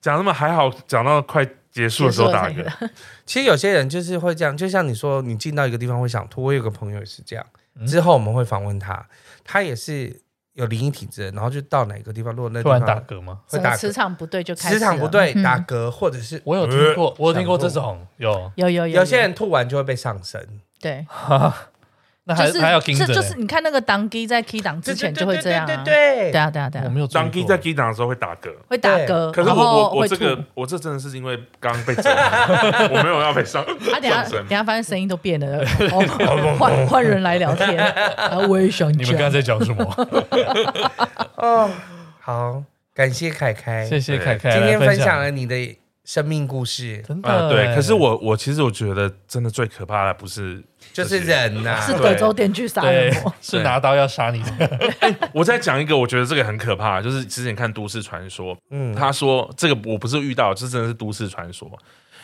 Speaker 5: 讲那么还好，讲到快结束的时候打
Speaker 6: 结束
Speaker 5: 嗝
Speaker 6: 了，
Speaker 4: 其实有些人就是会这样，就像你说，你进到一个地方会想吐。我有个朋友也是这样，
Speaker 2: 嗯
Speaker 4: 之后我们会访问他，他也是有灵异体质的，然后就到哪个地方，如果那地
Speaker 2: 突
Speaker 4: 方
Speaker 2: 然打嗝吗？
Speaker 4: 会
Speaker 6: 整
Speaker 4: 打
Speaker 6: 个
Speaker 4: 嗝
Speaker 6: 磁，场不对就开始
Speaker 4: 磁场
Speaker 6: 了
Speaker 4: 不对，
Speaker 6: 嗯
Speaker 4: 打嗝或者是
Speaker 2: 我有听过，我有听过这种有，
Speaker 6: 有有有
Speaker 4: 有些人吐完就会被上身，
Speaker 6: 对，
Speaker 2: 那还
Speaker 6: 就是
Speaker 2: 还要盯着欸
Speaker 6: 这
Speaker 2: 呢。
Speaker 6: 就是你看那个当机在 key 档之前就会这样
Speaker 4: 对对
Speaker 6: 啊，
Speaker 4: 对
Speaker 6: 对啊对啊对
Speaker 2: 我
Speaker 6: 啊
Speaker 2: 没，有注意
Speaker 5: 当
Speaker 2: 过
Speaker 5: 机在机档的时候会打嗝。
Speaker 6: 会打
Speaker 4: 对
Speaker 6: 嗝，
Speaker 5: 可是我
Speaker 6: 然后
Speaker 5: 我我
Speaker 6: 会
Speaker 5: 这个
Speaker 6: 吐
Speaker 5: 我这真的是因为刚刚被整， 我没有要被上
Speaker 6: 啊，等一下
Speaker 5: 上
Speaker 6: 等一
Speaker 5: 身。
Speaker 6: 下，发现声音都变了，哦换换人来聊天。啊，我也想
Speaker 2: 你们刚才
Speaker 6: 讲，
Speaker 2: 在讲什么？
Speaker 4: 哦，好，感谢凯凯，
Speaker 2: 谢谢凯凯
Speaker 4: 今天
Speaker 2: 来
Speaker 4: 分
Speaker 2: 分
Speaker 4: 享了你的生命故事，
Speaker 2: 真
Speaker 5: 啊，
Speaker 2: 的
Speaker 5: 对，
Speaker 2: 欸
Speaker 5: 可是我我其实我觉得真的最可怕的不是
Speaker 4: 就
Speaker 5: 这
Speaker 4: 是
Speaker 5: 些，
Speaker 4: 人啊呐、
Speaker 6: 是德州电锯杀
Speaker 2: 对
Speaker 6: 人魔，
Speaker 2: 是拿刀要杀你的，
Speaker 5: 我再讲一个，我觉得这个很可怕，就是之前看都市传说，
Speaker 4: 嗯，
Speaker 5: 他说这个我不是遇到，这真的是都市传说。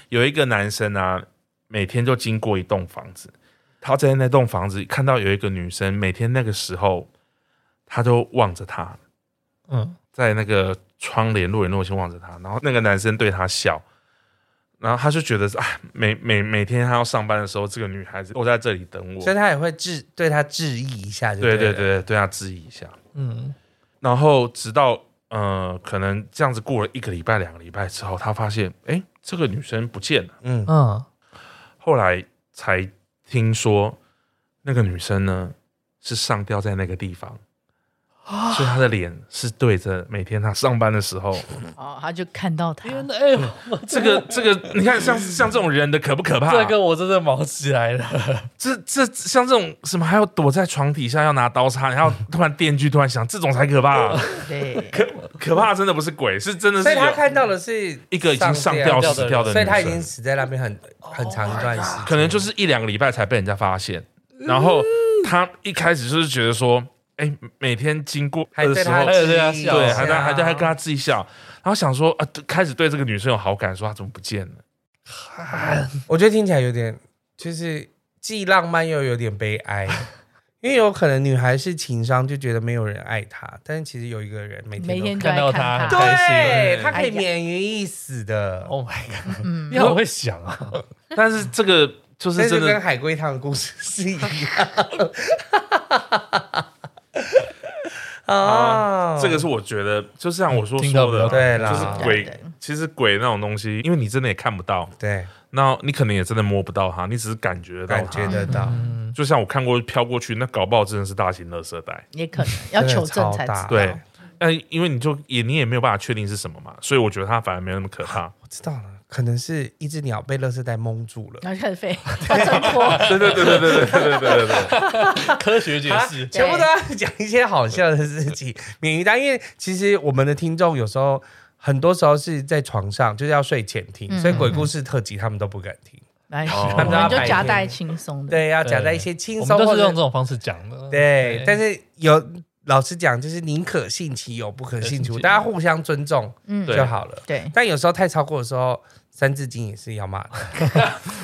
Speaker 5: 有一个男生啊，每天就经过一栋房子，他在那栋房子看到有一个女生，每天那个时候，他都望着她，
Speaker 2: 嗯，
Speaker 5: 在那个窗帘落眼落心望着她，然后那个男生对她笑，然后他就觉得啊，每每每天他要上班的时候，这个女孩子都在这里等我
Speaker 4: 所，以他也会致对他致意一下就
Speaker 5: 对
Speaker 4: 对
Speaker 5: 对
Speaker 4: 了，
Speaker 5: 对，对她质疑一下，
Speaker 2: 嗯，
Speaker 5: 然后直到呃，可能这样子过了一个礼拜、两个礼拜之后，他发现，哎，这个女生不见了。
Speaker 4: 嗯，
Speaker 2: 嗯，
Speaker 5: 后来才听说，那个女生呢是上吊在那个地方，所以她的脸是对着每天她上班的时候，
Speaker 6: 哦，他就看到他，
Speaker 2: 天哪，哎呦，
Speaker 5: 这个这个，你看像像这种人的可不可怕、
Speaker 2: 这个我真的毛起来了，
Speaker 5: 这这像这种什么还要躲在床底下要拿刀叉，然后突然电锯突然响，这种才可怕、
Speaker 6: 对，
Speaker 5: 可可怕真的不是鬼，是真的
Speaker 4: 所
Speaker 5: 是
Speaker 4: 以他
Speaker 5: 有
Speaker 4: 看到的是
Speaker 5: 一个已经上
Speaker 2: 上吊
Speaker 5: 吊
Speaker 2: 的
Speaker 5: 死掉的女生，
Speaker 4: 所以他已经死在那边很很长一段时间，
Speaker 5: 哦可能就是一两个礼拜才被人家发现。然
Speaker 4: 嗯
Speaker 5: 后他一开始就是觉得说，哎，每天经过
Speaker 4: 还
Speaker 5: 的
Speaker 4: 对
Speaker 5: 时
Speaker 4: 他
Speaker 5: 候，
Speaker 2: 还有对他
Speaker 4: 质疑
Speaker 2: 笑
Speaker 5: 对，还在
Speaker 4: 啊
Speaker 5: 还在还跟他自己笑，然后想说啊，对开始对这个女生有好感，说她怎么不 见了？
Speaker 4: 我觉得听起来有点就是既浪漫又有点悲哀， 因为有可能女孩是情商就觉得没有人爱她，但是其实有一个人每
Speaker 6: 每
Speaker 4: 天
Speaker 6: 天
Speaker 4: 都
Speaker 6: 就来
Speaker 2: 看到他
Speaker 6: 看
Speaker 2: 很开心
Speaker 4: 对，她可
Speaker 6: 哎
Speaker 4: 以
Speaker 6: 呀
Speaker 4: 免于一死的。
Speaker 2: ，Oh my god，
Speaker 6: 嗯
Speaker 2: 你，好会想啊，
Speaker 5: 但是这个就
Speaker 4: 这
Speaker 5: 是
Speaker 4: 就
Speaker 5: 真
Speaker 4: 跟
Speaker 5: 的，
Speaker 4: 海龟汤的故事是一样。啊，
Speaker 5: 这个是我觉得，就像我说
Speaker 2: 听到
Speaker 5: 说的
Speaker 2: 比较
Speaker 5: 啦，
Speaker 4: 对啦
Speaker 5: 就是鬼
Speaker 6: 对，
Speaker 5: 其实鬼那种东西，因为你真的也看不到，
Speaker 4: 对，
Speaker 5: 那你可能也真的摸不到它，你只是感觉到
Speaker 4: 感觉
Speaker 5: 它。
Speaker 4: 得到，
Speaker 2: 嗯，
Speaker 5: 就像我看过飘过去，那搞不好真的是大型垃圾袋。
Speaker 6: 也可能要求证
Speaker 4: 真的超
Speaker 6: 才
Speaker 4: 大
Speaker 6: 知道。
Speaker 5: 对，呃，因为你就也你也没有办法确定是什么嘛，所以我觉得它反而没有那么可怕。
Speaker 4: 我知道了，可能是一只鸟被垃圾袋蒙住了。
Speaker 6: 然后就开始飞，翻身坡，
Speaker 5: 对对对对对对对对对对，
Speaker 2: 科学解释，
Speaker 4: 全部都要讲一些好笑的事情，免于大家。因为其实我们的听众有时候，很多时候是在床上，就是要睡前听，
Speaker 6: 嗯
Speaker 4: 所以鬼故事特辑他们都不敢听。
Speaker 6: 来，
Speaker 5: 哦
Speaker 6: 哎我们就夹带轻松的，
Speaker 4: 对，要
Speaker 2: 对
Speaker 4: 夹在一些轻
Speaker 2: 我
Speaker 4: 松
Speaker 2: 们都
Speaker 4: 或
Speaker 2: 是用这
Speaker 4: 者
Speaker 2: 种方式讲的。
Speaker 4: 对，但是有老实讲，就是宁可信其有，不可信其无，
Speaker 2: 对
Speaker 4: 大家互相尊重
Speaker 6: 嗯，
Speaker 5: 对
Speaker 4: 就好了。
Speaker 6: 对
Speaker 4: 但有时候太超过的时候，三字经也是要骂的。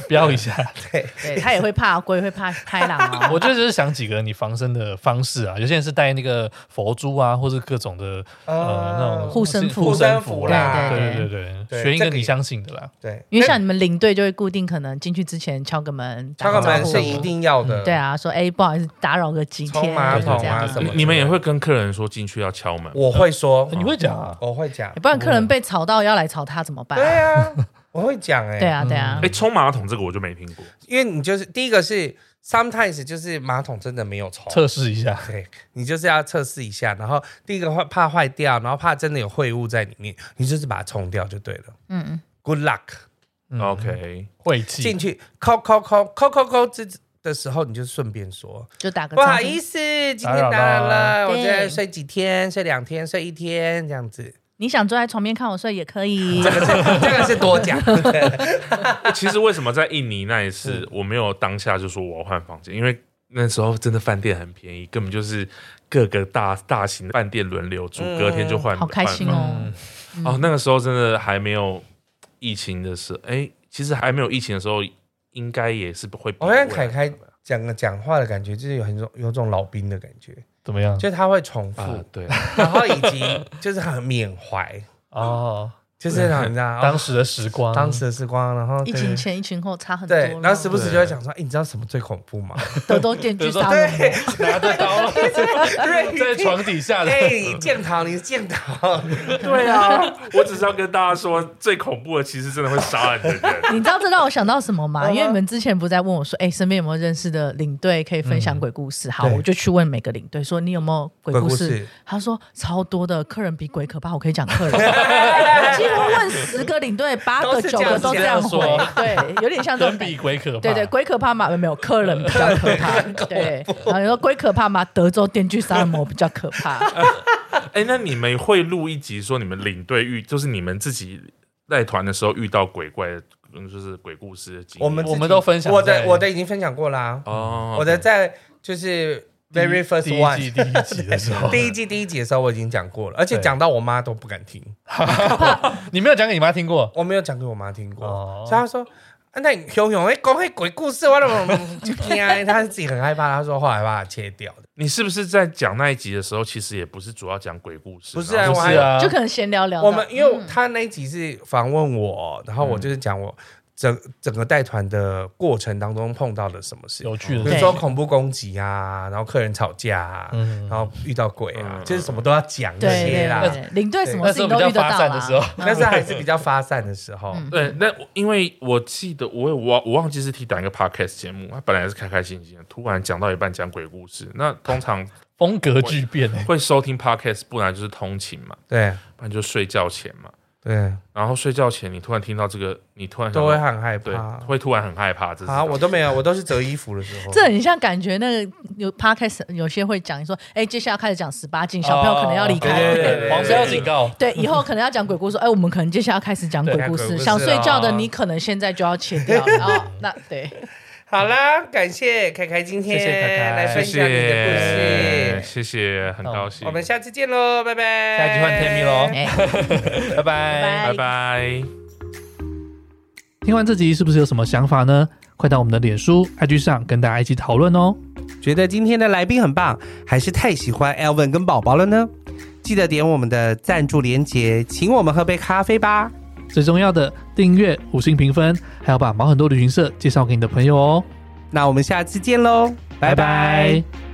Speaker 2: 标一下，
Speaker 4: 对，
Speaker 6: 对，他也会怕龟，会怕豺狼啊，
Speaker 2: 我就只是想几个你防身的方式啊。有些人是戴那个佛珠啊，或是各种的
Speaker 6: 哦
Speaker 2: 呃那种
Speaker 6: 护身符
Speaker 2: 护身符啦，
Speaker 6: 对
Speaker 2: 对
Speaker 6: 对
Speaker 2: 对对
Speaker 4: 对
Speaker 2: 对，选一个
Speaker 4: 这个
Speaker 2: 你
Speaker 4: 也
Speaker 2: 相信的啦。
Speaker 4: 对，
Speaker 6: 因为像你们领队就会固定可能进去之前敲个门，
Speaker 4: 敲个
Speaker 6: 打
Speaker 4: 门
Speaker 6: 招呼
Speaker 4: 是一定要的。
Speaker 6: 对啊，说哎不好意思打扰个几
Speaker 4: 冲
Speaker 6: 天，
Speaker 4: 马
Speaker 6: 这
Speaker 4: 桶啊
Speaker 6: 样
Speaker 4: 什么
Speaker 6: 子
Speaker 4: 之类的，
Speaker 5: 你们也会跟客人说进去要敲门，
Speaker 4: 我会说，
Speaker 2: 你会讲啊？
Speaker 4: 我会讲，
Speaker 6: 不然客人被吵到要来吵他怎么办
Speaker 4: 对？啊，我会讲哎、
Speaker 6: 对，啊对啊
Speaker 5: 哎，，冲马桶这个我就没听过，
Speaker 4: 因为你就是第一个是 sometimes 就是马桶真的没有冲，
Speaker 2: 测试一下，
Speaker 4: 对你就是要测试一下，然后第一个怕怕坏掉，然后怕真的有秽物在里面，你就是把它冲掉就对了。
Speaker 6: 嗯嗯，
Speaker 4: Good luck，
Speaker 2: 嗯
Speaker 5: OK，
Speaker 2: 晦
Speaker 4: 进
Speaker 2: 气，
Speaker 4: 去抠抠抠抠抠抠这的时候，你就顺便说
Speaker 6: 就打个
Speaker 4: 不好
Speaker 6: 思。
Speaker 4: 意思，今天打扰了，
Speaker 6: 打扰了
Speaker 4: 我再
Speaker 6: 对
Speaker 4: 睡几天，睡两天，睡一天这样子。
Speaker 6: 你想坐在床边看我睡也可以，
Speaker 5: 嗯
Speaker 4: 这个是 这个是多讲，
Speaker 5: 其实为什么在印尼那一次我没有当下就说我要换房间，因为那时候真的饭店很便宜，根本就是各个大大型的饭店轮流住，
Speaker 4: 嗯
Speaker 5: 隔天就换。
Speaker 6: 好开心
Speaker 5: 换
Speaker 6: 哦。
Speaker 2: 嗯
Speaker 5: 哦！那个时候真的还没有疫情的时候，哎，其实还没有疫情的时候，应该也是会啊比。
Speaker 4: 我跟凯凯讲个讲话的感觉，就是有很种有种老兵的感觉，
Speaker 2: 怎么样？
Speaker 4: 就是他会重复，
Speaker 5: 啊，对，
Speaker 4: 然后以及就是很缅怀，
Speaker 2: 哦，
Speaker 4: 就是很知道
Speaker 2: 当时的时光，
Speaker 4: 当时的时光，然后
Speaker 6: 疫
Speaker 4: 对
Speaker 6: 情前、疫情后差很多了。
Speaker 4: 对，然后时不时就会讲说，哎，你知道什么最恐怖吗？
Speaker 6: 德多电 锯杀人魔，
Speaker 2: 拿着刀在床底下的，
Speaker 4: 哎，建桃，你是建桃，
Speaker 5: 对啊， 我只是要跟大家说，最恐怖的其实真的会杀人的人。
Speaker 6: 你知道这让我想到什么吗？
Speaker 4: 嗯
Speaker 6: 因为你们之前不是在问我说，哎，身边有没有认识的领队可以分
Speaker 4: 嗯
Speaker 6: 享鬼故事？好，
Speaker 4: 对
Speaker 6: 我就去问每个领队说，你有没有鬼故
Speaker 4: 鬼故
Speaker 6: 事
Speaker 4: 事？
Speaker 6: 他说超多的，客人比鬼可怕。我可以讲 客人，我几乎问十个领队，八
Speaker 4: 都
Speaker 6: 个
Speaker 4: 是
Speaker 6: 九
Speaker 4: 这样
Speaker 6: 个
Speaker 4: 子
Speaker 6: 都这样回
Speaker 2: 这样说，
Speaker 6: 对，有点像这
Speaker 2: 人
Speaker 6: 种感
Speaker 2: 比
Speaker 6: 觉。
Speaker 2: 鬼可怕。
Speaker 6: 对对，鬼可怕吗？没有没有，客 人比较可怕。对，然后你说鬼可怕吗？德州电锯杀人魔比较可 怕。
Speaker 5: 哎、那你们会录一集说你们领队遇，就是你们自己带团的时候遇到鬼怪的，嗯，就是鬼故事的经历
Speaker 4: 我们自己
Speaker 2: 我们都分享在。
Speaker 4: 我的我的已经分享过啦，
Speaker 5: 哦，
Speaker 4: 我的在就是 very first
Speaker 2: 第一
Speaker 4: one，
Speaker 2: 季第一集的时候
Speaker 4: 第一季第一集的时候我已经讲过了，而且
Speaker 2: 对
Speaker 4: 讲到我妈都不敢听，
Speaker 2: 你没有讲给你妈听过？
Speaker 4: 我没有讲给我妈听过，
Speaker 2: 哦
Speaker 4: 所以她说。啊、那你熊熊哎，讲那鬼故事，我怎么就听啊？她自己很害怕，她说后来把它切掉的。
Speaker 5: 你是不是在讲那一集的时候，其实也不是主要讲鬼故事，
Speaker 4: 不是
Speaker 5: 然
Speaker 4: 啊
Speaker 5: 后
Speaker 2: 不是啊，
Speaker 6: 就可能闲聊聊到。嗯
Speaker 4: 我们因为他那一集是访问我，然后我就是讲我整整个带团的过程当中碰到了什么事，
Speaker 2: 有趣的
Speaker 4: 比如
Speaker 2: 事
Speaker 6: 对
Speaker 4: 说恐怖攻击啊，然后客人吵架啊，
Speaker 2: 嗯
Speaker 4: 然后遇到鬼啊，
Speaker 5: 嗯
Speaker 4: 就是什么都要讲这
Speaker 6: 对
Speaker 4: 些
Speaker 6: 对
Speaker 4: 啦。
Speaker 6: 对对，领队什么事情都遇得到
Speaker 2: 那时候比较发散的时候
Speaker 6: 啦
Speaker 4: 但是还是比较发散的时候，
Speaker 6: 嗯
Speaker 5: 对，那我因为我记得我有我我忘记是提哪一个 podcast 节目，他本来是开开心心的，突然讲到一半讲鬼故事，那通常
Speaker 2: 风格巨变欸
Speaker 5: 会收听 podcast，不然就是通勤嘛，
Speaker 4: 对
Speaker 5: 不然就睡觉前嘛，
Speaker 4: 对，
Speaker 5: 然后睡觉前你突然听到这个，你突然想
Speaker 4: 都
Speaker 5: 到
Speaker 4: 会很害
Speaker 5: 对
Speaker 4: 怕，。
Speaker 5: 会突然很害怕，这是
Speaker 4: 啊，我都没有，我都是折衣服的时候。
Speaker 6: 这很像感觉那个有 podcast 有些会讲说，哎，接下来开始讲十八禁，小朋友可能要离
Speaker 2: 哦
Speaker 6: 开。
Speaker 4: 对对对
Speaker 2: 黄标警告，
Speaker 6: 对，以后可能要讲鬼故事，哎，我们可能接下来开始讲鬼故
Speaker 4: 对鬼
Speaker 6: 事。
Speaker 4: 故事
Speaker 6: 想睡觉的
Speaker 4: 啊
Speaker 6: 你可能现在就要切掉，然后那对，
Speaker 4: 好啦，感谢凯凯今天
Speaker 2: 谢谢凯凯
Speaker 4: 来分
Speaker 5: 谢
Speaker 4: 享你的故
Speaker 5: 谢
Speaker 4: 事，
Speaker 5: 谢谢，很高兴，
Speaker 4: 我们下次见喽，拜拜。
Speaker 2: 下一集换 Tammy 咯
Speaker 6: 哎，
Speaker 2: 拜拜。
Speaker 5: 拜拜。
Speaker 2: 听完这集是不是有什么想法呢？快到我们的脸书、IG 上跟大家一起讨论哦。
Speaker 3: 觉得今天的来宾很棒，还是太喜欢 Elvin 跟宝宝了呢？记得点我们的赞助连结，请我们喝杯咖啡吧。
Speaker 2: 最重要的，订阅、五星评分，还要把毛很多旅行社介绍给你的朋友哦。
Speaker 3: 那我们下次见喽，拜拜
Speaker 2: 拜拜